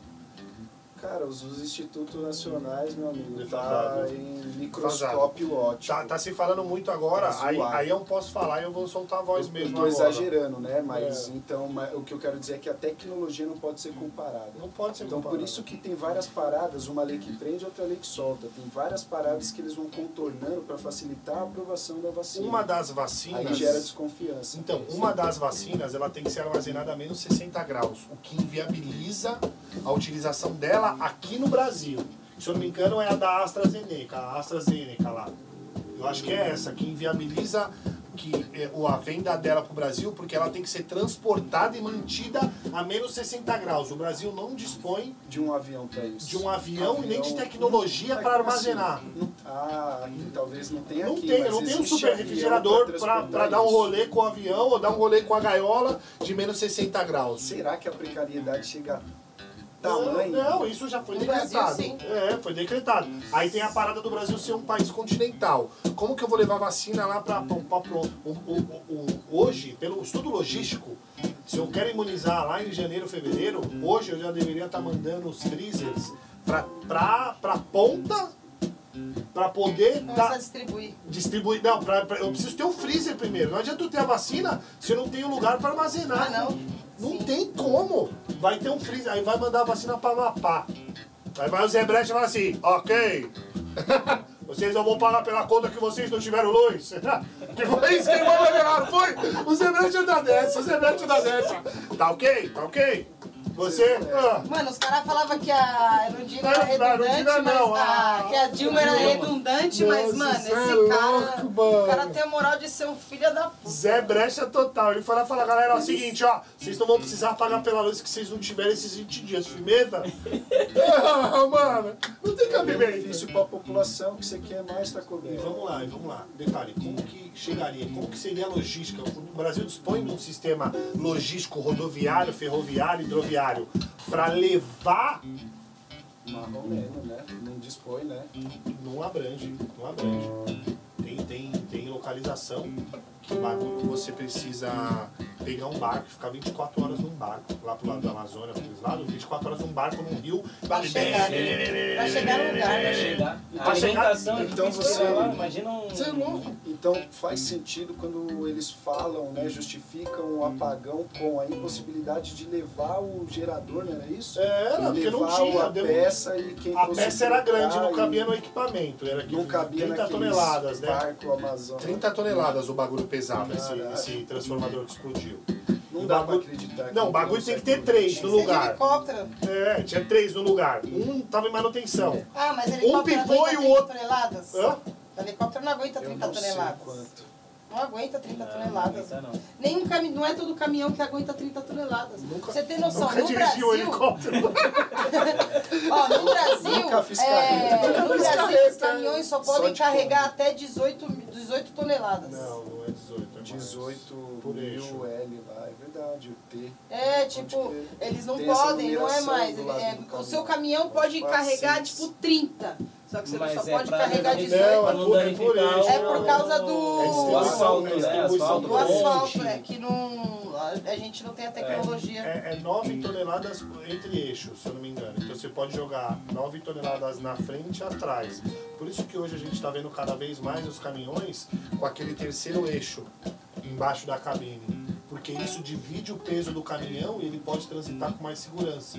F: Cara, os, os institutos nacionais, meu amigo, tá
E: Defasado.
F: em microscópio ótimo.
E: Tá, tá se falando muito agora,
F: Tá
E: aí,
F: zoado.
E: aí eu não posso falar e eu vou soltar a voz mesmo.
F: Estou
E: agora.
F: exagerando, né? Mas
E: É.
F: então ma- o que eu quero dizer é que a tecnologia não pode ser comparada.
E: Não pode ser né?
F: Então por
E: comparado.
F: isso que tem várias paradas, uma lei que prende, outra lei que solta. Tem várias paradas que eles vão contornando para facilitar a aprovação da vacina.
E: Uma das
F: Aí gera
E: vacinas.
F: desconfiança.
E: Então, uma das vacinas ela tem que ser armazenada a menos 60 graus, o que inviabiliza a utilização dela aqui no Brasil. Se eu não me engano, é a da AstraZeneca, a AstraZeneca lá. Eu acho que é essa, que inviabiliza que, eh, o- a venda dela para o Brasil, porque ela tem que ser transportada e mantida a menos 60 graus. O Brasil não dispõe
F: De um avião para isso.
E: de um avião, e nem de
F: Avião- é
E: tecnologia para armazenanar.
F: Não- Ah, aqui talvez não tenha
E: Não
F: aqui,
E: tem,
F: mas
E: não tem um
F: existe
E: super
F: avião
E: refrigerador
F: pra
E: pra, pra
F: transportar
E: dar um
F: isso.
E: rolê com o avião ou dar um rolê com a gaiola de menos 60 graus.
F: Será que a precariedade chega a tamanho?
E: Não, não, isso já foi
C: No
E: decretado.
C: Brasil, sim.
E: É, foi decretado. Aí tem a parada do Brasil ser um país continental. Como que eu vou levar vacina lá para hoje, pelo estudo logístico, se eu quero imunizar lá em janeiro, fevereiro, hoje eu já deveria estar mandando os freezers pra, pra, pra ponta pra poder
C: Começar
E: tá-
C: a Então é distribuir.
E: distribuir. Não, pra, pra- eu preciso ter um freezer primeiro. Não adianta eu ter a vacina se eu não tenho lugar para armazenar.
C: Ah, não.
E: Não
C: Sim.
E: tem como. Vai ter um freezer, aí vai mandar a vacina para Amapá. Aí vai o Zé Brecht e fala assim: ok. Vocês não vão pagar pela conta que vocês não tiveram luz. que foi isso que ele mandou pegar, não foi? O Zé Brecht dá dessa, o Zé Brecht dá dessa. Tá ok? Tá ok? Você. ah,
C: Mano, os caras falavam que a Erundina era
E: Não, não,
C: redundante,
E: Erundina não,
C: mas a-
E: a-
C: que a Dilma era redundante, mas,
E: Nossa,
C: mano,
E: cê
C: esse
E: é
C: cara.
E: louco, mano.
C: O cara tem a moral de ser um filho da puta.
E: Zé Brecha total. Ele foi lá falar, galera, é o seguinte, ó, vocês não vão precisar pagar pela luz que vocês não tiverem esses 20 dias. Firmeza? ah, mano, não tem cabimento.
F: Benefício para a população que você
E: é
F: quer mais tá
E: E
F: cobrindo.
E: vamos lá, e vamos lá. Detalhe, como que chegaria? Como que seria a logística? O Brasil dispõe de um sistema logístico rodoviário, ferroviário, hidroviário para levar
F: Marromeno, né? Não dispõe, né?
E: não abrange, não abrange. Tem, tem, tem localização que o bagulho você precisa pegar um barco, ficar 24 horas num barco, lá pro lado da Amazônia, pra aqueles lados, 24 horas num barco num rio,
C: Pra chegar, pra chegar no lugar,
E: É.
C: né?
B: Chegar.
E: Pra
B: A alimentação
E: chegar-
B: é
F: Então
B: difícil
F: você-
B: lá, imagina um...
E: Você é louco.
F: Então faz sentido quando eles falam, né, justificam o apagão com a impossibilidade de levar o gerador, né, não é isso?
E: Era, porque não
F: levar
E: tinha.
F: a
E: deu- um-
F: peça e quem
E: A
F: fosse
E: peça era grande,
F: trocar
E: não
F: e
E: cabia no equipamento. Era que
F: não cabia
E: 30
F: naqueles
E: toneladas, né?
F: barco Amazonas.
E: 30 toneladas o bagulho pesado, esse,
F: Caralho.
E: esse transformador que explodiu.
F: Não
E: E o
F: dá
E: bagulho-
F: pra acreditar. que
E: Não, o bagulho tem que ter três
C: Tem que ser
E: no
C: de
E: lugar.
C: helicóptero.
E: É, tinha três no lugar. Um tava em manutenção.
C: Ah, mas helicóptero
E: Um
C: não
E: pipou
C: aguenta
E: e o
C: 30
E: outro-
C: toneladas.
E: Hã?
C: Helicóptero não aguenta
F: Eu
C: 30
F: não sei
C: toneladas.
F: quanto.
C: Não aguenta 30
B: Não, Ah, não
C: toneladas.
B: aguenta, não.
C: Nem um cami... Não é todo caminhão que aguenta 30 toneladas.
E: Nunca-
C: Você tem noção,
E: Nunca
C: no
E: dirigiu um
C: Brasil...
E: helicóptero.
C: Ó, no Brasil,
F: Nunca fiz
C: é,
F: carreta.
C: no
F: Nunca fiz
C: Brasil os caminhões só
F: Só
C: podem
F: de
C: carregar até 18, mi- 18 toneladas.
E: Não, não é 18. É mais.
F: 18
E: Por
F: mil
E: eixo.
F: L lá, é verdade, o T.
C: É, tipo,
F: Pode crer.
C: eles não
F: Tem essa
C: podem, não é
F: numeração
C: mais.
F: do lado
C: É,
F: do
C: o
F: caminhão.
C: seu caminhão pode
F: Quase
C: carregar,
F: seis.
C: tipo, 30. Só que você
B: Mas
C: só
B: é
C: pode
B: pra
C: carregar
B: danificar-
C: 18.
E: Não, é por- é por
B: danificar
E: isso.
C: É por causa do-
E: É
B: o asfalto, né?
E: distribuição.
B: Asfalto,
C: Do
E: Do
C: asfalto,
B: ponte.
C: é que não. A, a gente não tem a tecnologia.
E: É, é 9 toneladas entre eixos, se eu não me engano. Então você pode jogar 9 toneladas na frente e atrás. Por isso que hoje a gente está vendo cada vez mais os caminhões com aquele terceiro eixo embaixo da cabine. Porque isso divide o peso do caminhão e ele pode transitar com mais segurança.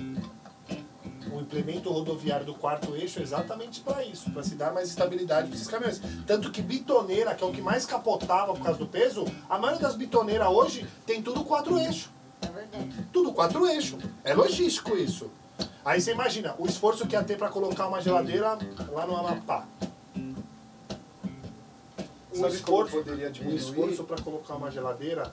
E: O implemento rodoviário do quarto eixo é exatamente para isso, para se dar mais estabilidade para esses caminhões. Tanto que bitoneira, que é o que mais capotava por causa do peso, a maioria das bitoneiras hoje tem tudo quatro eixos.
C: É verdade.
E: Tudo quatro eixos. É logístico isso. Aí você imagina o esforço que ia ter para colocar uma geladeira lá no Amapá. Um
F: Sabe como
E: esforço,
F: poderia
E: um
F: diminuir?
E: esforço para colocar uma geladeira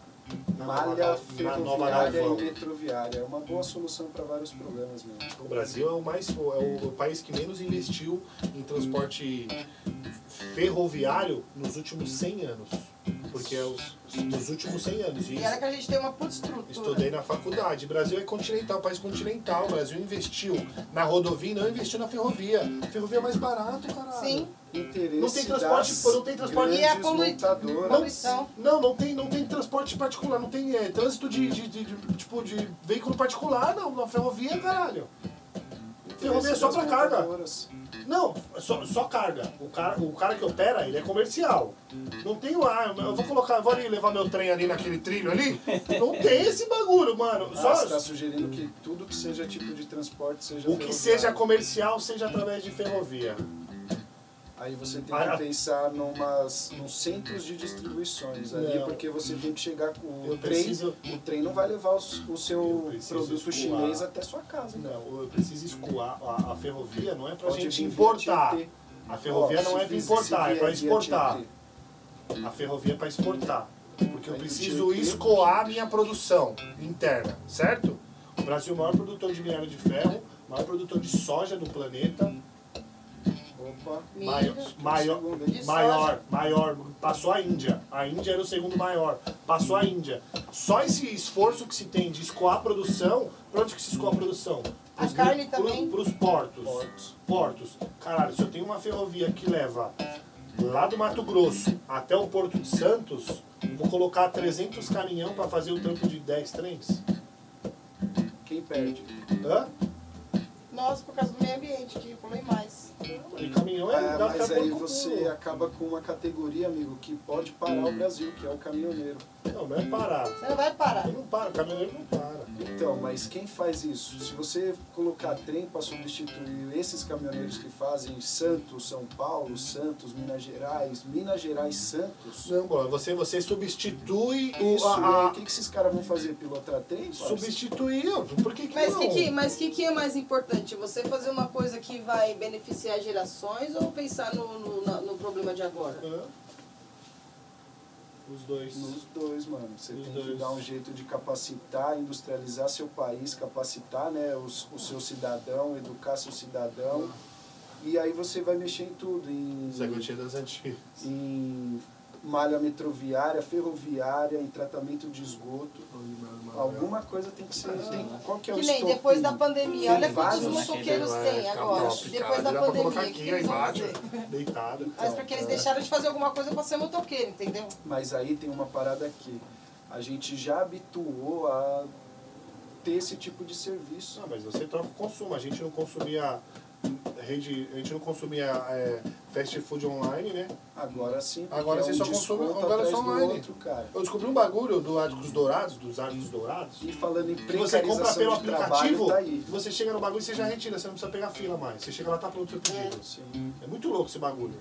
E: na
F: Malha
E: nova, na nova
F: ferroviária
E: galvão.
F: e metroviária. É uma boa solução para vários problemas mesmo.
E: O Brasil é o, mais, é o país que menos investiu em transporte ferroviário nos últimos 100 anos. Porque é os, nos últimos 100 anos. E
C: E era que a gente tem uma puta estrutura.
E: Estudei na faculdade. Brasil é continental, país continental. O Brasil investiu na rodovia e não investiu na ferrovia. Ferrovia é mais barato, caralho.
C: Sim,
F: Interesse
E: Não tem transporte,
F: das
E: pô, não tem transporte. é
F: grandes
C: E a polu-
F: montadoras.
C: poluição.
E: Não, não tem, não tem transporte particular, não tem é, trânsito de, de- de- de- tipo, de veículo particular, não. Na ferrovia, caralho. Ferrovia é só pra
F: das
E: carga.
F: montadoras.
E: Não, só, só carga. O cara, o cara que opera, ele é comercial. Não tem o ah, eu vou colocar, eu vou ali levar meu trem ali naquele trilho ali. Não tem esse bagulho, mano.
F: Ah, você
E: Só,
F: está sugerindo que tudo que seja tipo de transporte seja
E: O que
F: ferroviário.
E: seja comercial, seja através de ferrovia.
F: Aí você tem que
E: Ah,
F: pensar numas, nos centros de distribuições ali,
E: Não.
F: porque você tem que chegar com o
E: Eu
F: trem.
E: preciso-
F: O trem não vai levar os- o
E: Eu
F: seu
E: preciso
F: produto
E: escoar.
F: chinês até sua casa. né?
E: Não, eu preciso escoar. A, a ferrovia não é pra
F: Pode
E: gente
F: vir via
E: importar.
F: Tietê.
E: A ferrovia
F: Ó,
E: não
F: se
E: é pra
F: fiz-
E: importar,
F: se
E: é pra
F: vier via
E: exportar.
F: Tietê.
E: A ferrovia é pra exportar. Porque eu
F: Aí
E: preciso
F: Tietê-
E: escoar minha produção interna, certo? O Brasil é o maior produtor de minério de ferro, maior produtor de soja do planeta,
F: Opa.
E: maior, maior,
F: Segundo aí.
C: De
E: maior, maior, passou a Índia. A Índia era o segundo maior, passou a Índia. Só esse esforço que se tem de escoar a produção, pra onde que se escoa a produção?
C: A carne também.
E: Para os portos.
F: Portos.
E: Portos. Caralho, se eu tenho uma ferrovia que leva lá do Mato Grosso até o Porto de Santos, vou colocar 300 caminhão para fazer o tanto de 10 trens?
F: Quem perde?
E: Hã?
C: nós por causa do meio ambiente, que polui mais.
E: E caminhão é...
F: Ah,
E: dá
F: mas
E: pra pôr
F: aí
E: com- um.
F: você é acaba com uma categoria, amigo, que pode parar o Brasil, que é o caminhoneiro.
E: Não, não é parar.
C: Você não vai parar.
E: Eu não paro, caminhoneiro não para.
F: Então, mas quem faz isso? Se você colocar trem para substituir esses caminhoneiros que fazem Santos, São Paulo, Santos, Minas Gerais, Minas Gerais, Santos,
E: Não, bola, você, você substitui o,
F: isso,
E: a,
F: né?
E: a-
F: o que, que esses caras vão fazer? Pilotar trem? parça?
E: substituir. Por que, que
C: Mas o
E: não?
C: que, que- mas que, que é mais importante? Você fazer uma coisa que vai beneficiar gerações ou pensar no, no, na- no problema de agora?
E: Hã? Os dois.
F: Nos dois, mano. Você
E: Nos
F: tem que
E: dois.
F: dar um jeito de capacitar, industrializar seu país, capacitar né, os,
E: Uhum.
F: o seu cidadão, educar seu cidadão. E aí você vai mexer em tudo, em
E: Zé Gotinha das Antigas.
F: em malha metroviária, ferroviária, em tratamento de esgoto. Alguma coisa tem que
E: Uhum.
F: ser. Tem, qual que é o
C: Que nem
F: estopim?
C: depois da pandemia.
F: Tem
C: Olha quantos
F: vários.
C: motoqueiros
E: Vai
C: tem
E: ficar
C: agora.
E: é top,
C: Depois
E: cara.
C: da
E: Dá pra colocar
C: pandemia, o
E: aqui,
C: que eles vão
E: ó,
C: fazer?
E: embaixo, Deitado.
F: É.
C: Mas porque eles deixaram de fazer alguma coisa pra ser motoqueiro, entendeu?
F: Mas aí tem uma parada aqui. a gente já habituou a ter esse tipo de serviço.
E: Não, mas você troca o consumo. A gente não consumia rede, a gente não consumia é, fast food online, né?
F: Agora sim, porque
E: Agora
F: é
E: você
F: um
E: só consome-
F: desconto
E: agora
F: atrás
E: só
F: do
E: online.
F: outro, cara.
E: Eu descobri um bagulho do Arcos Dourados, dos Arcos Dourados.
F: E falando em
E: Que você
F: precarização
E: compra pelo
F: de trabalho,
E: aplicativo,
F: tá aí.
E: você chega no bagulho e você já retira, você não precisa pegar fila mais. Você chega lá, tá pronto o seu pedido.
F: Sim.
E: É muito louco esse bagulho.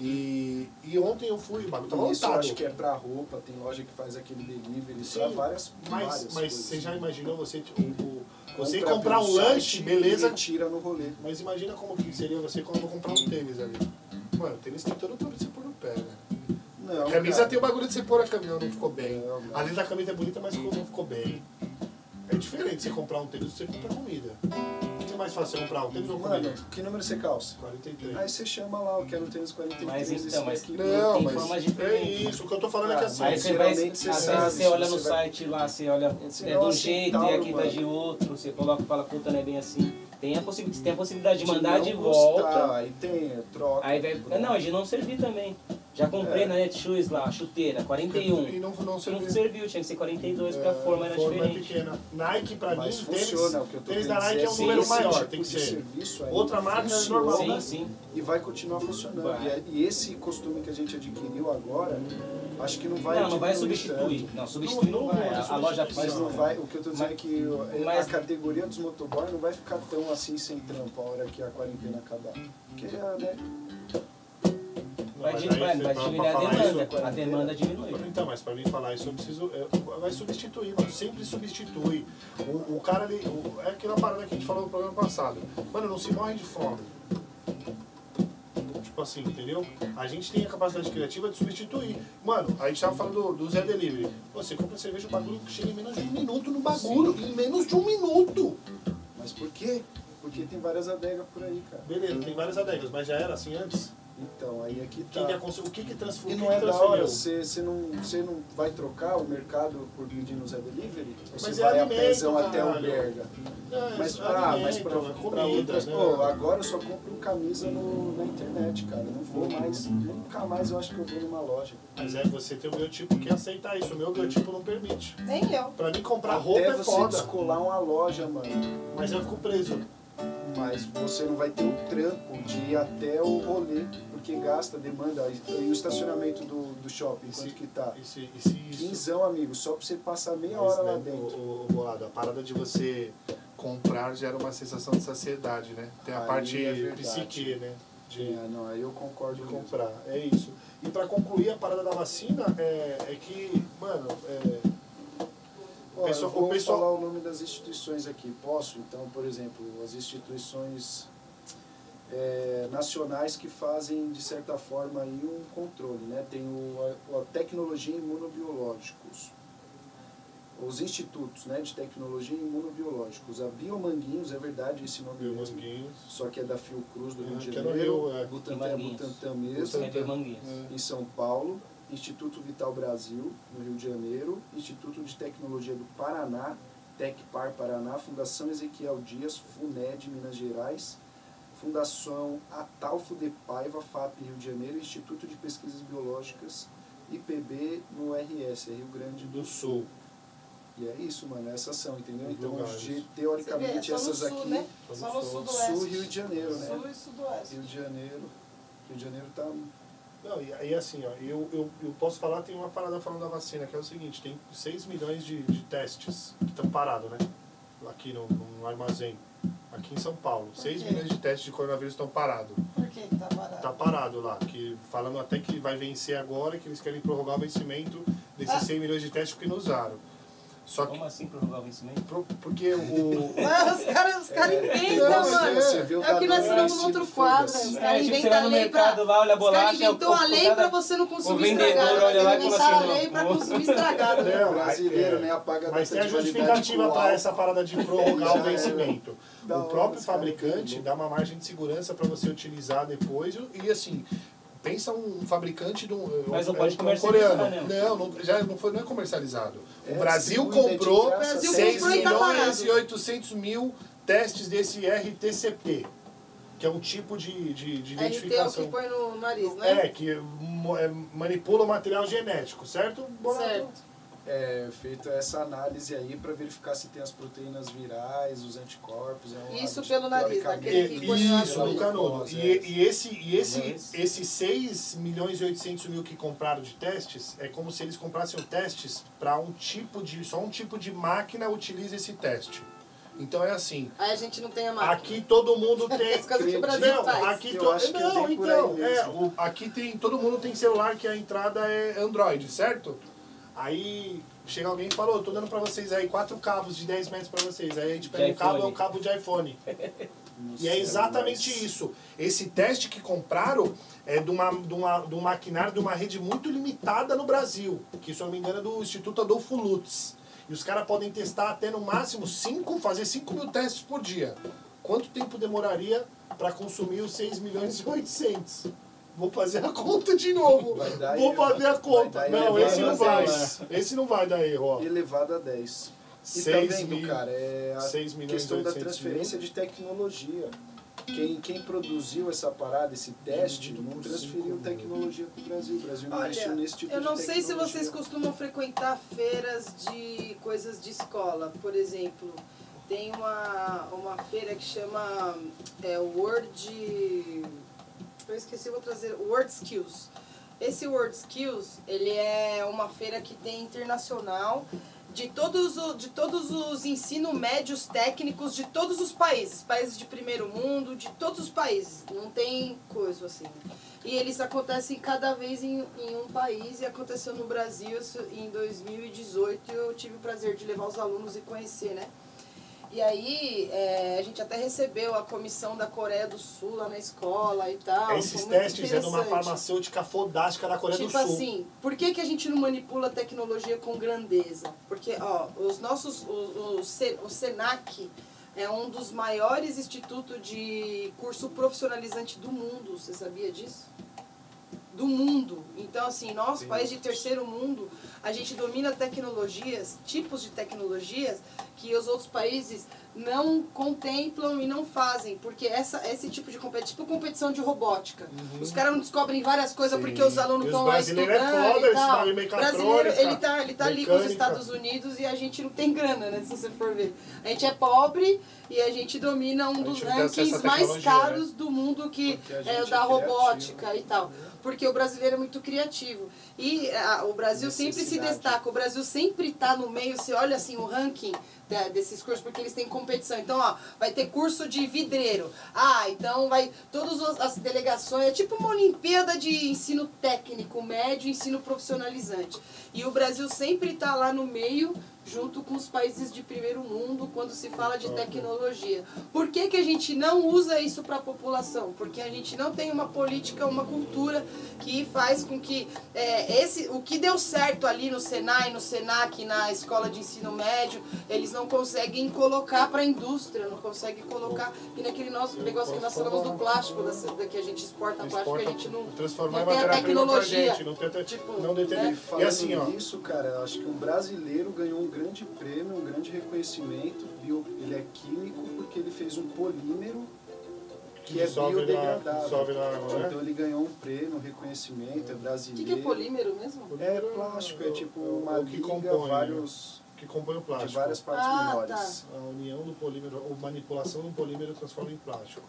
E: E, e ontem eu fui, o bagulho tava
F: Isso eu
E: lotado.
F: acho que é pra roupa, tem loja que faz aquele delivery
E: Sim,
F: pra várias,
E: Mas,
F: várias
E: mas
F: coisas.
E: você já imaginou você, tipo, o- você ir
F: Compra
E: comprar um
F: pelo
E: lanche,
F: site né?
E: beleza?
F: E tira no rolê.
E: Mas imagina como que seria você quando eu comprar um tênis ali. Mano, tênis tem todo o tempo de você pôr no pé, né?
F: Não,
E: A camisa
F: cara.
E: tem um o bagulho de você pôr a camisa, não ficou bem.
F: Não, não.
E: Às vezes a camisa é bonita, mas não ficou bem. É diferente você comprar um tênis do que você comprar comida. O que é mais fácil você comprar um tênis ou comida?
F: Mano, que número você calça?
E: 43.
F: Aí você chama lá, eu quero tênis 43,
B: Mas
F: esse
B: então, mas-
F: daqui.
E: Não,
B: Tem
E: mas
B: formas
E: é
B: diferentes.
E: isso. O que eu tô falando é que
F: Ah,
E: assim...
B: Mas
F: mas
B: você vai, às
F: geralmente você
B: vezes
F: sabe
B: você olha
F: se
B: no
F: você vai-
B: site lá, você olha,
F: Se
B: é
F: não,
B: de um
F: assim,
B: jeito
F: tal,
B: e aqui tá
F: mano.
B: de outro, você coloca e fala, puta, não é bem assim. Tem a, possi tem a possibilidade de
F: não
B: mandar de
F: gostar,
B: volta,
F: Aí tem, é, troca.
B: aí vai... Não, de não servir também. Já comprei
F: É.
B: na Netshoes lá, chuteira,
E: E
B: 41.
E: não, não
B: Não
E: serviu.
B: serviu, tinha que ser 42, porque a forma era
E: forma é
B: diferente.
E: pequena. Nike, pra
F: mas
E: mim,
F: funciona, o
E: tênis,
F: que eu tô
E: tênis
F: querendo
E: da
F: dizer
E: Nike é um
F: assim,
E: número
F: esse
E: maior,
F: tipo
E: tem que
F: de
E: ser.
F: serviço aí
E: Outra marca é
F: funciona
E: normal,
B: Sim, sim.
F: E vai continuar funcionando. E,
B: Vai.
F: a- e esse costume que a gente adquiriu agora, acho que não vai né?
B: não, não vai
F: diminuir
B: substituir.
F: tanto.
B: Não, substituir não,
E: Não, não,
B: vai.
E: não é
B: A, a loja
E: substituição,
F: Mas não
B: física.
F: vai, o que eu tô dizendo é que o- é,
B: mas-
F: a categoria dos motoboy não vai ficar tão assim sem trampo a hora que a quarentena acabar. Porque, né,
E: Não,
B: Vai,
E: mas
B: di-
E: aí
B: vai-
E: você tá
B: vai
E: pra-
B: diminuir a
E: pra falar isso-
B: demanda. a demanda diminui.
E: Então, mas pra mim falar isso, eu preciso. eu- vai substituir, mano. Sempre substitui. O, o cara, ele. o- é aquela parada que a gente falou no programa passado. Mano, não se morre de fome. Tipo assim, entendeu? A gente tem a capacidade criativa de substituir. Mano, a gente tava falando do, do Zé Delivery. Você compra cerveja, o bagulho chega em menos de um minuto no bagulho. Em menos de um minuto.
F: mas por quê? Porque tem várias adegas por aí, cara.
E: Beleza, tem várias adegas, mas já era assim antes?
F: Então, aí aqui
E: Quem
F: tá.
E: que acons- o que que transformou?
F: E não é da hora, você, você, não, você não vai trocar o mercado por pedir no Zé Delivery? Ou Você
E: Mas é
F: vai a
E: alimento,
F: pezão até
E: caralho.
F: Alberga. Mas pra,
E: ah,
F: mas pra, pra outras,
E: né?
F: pô, agora eu só compro camisa no, na internet, cara. Eu Não vou mais, nunca mais eu acho que eu vou numa loja.
E: Mas é, você tem o biotipo que aceitar isso. O meu biotipo não permite.
A: Nem eu.
E: Pra mim, comprar roupa
F: Até
E: é
F: você
E: foda,
F: descolar uma loja, mano.
E: mas eu fico preso.
F: Mas você não vai ter o trampo de ir até o rolê, porque gasta, demanda. E e o estacionamento do, do shopping,
E: Esse-
F: quanto que tá?
E: E se, e se isso...
F: Quinzão, amigo, só pra você passar meia
E: Mas,
F: hora lá
E: né,
F: dentro.
E: O, o- o bolado, a parada de você comprar gera uma sensação de saciedade, né? Tem a
F: Aí
E: parte
F: é verdade.
E: psique, né? De,
F: É, não, aí eu concordo
E: de
F: com você.
E: comprar. É isso. E pra concluir a parada da vacina, é, é que, mano, é,
F: Ó,
E: Pessoal-
F: eu vou
E: o pessoal-
F: falar o nome das instituições aqui, posso? Então, por exemplo, as instituições é, nacionais que fazem, de certa forma, aí um controle, né? Tem o, a, a Tecnologia e Imunobiológicos, os institutos né, de Tecnologia e Imunobiológicos, a Biomanguinhos, é verdade esse nome
E: meu
F: mesmo,
E: manguinho.
F: só que é da Fiocruz do Rio de
E: É, que é no
F: Janeiro,
E: Rio, é.
F: Butantan é
B: Manguinhos.
F: Butantan mesmo,
B: Você vai manguinhas.
E: É.
F: em São Paulo, Instituto Vital Brasil, no Rio de Janeiro, Instituto de Tecnologia do Paraná, Tecpar Paraná, Fundação Ezequiel Dias, FUNED, Minas Gerais, Fundação Atalfo de Paiva, FAP, Rio de Janeiro, Instituto de Pesquisas Biológicas, IPB, no RS, é Rio Grande do
E: Do
F: Sul.
E: Sul.
F: E é isso, mano, essas são, entendeu?
E: Os
F: Então,
E: lugares.
F: de-
A: Você
F: teoricamente,
A: vê, é só no
F: essas
A: sul,
F: aqui,
A: né?
E: Tá
A: Só
E: no
A: no
E: sul.
A: sudoeste.
F: Sul, Rio de Janeiro, né?
A: Sul e sudoeste.
F: Rio de Janeiro, Rio de Janeiro tá...
E: Não, e aí assim, ó, eu, eu, eu posso falar, tem uma parada falando da vacina, que é o seguinte, tem 6 milhões de, de testes que estão parados, né? Aqui no, no armazém, aqui em São Paulo. 6
A: Ok.
E: milhões de testes de coronavírus estão parados.
A: Por que que tá parado?
E: Tá parado lá, que falando até que vai vencer agora, que eles querem prorrogar o vencimento desses 100 milhões de testes porque não usaram. Só que,
B: Como assim prorrogar o vencimento?
E: pro- porque o... o-
A: Mas Ah, os caras os cara inventam,
E: não,
A: mano.
E: mas é-
F: viu,
A: É o que nós
F: Danone,
A: falamos no
F: esse
A: outro quadro.
F: foda-se.
C: né?
A: Os
B: É,
A: caras
B: tipo, você
A: inventam
B: vai
A: a
B: no
A: lei pra...
B: mercado lá, olha a
A: Os
B: bolacha.
A: caras inventam
B: o- o
A: a lei
B: cara-
A: pra você não consumir
B: vendedor
A: estragada.
B: olha lá e
A: Eles
B: fala
A: inventaram
B: assim,
A: a lei
B: ó,
A: pra
B: o-
A: consumir estragada.
E: Não, é,
F: O brasileiro, né? Apaga a
E: Mas tem a
F: data de validade com
E: justificativa
F: álcool.
E: para essa parada de prorrogar
F: Já
E: o
F: era.
E: vencimento.
F: É. Da
E: O
F: hora,
E: próprio
F: os caras
E: fabricante
F: entendem.
E: dá uma margem de segurança para você utilizar depois e assim. Pensa um fabricante de um,
B: Mas
E: um-
B: não pode
E: um
B: comercializar,
E: coreano.
B: né?
E: Não, não, já não foi não é comercializado.
F: É,
E: o Brasil
F: distribui, né, de
E: comprou
F: graça,
A: Brasil
E: 6
A: comprou e tá
E: milhões
A: parado.
E: e 800 mil testes desse RTCP, que é um tipo de, de, de
A: RT é o que
E: identificação.
A: põe no nariz, né?
E: É, que mo- é, manipula o material genético, certo? Bora-
A: Certo.
F: é, feito essa análise aí para verificar se tem as proteínas virais, os anticorpos. É um
C: Isso
F: hábito,
C: pelo nariz,
F: teoricamente, é um
C: Aquele que
F: assim,
C: continua
E: isso,
C: na
E: no canudo.
F: glicose,
E: E,
F: é.
E: e esse, e esse,
F: Mas-
E: esses 6 milhões e 800 mil que compraram de testes, é como se eles comprassem testes para um tipo de. Só um tipo de máquina utiliza esse teste. Então é assim.
C: Aí a gente não tem a máquina.
E: Aqui todo mundo tem.
C: As coisas que o Brasil
E: Não,
C: faz.
E: aqui
F: Eu
E: to-
F: acho que
E: não,
F: é bem por aí
E: então, é,
F: mesmo.
E: o- aqui tem, todo mundo tem celular que a entrada é Android, certo? Aí chega alguém e falou, tô dando pra vocês aí quatro cabos de 10 metros pra vocês. Aí a gente pega
B: De
E: um cabo, é um
B: iPhone.
E: cabo de iPhone.
F: Nossa,
E: E é exatamente
F: mas-
E: isso. Esse teste que compraram é de, uma, de, uma, de um maquinário de uma rede muito limitada no Brasil, que se eu não me engano é do Instituto Adolfo Lutz. E os caras podem testar até no máximo 5, fazer 5 mil testes por dia. Quanto tempo demoraria para consumir os 6 milhões e 800? Vou fazer a conta de novo.
F: Vai dar
E: Vou
F: erro.
E: fazer a
F: Vai
E: conta.
F: dar
E: Não,
F: erro.
E: esse não vai.
F: Vai
E: Esse não vai dar erro, ó.
F: Elevado a 10. E
E: 6
F: tá vendo,
E: mil-
F: cara, é a
E: 6 milhões e
F: questão da
E: 800 mil.
F: transferência de tecnologia. Quem, quem produziu essa parada, esse teste, não transferiu tecnologia para o Brasil. O Brasil não
C: Olha,
F: investiu nesse tipo
C: Eu
F: de
C: não sei se
F: tecnologia.
C: vocês costumam frequentar feiras de coisas de escola. Por exemplo, tem uma, uma feira que chama é, World. Eu esqueci, vou trazer. World Skills. Esse World Skills, ele é uma feira que tem internacional de todos, o, de todos os ensino médios técnicos de todos os países, países de primeiro mundo, de todos os países. Não tem coisa assim. E eles acontecem cada vez em, em um país e aconteceu no Brasil isso em 2018 eu tive o prazer de levar os alunos e conhecer, né? E aí é, a gente até recebeu a comissão da Coreia do Sul lá na escola e tal. foi
E: Esses
C: muito
E: testes é de uma
C: interessante.
E: farmacêutica fodástica da Coreia
C: Tipo
E: do Sul.
C: assim, por que, que a gente não manipula a tecnologia com grandeza? Porque, ó, os nossos. O, o, Se- o SENAC é um dos maiores institutos de curso profissionalizante do mundo. Você sabia disso? Do mundo. Então, assim, nós, país de terceiro mundo, a gente domina tecnologias, tipos de tecnologias que os outros países não contemplam e não fazem, porque essa, esse tipo de competição, tipo competição de robótica. Os caras não descobrem várias coisas
E: Uhum. Sim.
C: porque os
E: E
C: alunos
E: os
C: estão lá estudando.
E: brasileiros é foda,
C: e
E: eles
C: tal.
E: sabem mecatrônica,
C: brasileiro, ele tá, ele tá ali com os
E: mecânica.
C: Estados Unidos e a gente não tem grana, né? Se você for ver. A gente é pobre e a gente domina um
E: gente
C: dos
E: não tem acesso à
C: rankings mais
E: tecnologia, né?
C: caros do mundo que
F: Porque a gente
C: é o
F: é
C: da
F: criativo.
C: robótica e tal. Porque o brasileiro é muito criativo. E ah, o Brasil sempre se
F: Necessidade.
C: destaca, o Brasil sempre tá no meio, você olha assim o ranking da- desses cursos, porque eles têm competição. Então, ó, vai ter curso de vidreiro. Ah, então vai todas as- as delegações, é tipo uma Olimpíada de ensino técnico médio, ensino profissionalizante. E o Brasil sempre tá lá no meio, junto com os países de primeiro mundo, quando se fala de tecnologia. Por que, que a gente não usa isso para a população? Porque a gente não tem uma política, uma cultura que faz com que é, esse, o que deu certo ali no Senai, no Senac, na escola de ensino médio, eles não conseguem colocar para a indústria, não conseguem colocar. E naquele nosso negócio que nós falamos do plástico, da, da Tá, que a gente exporta plástico, que a
E: Exporta,
C: gente não.
E: transformar em
C: não tem a
E: matéria-prima pra
C: tecnologia.
E: gente. Não, tem, até-
C: Tipo,
E: não detém.
C: né?
F: E falando
E: E assim, ó.
F: nisso, cara, eu acho que o brasileiro ganhou um grande prêmio, um grande reconhecimento. Bio, ele é químico porque ele fez um polímero que é
E: dissolve na,
F: biodegradável.
E: dissolve na água, né?
F: Então ele ganhou um prêmio, um reconhecimento, é
C: O
F: brasileiro.
C: que, que é polímero mesmo?
F: É plástico, é tipo uma
E: o que
F: liga,
E: compõe,
F: vários,
E: que compõe o
F: de
E: plástico.
F: várias partes
C: Ah,
F: menores.
E: A união do polímero, ou manipulação do polímero transforma em plástico.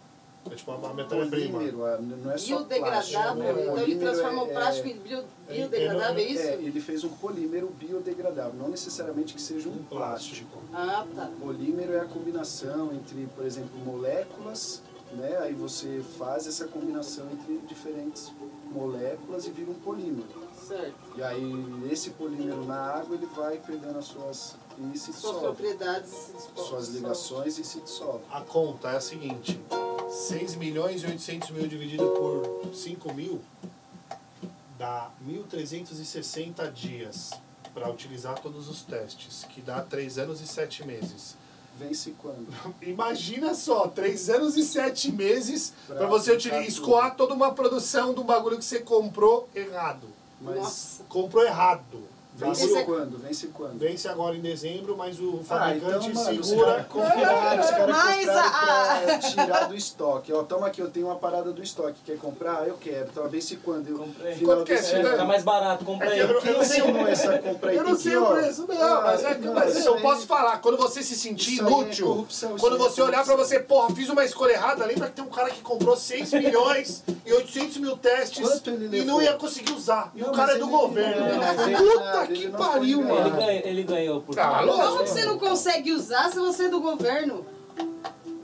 E: É tipo uma matéria-prima.
F: Polímero, ah, não é só plástico.
C: Biodegradável,
F: né?
C: então ele
F: Polímero
C: transforma o
F: é-
C: plástico em bio- biodegradável, é
F: É,
C: isso?
F: ele fez um polímero biodegradável, não necessariamente que seja um plástico.
C: Ah, tá.
F: Polímero é a combinação entre, por exemplo, moléculas, né? Aí você faz essa combinação entre diferentes moléculas e vira um polímero.
C: Certo.
F: E aí esse polímero na água ele vai perdendo as suas e se
C: Suas
F: dissolve,
C: propriedades se dispõem.
F: É suas ligações e se dissolve.
E: A conta é a seguinte: 6 milhões e 800 mil dividido por 5 mil dá 1.360 dias para utilizar todos os testes, que dá 3 anos e 7 meses.
F: Vence quando?
E: Imagina só, três anos e sete meses
F: Pra
E: pra você utilizar-
F: aplicar
E: escoar toda uma produção de um bagulho que você comprou errado.
F: Mas
C: Nossa.
E: Comprou errado.
F: Vence
E: Esse é-
F: quando? Vence quando?
E: Vence agora em dezembro, mas o
F: Ah, então,
E: fabricante
F: mano, os
E: segura. É
F: caras compraram, os caras
C: Mas
F: compraram pra tirar do estoque. Ó, toma aqui, eu tenho uma parada do estoque. Quer comprar? Ah, Eu quero. Então, vence quando? Eu,
B: Comprei.
F: Final
E: Quanto que é?
F: desse
E: Você
F: ano.
B: É, tá mais barato, compra aí.
E: É que eu-
F: Quem ensinou essa compra aí?
E: Eu não
F: Tem que,
E: sei o
F: ó, Ah,
E: preço, não, mas, é,
F: não,
E: mas
F: isso
E: eu
F: aí-
E: posso falar, quando você se sentir
F: Isso aí é
E: inútil,
F: corrupção, isso
E: quando
F: aí é
E: você olhar pra
F: corrupção.
E: você, porra, fiz uma escolha errada, lembra que tem um cara que comprou 6 milhões e 800 mil testes
F: Quanto ele
E: e
F: levou?
E: não ia conseguir usar. E o
F: Não,
E: cara é
F: mas
E: do
F: ele-
E: governo.
F: não, mas ele-
E: Puta
F: nada, ele
E: que
F: não foi
E: pariu,
F: enganado.
E: mano.
B: Ele ganhou, ele ganhou por
E: Tá
B: causa.
E: louco?
C: Como que você não consegue usar se você é do governo?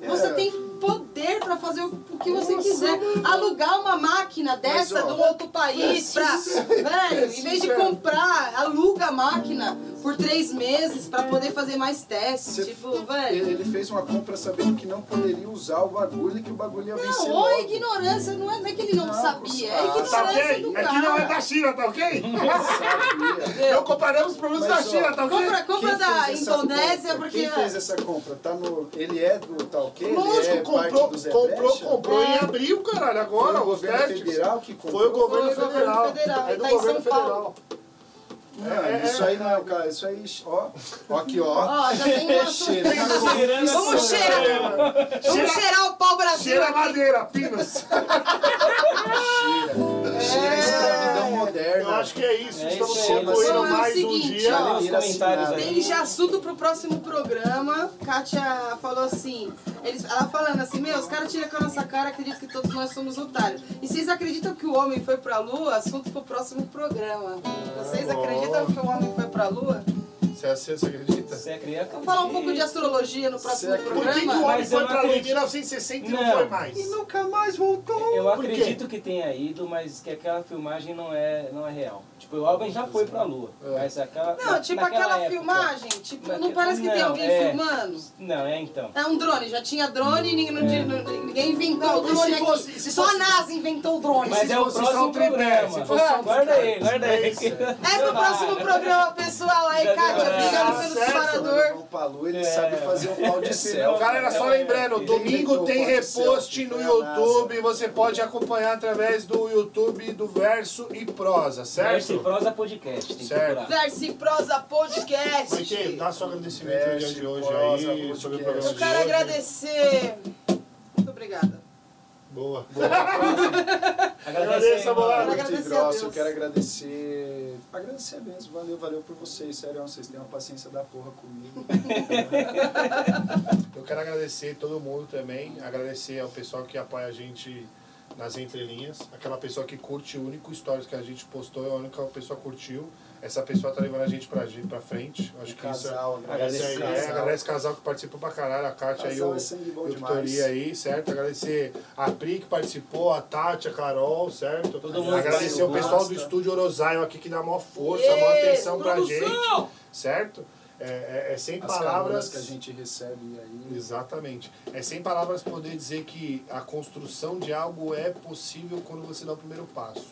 F: É.
C: Você tem poder pra fazer o o que você quiser. Alugar uma máquina dessa
F: ó,
C: de um outro país pra. Velho, em vez de comprar, aluga a máquina por três meses pra poder fazer mais testes.
F: Você-
C: Tipo, velho.
F: Ele ele fez uma compra sabendo que não poderia usar o bagulho e que o bagulho ia vencer
C: Não,
F: logo.
C: ou é ignorância, não é, não é que ele não,
F: Não,
C: sabia, é
F: tá
E: Tá
C: ignorância do
E: ok? É que não é da
C: cara.
E: China, tá ok? Não comparamos os problemas da
F: Mas, ó,
E: China, tá ok?
C: Compra, compra
F: Quem
C: da
F: fez essa
C: Indonésia,
F: compra?
C: porque.
F: Quem fez essa compra? Tá no... Ele é do tal que? Ele
E: Lógico,
F: é
E: comprou,
F: parte do Zé
E: comprou,
F: Brecha?
E: comprou em abril, caralho,
F: Foi
E: agora,
F: o
E: os
F: governo
E: testes.
F: federal que comprou?
E: Foi o governo
C: Foi o governo
E: federal.
C: federal,
E: É do
C: tá em
E: governo
C: São Paulo.
E: federal.
F: Não, isso aí não é o cara. Isso aí, ó. Ó aqui, ó.
C: Ó, já tem um assunto.
F: Cheira.
C: Vamos cheirar, vamos
E: Cheira,
C: cheirar o pau Brasil.
E: cheira a madeira, Pinas.
C: É.
F: Cheira a escravidão
E: Eu
F: moderna.
E: acho que é isso.
B: É
E: Estamos
B: isso aí,
C: mas-
E: concluindo
C: Bom, é o
E: mais um
C: seguinte,
E: dia.
C: ó.
B: Cadê os comentários
F: Assinado.
B: aí?
C: Tem já assunto pro próximo programa. Kátia falou assim, eles, ela falando assim, meu, os caras tiram com a nossa cara, acreditam que todos nós somos otários. E vocês acreditam que o homem foi pra lua? Assunto pro próximo programa. Vocês
E: boa.
C: acreditam que o homem foi pra lua?
E: Você acredita? Você acredita?
B: Você acredita?
C: Vamos falar um pouco de astrologia no próximo
F: Certo.
E: Por que, que o
C: programa?
E: homem
B: Mas eu
E: foi
B: não
E: pra lua em
B: acredito.
E: 1960 e não,
B: Não.
E: foi mais?
F: nunca mais voltou.
B: Eu
E: Por quê?
B: acredito que tenha ido, mas que aquela filmagem não é, não é real. Tipo, o Alvin já foi pra lua.
E: É.
B: Mas aquela.
C: Não,
B: na-
C: tipo
B: naquela
C: aquela
B: época-
C: filmagem, tipo, não
B: Naque-
C: parece que tem
B: Não,
C: alguém
B: é.
C: filmando?
B: Não, é então.
C: É um drone, já tinha drone e ninguém,
B: É.
C: ninguém- ninguém inventou
E: Não,
C: o
E: e se
C: drone
E: fosse-
C: aqui.
E: e se
C: Só
E: fosse-
C: a NASA inventou o drone.
B: Mas
E: se
B: é o
E: fosse só um
B: próximo
E: tripé,
B: programa.
E: se fosse só um
B: guarda
E: tripé.
B: aí, guarda
E: É
B: aí.
E: isso, é.
C: É pro próximo programa, pessoal. Aí,
B: Já
C: Kátia,
B: deu, né?
F: Tá
C: obrigado
E: Ah,
C: pelo
E: certo.
C: separador.
F: O Palu, ele
B: É.
F: sabe fazer um pau
E: É,
F: de céu.
E: Galera, só lembrando,
B: Ele
E: domingo
F: inventou
E: tem
F: o pau de
E: repost
F: selfie,
E: no
F: foi a
E: YouTube.
F: NASA.
E: Você pode acompanhar através do YouTube do Verso e Prosa,
B: Verso e
E: certo?
B: prosa podcast. Tem que
E: Certo.
B: procurar.
C: Versi Prosa Podcast.
E: Porque dá seu agradecimento ao dia de hoje
F: Prosa,
E: aí, sobre o
F: podcast.
E: programa
C: Eu
E: de
C: quero
E: hoje.
C: agradecer. Muito obrigada.
E: Boa.
B: Agradeço aí,
E: Agradeço,
B: mano.
C: Agradecer
F: Muito
C: a
F: grosso,
C: Deus.
F: eu quero agradecer. Agradecer mesmo, valeu, valeu por vocês, sério, vocês têm uma paciência da porra comigo.
E: Eu quero agradecer todo mundo também, agradecer ao pessoal que apoia a gente nas entrelinhas, aquela pessoa que curte o único stories que a gente postou, é a única pessoa que curtiu. Essa pessoa tá levando a gente pra, gente- pra frente. Acho que isso é-
F: casal,
E: Agradecer,
B: Agradecer,
E: é,
B: casal.
E: agradece casal que participou pra caralho, a Kátia e
F: Casal
E: o,
F: é sangue bom
E: e o
F: demais.
E: Vitoria aí, certo? Agradecer a Pri que participou, a Tati, a Carol, certo?
B: Todo mundo
E: agradecer
B: participou.
E: o pessoal do
F: Gosta.
E: estúdio Orozaio aqui que dá a maior força, a maior atenção pra gente,
C: Produção!
E: certo? É, é- é sem
F: As
E: palavras.
F: palavras que a gente recebe aí.
E: Exatamente. É sem palavras poder dizer que a construção de algo é possível quando você dá o primeiro passo.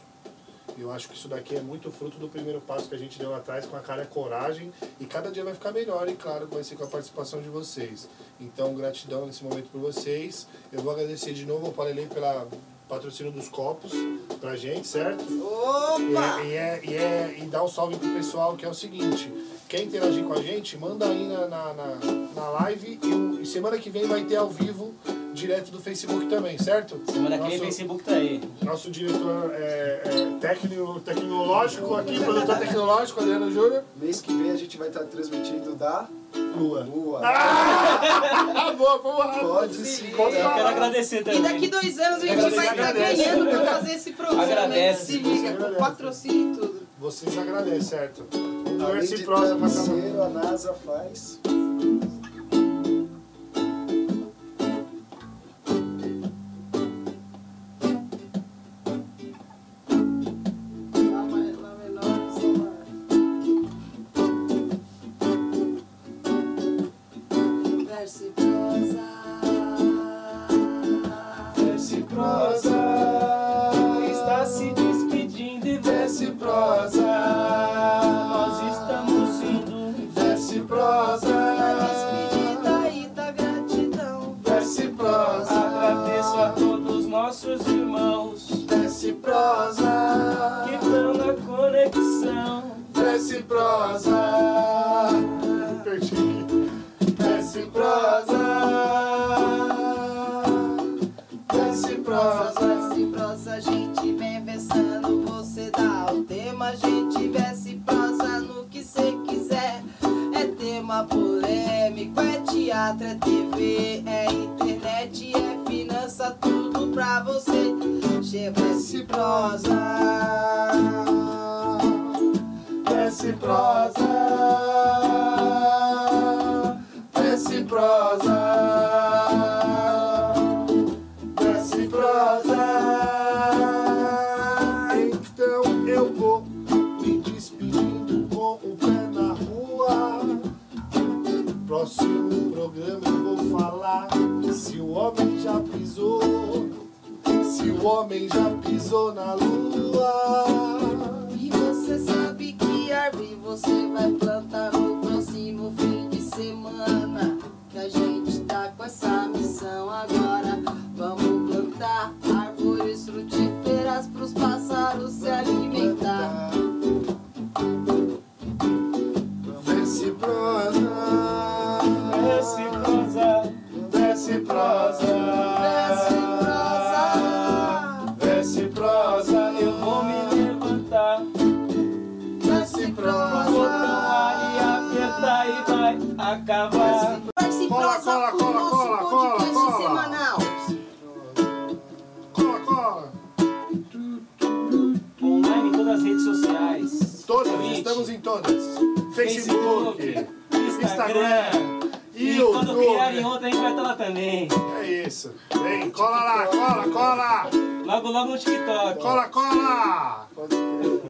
E: E Eu acho que isso daqui é muito fruto do primeiro passo que a gente deu lá atrás com a cara e a coragem e cada dia vai ficar melhor e claro vai ser com a participação de vocês. Então gratidão nesse momento por vocês. Eu vou agradecer de novo ao Parelei pela patrocínio dos copos pra gente, certo? E,
C: Opa!
E: é, e, é, e, é- e dá um salve pro pessoal que é o seguinte: quer interagir com a gente? Manda aí na, na, na, na live e, o- e semana que vem vai ter ao vivo direto do Facebook também, certo?
B: Semana que
E: nosso,
B: vem o Facebook tá aí.
E: Nosso diretor é, é, técnico, tecnológico aqui, produtor tecnológico, Adriano Júnior.
F: Mês que vem a gente vai estar transmitindo da
E: Lua.
F: Lua.
E: Ah, boa, vamos lá.
F: Pode É. se
E: Pode
B: Eu quero
E: falar.
B: agradecer também.
C: E daqui dois anos a gente
B: Agradeço,
C: vai estar
E: agradeço.
C: ganhando pra fazer esse programa. hein?
B: Agradece.
C: Se liga, com patrocínio e tudo.
E: Vocês agradecem, certo?
F: Além
E: Conversa e
F: de
E: prosa pra cada um.
F: travesseiro, a NASA faz.
C: Lá, vai- lá, vai- lá, vai- só vai. Verso e prosa.
F: Verse prosa.
B: Está se despedindo e
F: Verse prosa.
B: Nós estamos indo.
F: Verse prosa.
C: Despedida e da gratidão.
F: Verse
B: Agradeço a
F: prosa.
B: todos nossos irmãos
F: Verse prosa.
B: que estão na conexão.
F: Verse prosa.
C: É TV, é internet, é finança, tudo pra você. Chega esse prosa. Esse prosa. Esse prosa. Desce prosa.
E: Então eu vou me despedindo com o pé na rua. Próximo programa eu vou falar se o homem já pisou, se o homem já pisou na lua.
C: E você sabe que árvore você vai plantar no próximo fim de semana. Que a gente tá com essa missão agora. Vamos plantar árvores frutíferas pros pássaros se alimentar.
E: Desce prosa,
B: Desce prosa,
E: desce
C: Desce
E: prosa,
C: prosa,
E: desce prosa,
B: eu vou me levantar.
C: desce
B: Vou
C: prosa.
B: tomar e apertar e vai acabar.
H: Verse
E: Cola,
H: prosa
E: cola,
H: com o
E: cola,
H: nosso
E: cola, cola,
H: podcast
E: cola.
H: semanal.
E: cola, cola.
B: Online em todas as redes sociais.
E: Todas,
B: Twitch,
E: estamos em todas. Facebook,
B: Facebook, Instagram. um, E quando criarem
E: YouTube.
B: outra, a gente vai estar lá também.
E: É isso. Vem, cola lá, cola, cola,
B: Logo, logo no TikTok.
E: cola, cola.